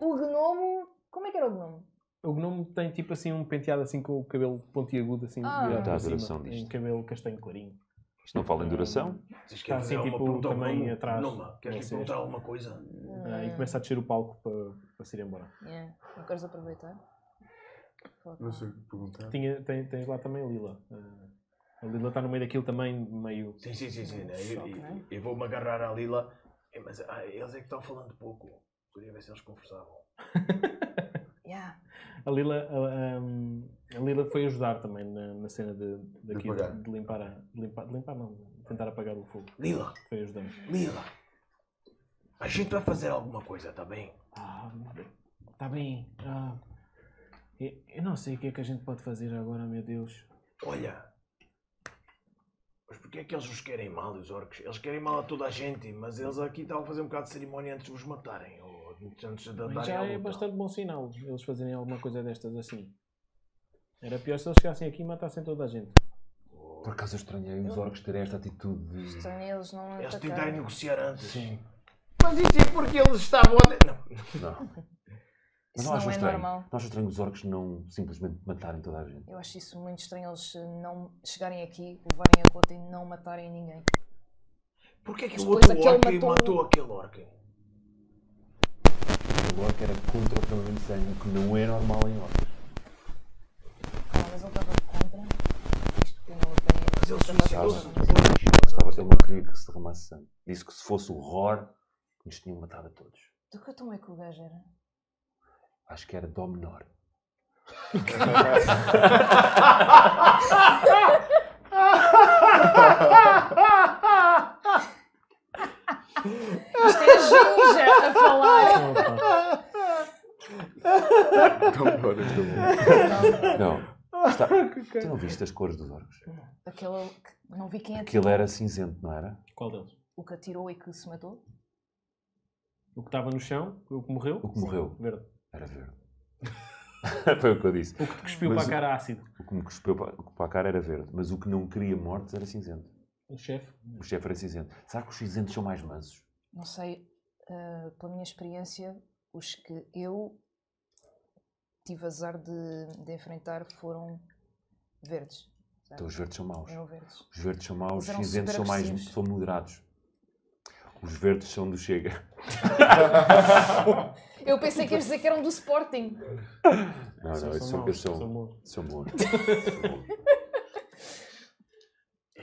[SPEAKER 4] O gnomo. Como é que era o gnomo?
[SPEAKER 2] o gnomo tem tipo assim um penteado assim com o cabelo pontiagudo assim
[SPEAKER 4] Ah.
[SPEAKER 2] virado
[SPEAKER 3] a
[SPEAKER 4] Dá
[SPEAKER 2] para cima,
[SPEAKER 3] duração disto.
[SPEAKER 2] em cabelo castanho clarinho.
[SPEAKER 3] Isto não fala em duração.
[SPEAKER 1] Vocês
[SPEAKER 2] Está
[SPEAKER 1] querem fazer
[SPEAKER 2] assim,
[SPEAKER 1] alguma
[SPEAKER 2] tipo,
[SPEAKER 1] pergunta ao
[SPEAKER 2] também
[SPEAKER 1] Nuno?
[SPEAKER 2] atrás
[SPEAKER 1] Numa, queres lhe
[SPEAKER 2] vocês.
[SPEAKER 1] perguntar alguma coisa?
[SPEAKER 2] Ah, e começa a descer o palco para, para se ir embora.
[SPEAKER 4] Ah, Yeah. Não queres aproveitar?
[SPEAKER 11] Não sei o que perguntar.
[SPEAKER 2] Tinha, tem- tens lá também a Lila. Ah, a Lila está no meio daquilo também, meio.
[SPEAKER 1] Sim, sim, sim, sim. né? Eu,
[SPEAKER 4] Choque,
[SPEAKER 1] eu-
[SPEAKER 4] né?
[SPEAKER 1] eu vou-me agarrar à Lila. Eh, Mas ah, eles é que estão falando pouco. Queria ver se eles conversavam.
[SPEAKER 4] Yeah.
[SPEAKER 2] A Lila, a, um, a Lila foi ajudar também na, na cena de, daquilo,
[SPEAKER 11] apagar.
[SPEAKER 2] de limpar, a, de limpar. de limpar não, de tentar apagar o fogo.
[SPEAKER 1] Lila,
[SPEAKER 2] Foi ajudando.
[SPEAKER 1] Lila. A gente vai fazer alguma coisa, tá bem?
[SPEAKER 2] Ah, tá bem. Ah, eu, eu não sei o que é que a gente pode fazer agora, meu Deus.
[SPEAKER 1] Olha. Mas porquê é que eles os querem mal, os orcs? Eles querem mal a toda a gente, mas eles aqui estavam a fazer um bocado de cerimónia antes de os matarem. Ou antes de
[SPEAKER 2] Mas
[SPEAKER 1] darem
[SPEAKER 2] já
[SPEAKER 1] à
[SPEAKER 2] é
[SPEAKER 1] luta.
[SPEAKER 2] bastante bom sinal eles fazerem alguma coisa destas assim. Era pior se eles chegassem aqui e matassem toda a gente.
[SPEAKER 3] Por acaso eu estranhei os orcos terem esta atitude de.
[SPEAKER 4] Estranho, eles não.
[SPEAKER 1] Eles
[SPEAKER 4] atacaram.
[SPEAKER 1] tentaram negociar antes.
[SPEAKER 3] Sim.
[SPEAKER 1] Mas isso é porque eles estavam a... de- Não,
[SPEAKER 3] Não. Mas
[SPEAKER 4] Isso
[SPEAKER 3] não,
[SPEAKER 4] não
[SPEAKER 3] acham
[SPEAKER 4] é
[SPEAKER 3] estranho.
[SPEAKER 4] normal.
[SPEAKER 3] Não acham estranho os orcos não simplesmente matarem toda a gente.
[SPEAKER 4] Eu acho isso muito estranho eles eh, não chegarem aqui, levarem a gota e não matarem ninguém.
[SPEAKER 1] Porquê é que
[SPEAKER 4] Mas
[SPEAKER 1] o
[SPEAKER 4] depois
[SPEAKER 1] outro orc
[SPEAKER 4] aquele matou-
[SPEAKER 1] matou... aquele orc?
[SPEAKER 3] O orco era contra o caminho de sangue, o que não é normal em orcos.
[SPEAKER 4] Ah, mas ele estava contra isto que eu não apanhei.
[SPEAKER 1] Mas ele suicidou-se depois.
[SPEAKER 3] Ele gostava, ele não queria que se derramasse sangue. Disse que se fosse o horror, nos tinham matado a todos.
[SPEAKER 4] Do que tom é que o gajo era?
[SPEAKER 3] Acho que era Dó menor.
[SPEAKER 4] Isto é a Ginja a falar!
[SPEAKER 2] é Opa,
[SPEAKER 11] Então, bora, então.
[SPEAKER 4] Não,
[SPEAKER 3] Não. Está... Tu não viste as cores dos orcos?
[SPEAKER 4] não. Aquele que não vi quem é
[SPEAKER 3] Aquilo era cinzento, não era?
[SPEAKER 2] Qual deles?
[SPEAKER 4] o que atirou e que se matou.
[SPEAKER 2] O que estava no chão, o que morreu,
[SPEAKER 3] O que morreu
[SPEAKER 2] verde.
[SPEAKER 3] era verde. Foi o que eu disse.
[SPEAKER 2] O que te cuspiu
[SPEAKER 3] Mas
[SPEAKER 2] para a
[SPEAKER 3] o-
[SPEAKER 2] cara ácido.
[SPEAKER 3] O que me cuspeu para, para a cara era verde, mas o que não queria mortes era cinzento.
[SPEAKER 2] O chefe.
[SPEAKER 3] O chefe era cinzento. Será que os cinzentos são mais mansos?
[SPEAKER 4] Não sei, ah, pela minha experiência, os que eu tive azar de, de enfrentar foram verdes.
[SPEAKER 3] Então os verdes são maus.
[SPEAKER 4] Eram verdes.
[SPEAKER 3] Os verdes são maus, os
[SPEAKER 4] Eles eram
[SPEAKER 3] cinzentos são mais
[SPEAKER 4] superagressivos.
[SPEAKER 3] são moderados. Os verdes são do Chega.
[SPEAKER 4] Eu pensei que ias dizer que eram do Sporting.
[SPEAKER 3] Não, não, eles são,
[SPEAKER 2] maus,
[SPEAKER 3] eles são,
[SPEAKER 2] maus.
[SPEAKER 3] são bons.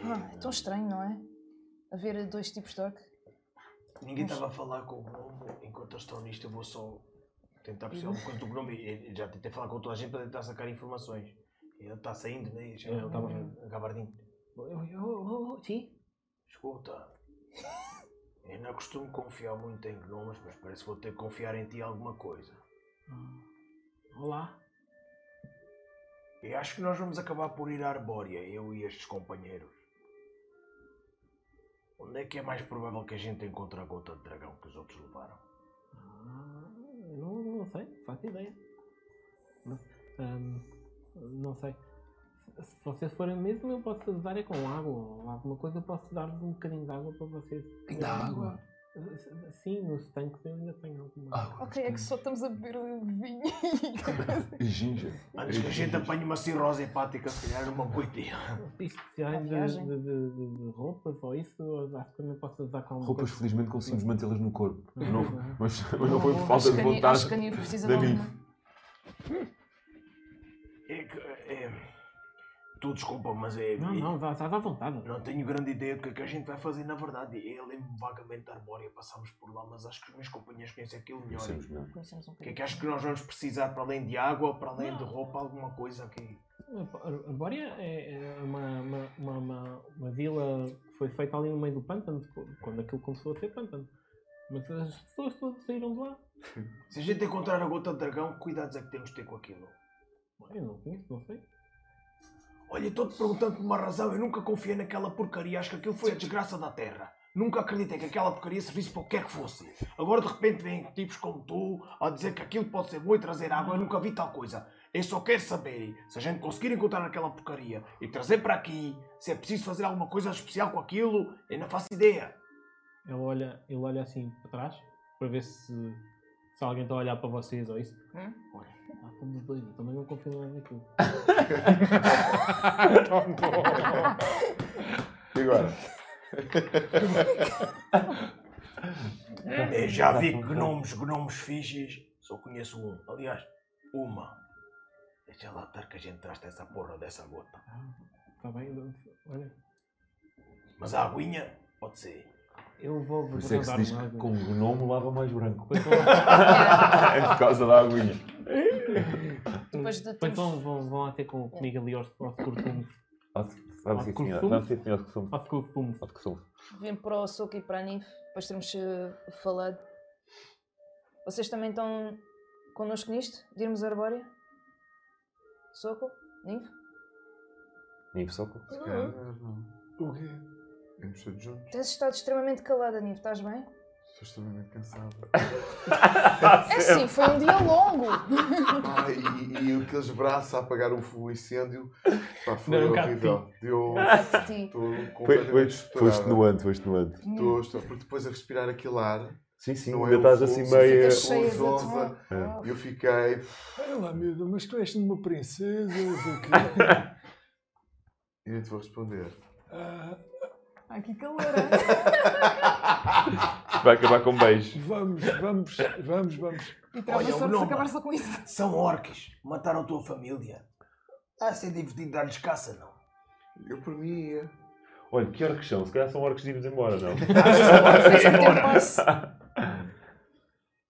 [SPEAKER 4] Ah, é tão estranho, não é? Haver dois tipos de orc.
[SPEAKER 1] Ninguém estava a falar com o Gnomo. Enquanto eles estão nisto, eu vou só tentar perceber
[SPEAKER 2] Uhum.
[SPEAKER 1] alguma coisa do Gnomo. E- e Já tentei falar com toda a gente para tentar sacar informações. Ele está saindo, né? Já
[SPEAKER 2] É, ele tava-
[SPEAKER 1] gabardinho. Oh, oh, oh, oh, sim? Escuta. Eu não costumo confiar muito em gnomas, mas parece que vou ter que confiar em ti alguma coisa.
[SPEAKER 2] Ah. Olá.
[SPEAKER 1] E acho que nós vamos acabar por ir à Arbórea, eu e estes companheiros. Onde é que é mais provável que a gente encontre a gota de dragão que os outros levaram?
[SPEAKER 2] Ah, eu não, não sei, não faço ideia. Mas, ahm, não sei. Se- Se vocês forem mesmo, eu posso ajudar é com água ou alguma coisa. Eu posso dar-vos um bocadinho de água para vocês.
[SPEAKER 3] Ainda há água?
[SPEAKER 2] Sim, nos tanques eu ainda tenho alguma.
[SPEAKER 4] Ok, é que só estamos a beber o vinho e coisa.
[SPEAKER 5] Ginger.
[SPEAKER 1] Antes Ah, que a gente apanhe uma cirrose hepática, se calhar numa coitinha.
[SPEAKER 2] Isto precisar de,
[SPEAKER 4] viagem.
[SPEAKER 2] de, de, de, de roupas ou isso, eu acho que também posso usar com
[SPEAKER 3] Roupas, felizmente, conseguimos mantê-las no corpo. Não,
[SPEAKER 1] Uhum.
[SPEAKER 3] mas, mas não
[SPEAKER 4] Não,
[SPEAKER 3] foi
[SPEAKER 4] acho
[SPEAKER 3] por falta
[SPEAKER 4] que
[SPEAKER 3] de
[SPEAKER 4] a Ni-
[SPEAKER 3] vontade
[SPEAKER 4] Acho que a Nive precisa de
[SPEAKER 3] da Nif.
[SPEAKER 4] alguma.
[SPEAKER 1] É que. É... Tu desculpa, mas é.
[SPEAKER 2] Não, não, vá- estás à vontade.
[SPEAKER 1] Não tenho grande ideia do que é que a gente vai fazer, na verdade. Eu lembro vagamente da Arbórea, passámos por lá, mas acho que os meus companheiros conhecem aquilo melhor.
[SPEAKER 3] Conhecemos melhor.
[SPEAKER 4] Conhecemos um
[SPEAKER 1] O que é
[SPEAKER 4] bocadinho.
[SPEAKER 1] que acho que nós vamos precisar para além de água, para além de roupa, alguma coisa aqui?
[SPEAKER 2] A a Bória é é uma, uma, uma, uma, uma vila que foi feita ali no meio do pântano, co- quando aquilo começou a ser pântano. Mas as pessoas todas saíram de lá.
[SPEAKER 1] Se a gente encontrar a gota de dragão, que cuidados é que temos de ter com aquilo?
[SPEAKER 2] Eu não conheço, não sei.
[SPEAKER 1] Olha, estou-te perguntando por uma razão. Eu nunca confiei naquela porcaria. Acho que aquilo foi a desgraça da terra. Nunca acreditei que aquela porcaria servisse para o que quer que fosse. Agora de repente vêm tipos como tu a dizer que aquilo pode ser bom e trazer água. Eu nunca vi tal coisa. Eu só quero saber se a gente conseguir encontrar aquela porcaria e trazer para aqui, se é preciso fazer alguma coisa especial com aquilo, eu não faço ideia.
[SPEAKER 2] Ela olha, ele olha assim para trás, para ver se, se alguém está a olhar para vocês ou isso.
[SPEAKER 4] Hum?
[SPEAKER 2] Olha, ah, somos dois, eu também não confio mais naquilo.
[SPEAKER 5] E agora?
[SPEAKER 1] é, Eu
[SPEAKER 3] Tá
[SPEAKER 1] já vi
[SPEAKER 3] um
[SPEAKER 1] gnomos, gnomos fixes. Só conheço um. Aliás, uma. Deixa lá estar que a gente traz essa porra dessa gota.
[SPEAKER 2] Está bem? então, Olha,
[SPEAKER 1] Mas a aguinha pode ser.
[SPEAKER 2] eu vou
[SPEAKER 3] Por
[SPEAKER 2] vou
[SPEAKER 3] isso é que se
[SPEAKER 2] tentar
[SPEAKER 3] diz
[SPEAKER 2] uma
[SPEAKER 3] que
[SPEAKER 2] água.
[SPEAKER 3] com um o gnomo lava mais branco.
[SPEAKER 2] Depois vão-
[SPEAKER 3] é por causa da aguinha.
[SPEAKER 4] Depois de
[SPEAKER 2] Depois vão,
[SPEAKER 4] termos-
[SPEAKER 2] vão, vão até com, comigo ali aos, aos curtumes.
[SPEAKER 3] Vamos
[SPEAKER 2] Há
[SPEAKER 3] sim,
[SPEAKER 2] de
[SPEAKER 3] senhor.
[SPEAKER 2] costume?
[SPEAKER 3] Vamos sim, senhor. Que somos.
[SPEAKER 2] Aos curtumes.
[SPEAKER 3] Há de costume.
[SPEAKER 4] Vim para o Soco e para a Nif, depois termos eh, falado. Vocês também estão connosco nisto? De irmos a Arbórea? Soco? Nif?
[SPEAKER 3] Nive Soco.
[SPEAKER 5] Se
[SPEAKER 1] Uhum.
[SPEAKER 5] calhar não. é? O quê? Vamos todos juntos.
[SPEAKER 4] Tens estado extremamente calada, Nif, estás bem?
[SPEAKER 5] Estou extremamente cansado.
[SPEAKER 4] É sim, foi um dia longo!
[SPEAKER 5] Ah, e, e aqueles braços a apagar o, o incêndio. Pá, foi
[SPEAKER 2] Não, cá
[SPEAKER 5] horrível. Deu. um
[SPEAKER 4] De ti.
[SPEAKER 5] Estou
[SPEAKER 3] Foi- foi-
[SPEAKER 5] completamente
[SPEAKER 3] Foi
[SPEAKER 5] estourado.
[SPEAKER 3] extenuante, foi extenuante.
[SPEAKER 5] Estou, estou, porque depois a respirar aquele ar,
[SPEAKER 3] Sim, sim,
[SPEAKER 5] Não
[SPEAKER 3] ainda
[SPEAKER 5] é o
[SPEAKER 3] estás
[SPEAKER 5] fogo,
[SPEAKER 3] assim
[SPEAKER 5] sim,
[SPEAKER 3] meio.
[SPEAKER 4] Ficas cheia de
[SPEAKER 5] gostosa.
[SPEAKER 4] tom.
[SPEAKER 5] é. eu fiquei.
[SPEAKER 7] Olha lá, miúda, mas tu és uma princesa, és o quê?
[SPEAKER 5] E nem te vou responder.
[SPEAKER 7] Ah,
[SPEAKER 4] Ai, que calor! hein?
[SPEAKER 3] Vai acabar com um beijo.
[SPEAKER 7] vamos, vamos, vamos, vamos.
[SPEAKER 4] E
[SPEAKER 1] Olha, o
[SPEAKER 4] trava só de se
[SPEAKER 1] Noma.
[SPEAKER 4] acabar só com isso.
[SPEAKER 1] São orques. Mataram a tua família. Ah, ser divertido dar-lhes caça, não.
[SPEAKER 5] Eu por mim ia.
[SPEAKER 3] Olha, que orcos são? Se calhar são orcos de irmos embora, não?
[SPEAKER 4] Mas o tempo passa.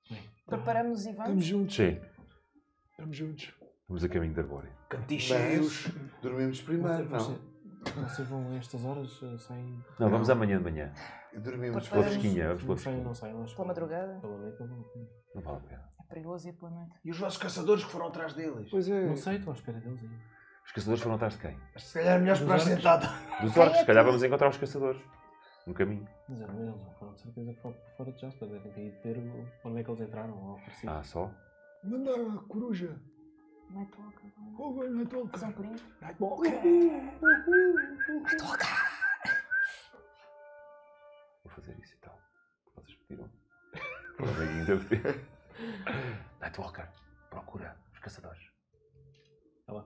[SPEAKER 1] então.
[SPEAKER 4] Preparamos e
[SPEAKER 7] Estamos
[SPEAKER 4] vamos.
[SPEAKER 7] juntos,
[SPEAKER 3] Sim,
[SPEAKER 7] estamos juntos.
[SPEAKER 3] vamos a caminho da Arbórea.
[SPEAKER 1] Cantis cheios.
[SPEAKER 5] Mas dormimos primeiro, não?
[SPEAKER 2] Vocês- Vocês vão a estas horas eh, saem.
[SPEAKER 3] Não, vamos amanhã de manhã.
[SPEAKER 5] Dormimos
[SPEAKER 3] Pela
[SPEAKER 4] Vamos.
[SPEAKER 5] primeiro.
[SPEAKER 3] fresquinha, vamos
[SPEAKER 2] Não
[SPEAKER 3] pela
[SPEAKER 2] saem, não
[SPEAKER 3] fresquinha.
[SPEAKER 2] saem.
[SPEAKER 4] Pela madrugada.
[SPEAKER 2] Pela noite, pela noite.
[SPEAKER 3] Não vale a pena.
[SPEAKER 1] Oh.
[SPEAKER 4] É perigoso ir pela noite.
[SPEAKER 1] E os vossos caçadores que foram atrás deles.
[SPEAKER 7] Pois é,
[SPEAKER 2] Não sei, estou à espera deles ainda.
[SPEAKER 3] Os caçadores foram atrás de quem?
[SPEAKER 1] Mas se calhar é melhor esperar
[SPEAKER 2] Os orques.
[SPEAKER 1] sentado.
[SPEAKER 3] Dos
[SPEAKER 4] Quem é
[SPEAKER 3] orcos, se calhar
[SPEAKER 4] que-
[SPEAKER 3] vamos encontrar os caçadores. No caminho.
[SPEAKER 2] Mas eles não foram de certeza fora, fora de Jasper, devem ter ido ver o- onde é que eles entraram ou algo parecido.
[SPEAKER 3] Ah, só?
[SPEAKER 7] manda a coruja.
[SPEAKER 4] Não é toca. não é?
[SPEAKER 7] Oh, vai na toca.
[SPEAKER 4] Fazer um purinho.
[SPEAKER 3] Vou fazer isso então. Vocês pediram. Vou fazer ainda pedir. Nightwalker, procura os caçadores. Tá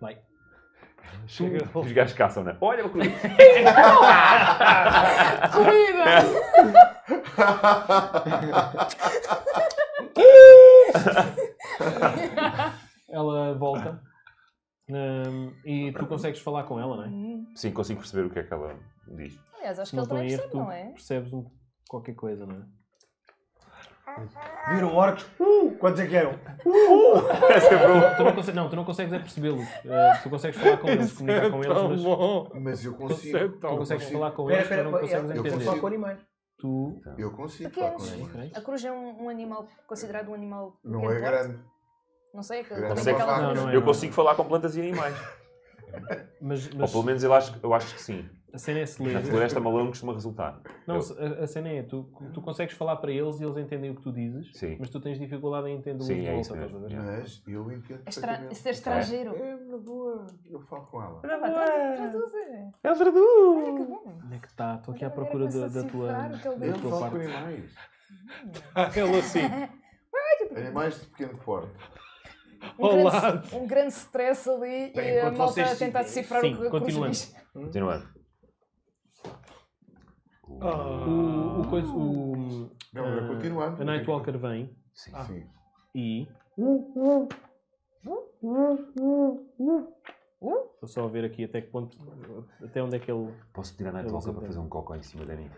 [SPEAKER 2] Vai.
[SPEAKER 7] Chega.
[SPEAKER 3] Os gajos caçam, não é? Olha uma coisa.
[SPEAKER 4] Comida!
[SPEAKER 2] Ela volta hum, e tu consegues falar com ela, não é?
[SPEAKER 4] Hum.
[SPEAKER 3] Sim, consigo perceber o que é que ela diz.
[SPEAKER 4] Aliás, acho
[SPEAKER 2] Se
[SPEAKER 4] que ele
[SPEAKER 2] não estou em erro,
[SPEAKER 4] também percebe,
[SPEAKER 2] tu
[SPEAKER 4] não é?
[SPEAKER 2] percebes um, qualquer coisa, não é?
[SPEAKER 1] Viram orques? Uh! Quantos é que eram?
[SPEAKER 3] é
[SPEAKER 2] Tu, tu não, conse- não, tu não consegues é percebê-los. eh, tu consegues falar com eles, comunicar
[SPEAKER 3] É
[SPEAKER 2] com eles, mas tu
[SPEAKER 7] bom.
[SPEAKER 5] Mas eu
[SPEAKER 7] Isso
[SPEAKER 5] consigo.
[SPEAKER 7] é tão
[SPEAKER 5] Eu
[SPEAKER 2] consegues
[SPEAKER 5] consigo.
[SPEAKER 2] falar com
[SPEAKER 1] Espera,
[SPEAKER 2] eles, tu
[SPEAKER 1] espera,
[SPEAKER 2] não consegues
[SPEAKER 1] espera.
[SPEAKER 5] eu
[SPEAKER 2] entender.
[SPEAKER 5] consigo.
[SPEAKER 1] Só com animais.
[SPEAKER 2] Tu.
[SPEAKER 5] Eu consigo falar com
[SPEAKER 4] Pequenos.
[SPEAKER 5] ele.
[SPEAKER 2] Ok.
[SPEAKER 4] A coruja é um, um animal considerado um animal.
[SPEAKER 5] Não
[SPEAKER 4] pequeno
[SPEAKER 5] é
[SPEAKER 4] porte?
[SPEAKER 5] grande.
[SPEAKER 4] Não sei, é que-
[SPEAKER 5] Grande
[SPEAKER 4] quando é que
[SPEAKER 3] Consegue-
[SPEAKER 2] Não,
[SPEAKER 4] ela
[SPEAKER 2] não é.
[SPEAKER 3] Eu consigo falar com plantas e animais.
[SPEAKER 2] Mas,
[SPEAKER 3] Ou
[SPEAKER 2] mas
[SPEAKER 3] pelo menos eu acho, eu acho que sim.
[SPEAKER 2] A cena é se ler.
[SPEAKER 3] A floresta maluca costuma resultar.
[SPEAKER 2] Não,
[SPEAKER 3] Eu-
[SPEAKER 2] a, a cena é, tu, tu consegues falar para eles e eles entendem o que tu dizes,
[SPEAKER 3] Sim.
[SPEAKER 2] mas tu tens dificuldade em entender o
[SPEAKER 3] Sim,
[SPEAKER 2] que
[SPEAKER 3] é
[SPEAKER 2] volta,
[SPEAKER 3] isso
[SPEAKER 2] estás a
[SPEAKER 3] mesmo,
[SPEAKER 2] ver?
[SPEAKER 3] é.
[SPEAKER 5] Mas eu entendo.
[SPEAKER 4] Estra-
[SPEAKER 5] perfeitamente.
[SPEAKER 4] Ser estrangeiro.
[SPEAKER 5] É, na boa, eu falo com ela.
[SPEAKER 4] Ah, pá, tra- Traduz. é.
[SPEAKER 3] É o
[SPEAKER 4] Olha que bom.
[SPEAKER 2] Onde é que está? Estou aqui à
[SPEAKER 4] Olha, agora
[SPEAKER 2] procura da,
[SPEAKER 4] começa a
[SPEAKER 2] da tua.
[SPEAKER 4] cifrar o teu
[SPEAKER 2] da
[SPEAKER 5] Eu
[SPEAKER 4] livro.
[SPEAKER 2] tua
[SPEAKER 5] falo com
[SPEAKER 2] parte.
[SPEAKER 5] animais.
[SPEAKER 6] Ele assim.
[SPEAKER 5] Animais é de pequeno porte.
[SPEAKER 4] Um, grande, s- um grande stress
[SPEAKER 1] Bem,
[SPEAKER 4] ali e a
[SPEAKER 1] enquanto
[SPEAKER 4] malta
[SPEAKER 1] vocês-
[SPEAKER 4] a tentar decifrar
[SPEAKER 2] Sim,
[SPEAKER 4] o que- o que os
[SPEAKER 2] continuando.
[SPEAKER 4] diz.
[SPEAKER 3] Continuando.
[SPEAKER 2] Ah, O, o
[SPEAKER 3] Ah.
[SPEAKER 2] coisa, o,
[SPEAKER 5] Não, agora
[SPEAKER 2] ah,
[SPEAKER 5] continuando.
[SPEAKER 2] a Nightwalker vem
[SPEAKER 3] Ah,
[SPEAKER 13] Sim.
[SPEAKER 5] Sim.
[SPEAKER 2] e. Estou só a ver aqui até que ponto. Até onde é que ele.
[SPEAKER 13] Posso tirar a Nightwalker
[SPEAKER 2] Eles
[SPEAKER 13] para fazer um cocó em cima da mim?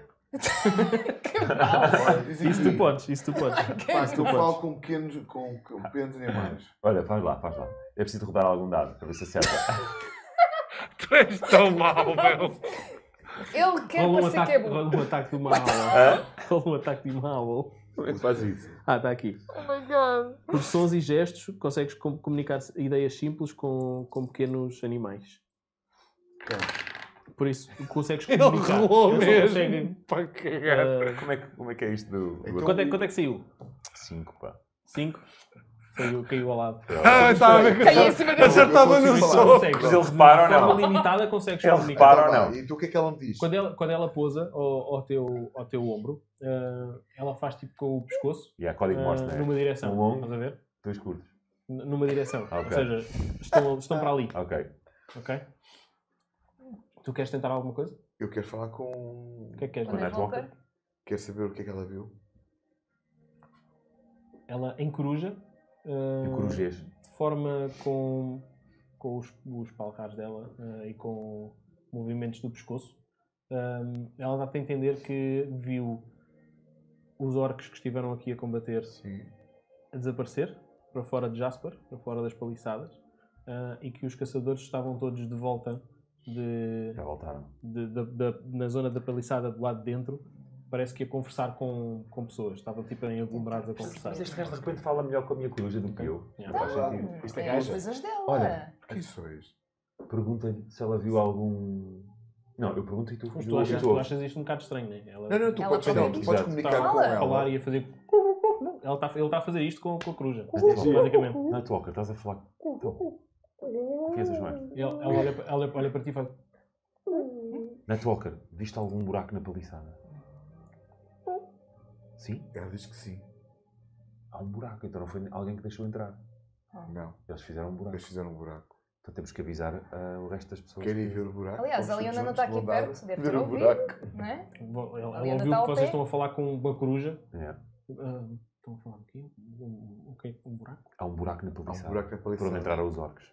[SPEAKER 5] Olha, diz
[SPEAKER 2] Isso
[SPEAKER 5] aqui,
[SPEAKER 2] tu podes, isso tu podes.
[SPEAKER 5] Pá, se eu
[SPEAKER 2] podes.
[SPEAKER 5] falo com pequenos, com, com pequenos animais.
[SPEAKER 3] Olha, faz lá, faz lá. É preciso roubar algum dado para ver se acerta.
[SPEAKER 6] Tu és tão mau, meu.
[SPEAKER 4] Ele quer
[SPEAKER 2] Rola um,
[SPEAKER 4] parecer que
[SPEAKER 2] ataque,
[SPEAKER 4] é bom.
[SPEAKER 2] rola um ataque de uma aula. Rola um ataque de uma aula.
[SPEAKER 3] Como é que faz isso?
[SPEAKER 2] Ah, está aqui. Por sons e gestos, consegues com- comunicar ideias simples com, com pequenos animais. Por isso, consegues
[SPEAKER 6] Ele assim,
[SPEAKER 2] comunicar.
[SPEAKER 6] rolou
[SPEAKER 2] Eles não
[SPEAKER 6] mesmo.
[SPEAKER 2] conseguem,
[SPEAKER 6] Para cagar.
[SPEAKER 2] ah,
[SPEAKER 3] Como é que, como é, que é isto do.
[SPEAKER 5] Então-
[SPEAKER 2] quanto, é, quanto é que saiu?
[SPEAKER 3] 5, pá.
[SPEAKER 2] 5? Saiu, caiu ao lado.
[SPEAKER 6] Ah,
[SPEAKER 7] tá
[SPEAKER 6] estava a ver que
[SPEAKER 4] Caiu em cima dele.
[SPEAKER 6] acertava
[SPEAKER 5] Eu
[SPEAKER 6] no
[SPEAKER 5] consigo
[SPEAKER 6] sol.
[SPEAKER 2] Consegues,
[SPEAKER 3] Mas eles
[SPEAKER 2] de
[SPEAKER 3] reparam ou não?
[SPEAKER 2] forma limitada consegues
[SPEAKER 3] Eles
[SPEAKER 2] comunicar.
[SPEAKER 3] reparam. Para ou
[SPEAKER 5] Tá
[SPEAKER 3] não?
[SPEAKER 5] bem, Então o que é que ela me diz?
[SPEAKER 2] Quando ela, quando ela pousa ao, ao teu, ao teu ombro, ah, ela faz tipo com o pescoço
[SPEAKER 3] E há código
[SPEAKER 2] ah,
[SPEAKER 3] mostra, né?
[SPEAKER 2] numa direção.
[SPEAKER 3] Um longo.
[SPEAKER 2] Estás a ver?
[SPEAKER 3] Dois curtos.
[SPEAKER 2] N- Numa direção.
[SPEAKER 3] Ah, ok.
[SPEAKER 2] Ou seja, estão, estão para ali.
[SPEAKER 3] Ok.
[SPEAKER 2] Ok? Tu queres tentar alguma coisa?
[SPEAKER 5] Eu quero falar com.
[SPEAKER 2] O que é que queres
[SPEAKER 4] Olha,
[SPEAKER 2] ver?
[SPEAKER 3] Nightwalker?
[SPEAKER 4] Walker,
[SPEAKER 5] Quero saber o que é que ela viu.
[SPEAKER 2] Ela encoruja.
[SPEAKER 3] E o
[SPEAKER 2] ah,
[SPEAKER 3] corujês.
[SPEAKER 2] de forma com, com os, os palcares dela eh, e com movimentos do pescoço. Ahm, ela dá-te a entender que viu os orcs que estiveram aqui a combater
[SPEAKER 5] Sim.
[SPEAKER 2] a desaparecer para fora de Jasper, para fora das paliçadas, ah, e que os caçadores estavam todos de volta de,
[SPEAKER 3] Já voltaram.
[SPEAKER 2] de- da- da- na zona da paliçada do lado de dentro. Parece que a conversar com, com pessoas, estavam tipo em aglomerados a conversar.
[SPEAKER 3] Mas este gajo de repente fala melhor com a minha coruja do que eu. Não faz sentido.
[SPEAKER 4] Não,
[SPEAKER 5] Isto é
[SPEAKER 4] é as
[SPEAKER 5] coisa.
[SPEAKER 4] coisas dela.
[SPEAKER 3] Olha.
[SPEAKER 5] Que isso é isto?
[SPEAKER 3] Pergunta-lhe se ela viu algum. Não, eu pergunto e tu.
[SPEAKER 2] Mas
[SPEAKER 3] tu
[SPEAKER 2] tu achas,
[SPEAKER 3] ouves.
[SPEAKER 2] tu achas isto um bocado estranho, né? Ela-
[SPEAKER 5] Não, não, tu
[SPEAKER 4] Ela
[SPEAKER 5] podes,
[SPEAKER 4] pode-
[SPEAKER 5] não, tu podes
[SPEAKER 3] Exato.
[SPEAKER 5] comunicar
[SPEAKER 2] Estava
[SPEAKER 5] com
[SPEAKER 4] Fala.
[SPEAKER 2] a falar e
[SPEAKER 5] ela.
[SPEAKER 2] a fazer. Ela tá- ele está a fazer isto com, com a coruja,
[SPEAKER 3] Mas deixa-
[SPEAKER 2] basicamente.
[SPEAKER 3] Nightwalker, estás a falar. Então, Confias as mãos.
[SPEAKER 2] Ele- Ela, olha, pa- ela olha para ti e fala:
[SPEAKER 4] Hum,
[SPEAKER 3] Nightwalker, viste algum buraco na paliçada? Sim?
[SPEAKER 5] Ela diz que sim.
[SPEAKER 3] Há um buraco, então não foi alguém que deixou entrar.
[SPEAKER 5] Não,
[SPEAKER 3] Eles fizeram um buraco.
[SPEAKER 5] eles fizeram um buraco.
[SPEAKER 3] Então temos que avisar ah, o resto das pessoas.
[SPEAKER 5] Querem ir ver o buraco?
[SPEAKER 4] Aliás, a
[SPEAKER 5] Vamos
[SPEAKER 4] Leona não
[SPEAKER 5] todos
[SPEAKER 4] está aqui
[SPEAKER 5] juntos de mão
[SPEAKER 4] perto,
[SPEAKER 5] dada
[SPEAKER 4] deve
[SPEAKER 5] ver
[SPEAKER 4] ter
[SPEAKER 5] o
[SPEAKER 4] ouvido.
[SPEAKER 5] buraco.
[SPEAKER 4] Não é?
[SPEAKER 2] Ela, ela
[SPEAKER 4] Ali ainda
[SPEAKER 2] ouviu
[SPEAKER 4] tá
[SPEAKER 2] que
[SPEAKER 4] ao
[SPEAKER 2] vocês
[SPEAKER 4] pé.
[SPEAKER 2] estão a falar com uma coruja.
[SPEAKER 3] É.
[SPEAKER 2] Ah, estão a falar do quê? Um, um, quê? um buraco?
[SPEAKER 3] Há um buraco na
[SPEAKER 5] Há um
[SPEAKER 3] paliçada.
[SPEAKER 5] buraco na
[SPEAKER 3] Por onde
[SPEAKER 5] paliçada.
[SPEAKER 3] entraram os orcs.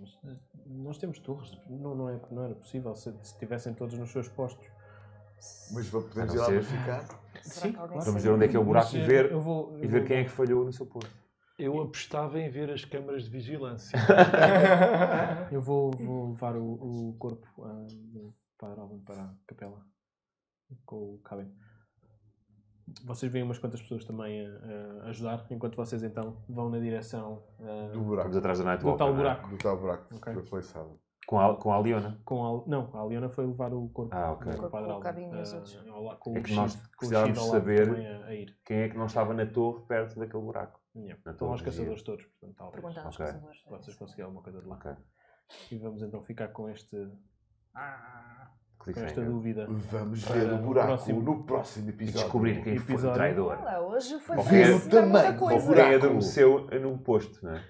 [SPEAKER 2] Mas, eh, nós temos torres, não, não, é, não era possível se se estivessem todos nos seus postos.
[SPEAKER 5] Mas vamos-
[SPEAKER 3] A não
[SPEAKER 5] podemos ir lá
[SPEAKER 3] ser-
[SPEAKER 5] para ficar?
[SPEAKER 4] Será que alguém
[SPEAKER 3] Vamos
[SPEAKER 4] sabe?
[SPEAKER 3] ver onde é que é o buraco
[SPEAKER 2] Mas,
[SPEAKER 3] e
[SPEAKER 2] eh,
[SPEAKER 3] ver,
[SPEAKER 2] eu vou-
[SPEAKER 3] e
[SPEAKER 2] eu
[SPEAKER 3] ver
[SPEAKER 2] vou-
[SPEAKER 3] quem é que falhou no seu posto.
[SPEAKER 6] Eu apostava em ver as câmaras de vigilância.
[SPEAKER 2] Eu vou, vou levar o, o corpo ah, do Padre Alban para a capela com o Caben. Vocês veem umas quantas pessoas também a, a ajudar, enquanto vocês então vão na direção ah,
[SPEAKER 5] Do
[SPEAKER 3] Vamos
[SPEAKER 5] buraco.
[SPEAKER 3] atrás da
[SPEAKER 2] do
[SPEAKER 3] Nightwalker.
[SPEAKER 2] tal
[SPEAKER 3] não é?
[SPEAKER 2] buraco.
[SPEAKER 5] Do tal buraco
[SPEAKER 2] Ok.
[SPEAKER 5] da paliçada.
[SPEAKER 3] Com a, com a Leona.
[SPEAKER 2] Com a, não, a Leona foi levar o corpo
[SPEAKER 3] Ah, ok.
[SPEAKER 2] do Padre
[SPEAKER 4] Com o
[SPEAKER 2] Alban.
[SPEAKER 4] Cabinho e os
[SPEAKER 2] ah,
[SPEAKER 4] outros.
[SPEAKER 2] ao la- com
[SPEAKER 3] É
[SPEAKER 2] o
[SPEAKER 3] que nós
[SPEAKER 2] Xid- com o Xid
[SPEAKER 3] precisávamos
[SPEAKER 2] ao lado
[SPEAKER 3] saber-
[SPEAKER 2] também a, a ir.
[SPEAKER 3] Quem é que não estava na torre perto daquele buraco?
[SPEAKER 2] Yeah.
[SPEAKER 3] Na
[SPEAKER 2] Estão aos
[SPEAKER 3] torre,
[SPEAKER 2] caçadores todos, portanto, talvez
[SPEAKER 4] Perguntar aos
[SPEAKER 3] Ok.
[SPEAKER 4] caçadores.
[SPEAKER 2] vocês conseguirem alguma coisa de lá.
[SPEAKER 3] Ok.
[SPEAKER 2] E vamos então ficar com, este,
[SPEAKER 4] Ah.
[SPEAKER 2] com esta
[SPEAKER 3] Cliffhanger.
[SPEAKER 2] dúvida.
[SPEAKER 5] Vamos
[SPEAKER 2] Para
[SPEAKER 5] ver
[SPEAKER 2] o
[SPEAKER 5] o buraco
[SPEAKER 2] próximo-
[SPEAKER 5] no próximo
[SPEAKER 3] E
[SPEAKER 5] episódio.
[SPEAKER 3] descobrir quem foi o
[SPEAKER 2] Episódio.
[SPEAKER 3] traidor.
[SPEAKER 4] Olha, hoje foi
[SPEAKER 3] Bom,
[SPEAKER 4] foi-
[SPEAKER 3] eu
[SPEAKER 4] foi muita
[SPEAKER 5] também.
[SPEAKER 4] coisa.
[SPEAKER 5] Bom,
[SPEAKER 3] Quem
[SPEAKER 5] buraco.
[SPEAKER 3] adormeceu num posto, não é?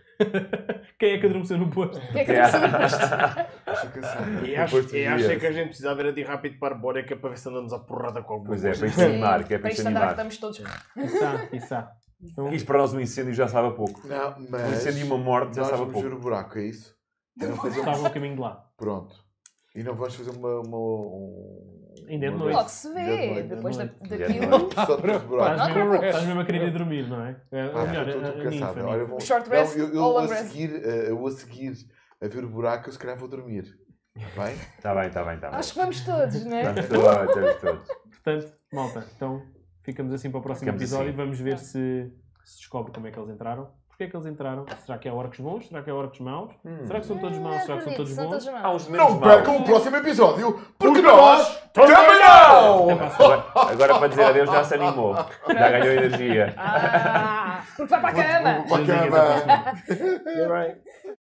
[SPEAKER 2] Quem é que adormeceu no posto?
[SPEAKER 4] O que é que aconteceu?
[SPEAKER 5] Estou cansado.
[SPEAKER 1] E
[SPEAKER 3] Depois
[SPEAKER 1] acho,
[SPEAKER 3] tu
[SPEAKER 1] e acho é
[SPEAKER 3] vias.
[SPEAKER 1] que a gente precisava era de ir rápido para a Bórica para ver se andamos à porrada com alguma
[SPEAKER 3] Pois é,
[SPEAKER 1] coisa.
[SPEAKER 3] para isto
[SPEAKER 5] assim.
[SPEAKER 3] animar, que é para
[SPEAKER 4] Para
[SPEAKER 3] isto
[SPEAKER 4] isto andar, que
[SPEAKER 3] animar.
[SPEAKER 4] estamos todos.
[SPEAKER 2] Isso, isso.
[SPEAKER 3] Isto para nós um incêndio já sabe a pouco.
[SPEAKER 5] Não,
[SPEAKER 3] Um
[SPEAKER 5] mas.
[SPEAKER 3] incêndio e uma morte já
[SPEAKER 5] nós
[SPEAKER 3] sabe a
[SPEAKER 5] vamos
[SPEAKER 3] pouco.
[SPEAKER 5] ver o buraco, é isso? E não tá
[SPEAKER 2] Estavam
[SPEAKER 5] fazemos.
[SPEAKER 2] a caminho de lá.
[SPEAKER 5] Pronto. E não vamos fazer uma. uma um...
[SPEAKER 2] Ainda é de
[SPEAKER 5] uma-
[SPEAKER 2] noite.
[SPEAKER 4] Logo se
[SPEAKER 5] Ainda de
[SPEAKER 4] vê.
[SPEAKER 5] noite.
[SPEAKER 4] Depois da-
[SPEAKER 3] Ainda de
[SPEAKER 4] daquilo.
[SPEAKER 3] noite.
[SPEAKER 5] Só três buracos.
[SPEAKER 2] Estás
[SPEAKER 4] Não,
[SPEAKER 2] mesmo,
[SPEAKER 4] não, não.
[SPEAKER 2] estás mesmo a querer ir dormir, não é? É,
[SPEAKER 5] Pá,
[SPEAKER 2] ou melhor,
[SPEAKER 5] estou
[SPEAKER 2] a,
[SPEAKER 5] todo
[SPEAKER 2] a, a ninfa,
[SPEAKER 5] Ah, cansado. Olha, eu vou-
[SPEAKER 4] Short
[SPEAKER 5] Não,
[SPEAKER 4] rest,
[SPEAKER 5] eu, eu
[SPEAKER 4] all
[SPEAKER 5] a
[SPEAKER 4] on rest.
[SPEAKER 5] seguir, eh, eu a seguir a ver o buraco, eu se calhar vou dormir. Está bem?
[SPEAKER 3] Está Tá bem, está bem, está bem.
[SPEAKER 4] Acho que vamos todos, não é?
[SPEAKER 3] Estamos todos, estamos todos.
[SPEAKER 2] Portanto, malta, então ficamos assim para o próximo
[SPEAKER 3] Ficamos
[SPEAKER 2] episódio e
[SPEAKER 3] assim.
[SPEAKER 4] Tá.
[SPEAKER 2] vamos ver se, se descobre como é que eles entraram. Porque porque é que eles entraram? Será que há orcs bons? Será que há orcs maus?
[SPEAKER 3] Hum.
[SPEAKER 2] Será que são todos maus? Será que são todos
[SPEAKER 7] São
[SPEAKER 2] bons?
[SPEAKER 7] todos maus.
[SPEAKER 3] Há uns menos
[SPEAKER 5] Não
[SPEAKER 3] maus.
[SPEAKER 5] percam o próximo episódio, porque
[SPEAKER 3] Porque
[SPEAKER 5] nós também não!
[SPEAKER 3] Agora, agora para dizer adeus já se animou. Já ganhou energia.
[SPEAKER 4] Ah,
[SPEAKER 7] Ah, porque vai para a cama!
[SPEAKER 5] Bacana!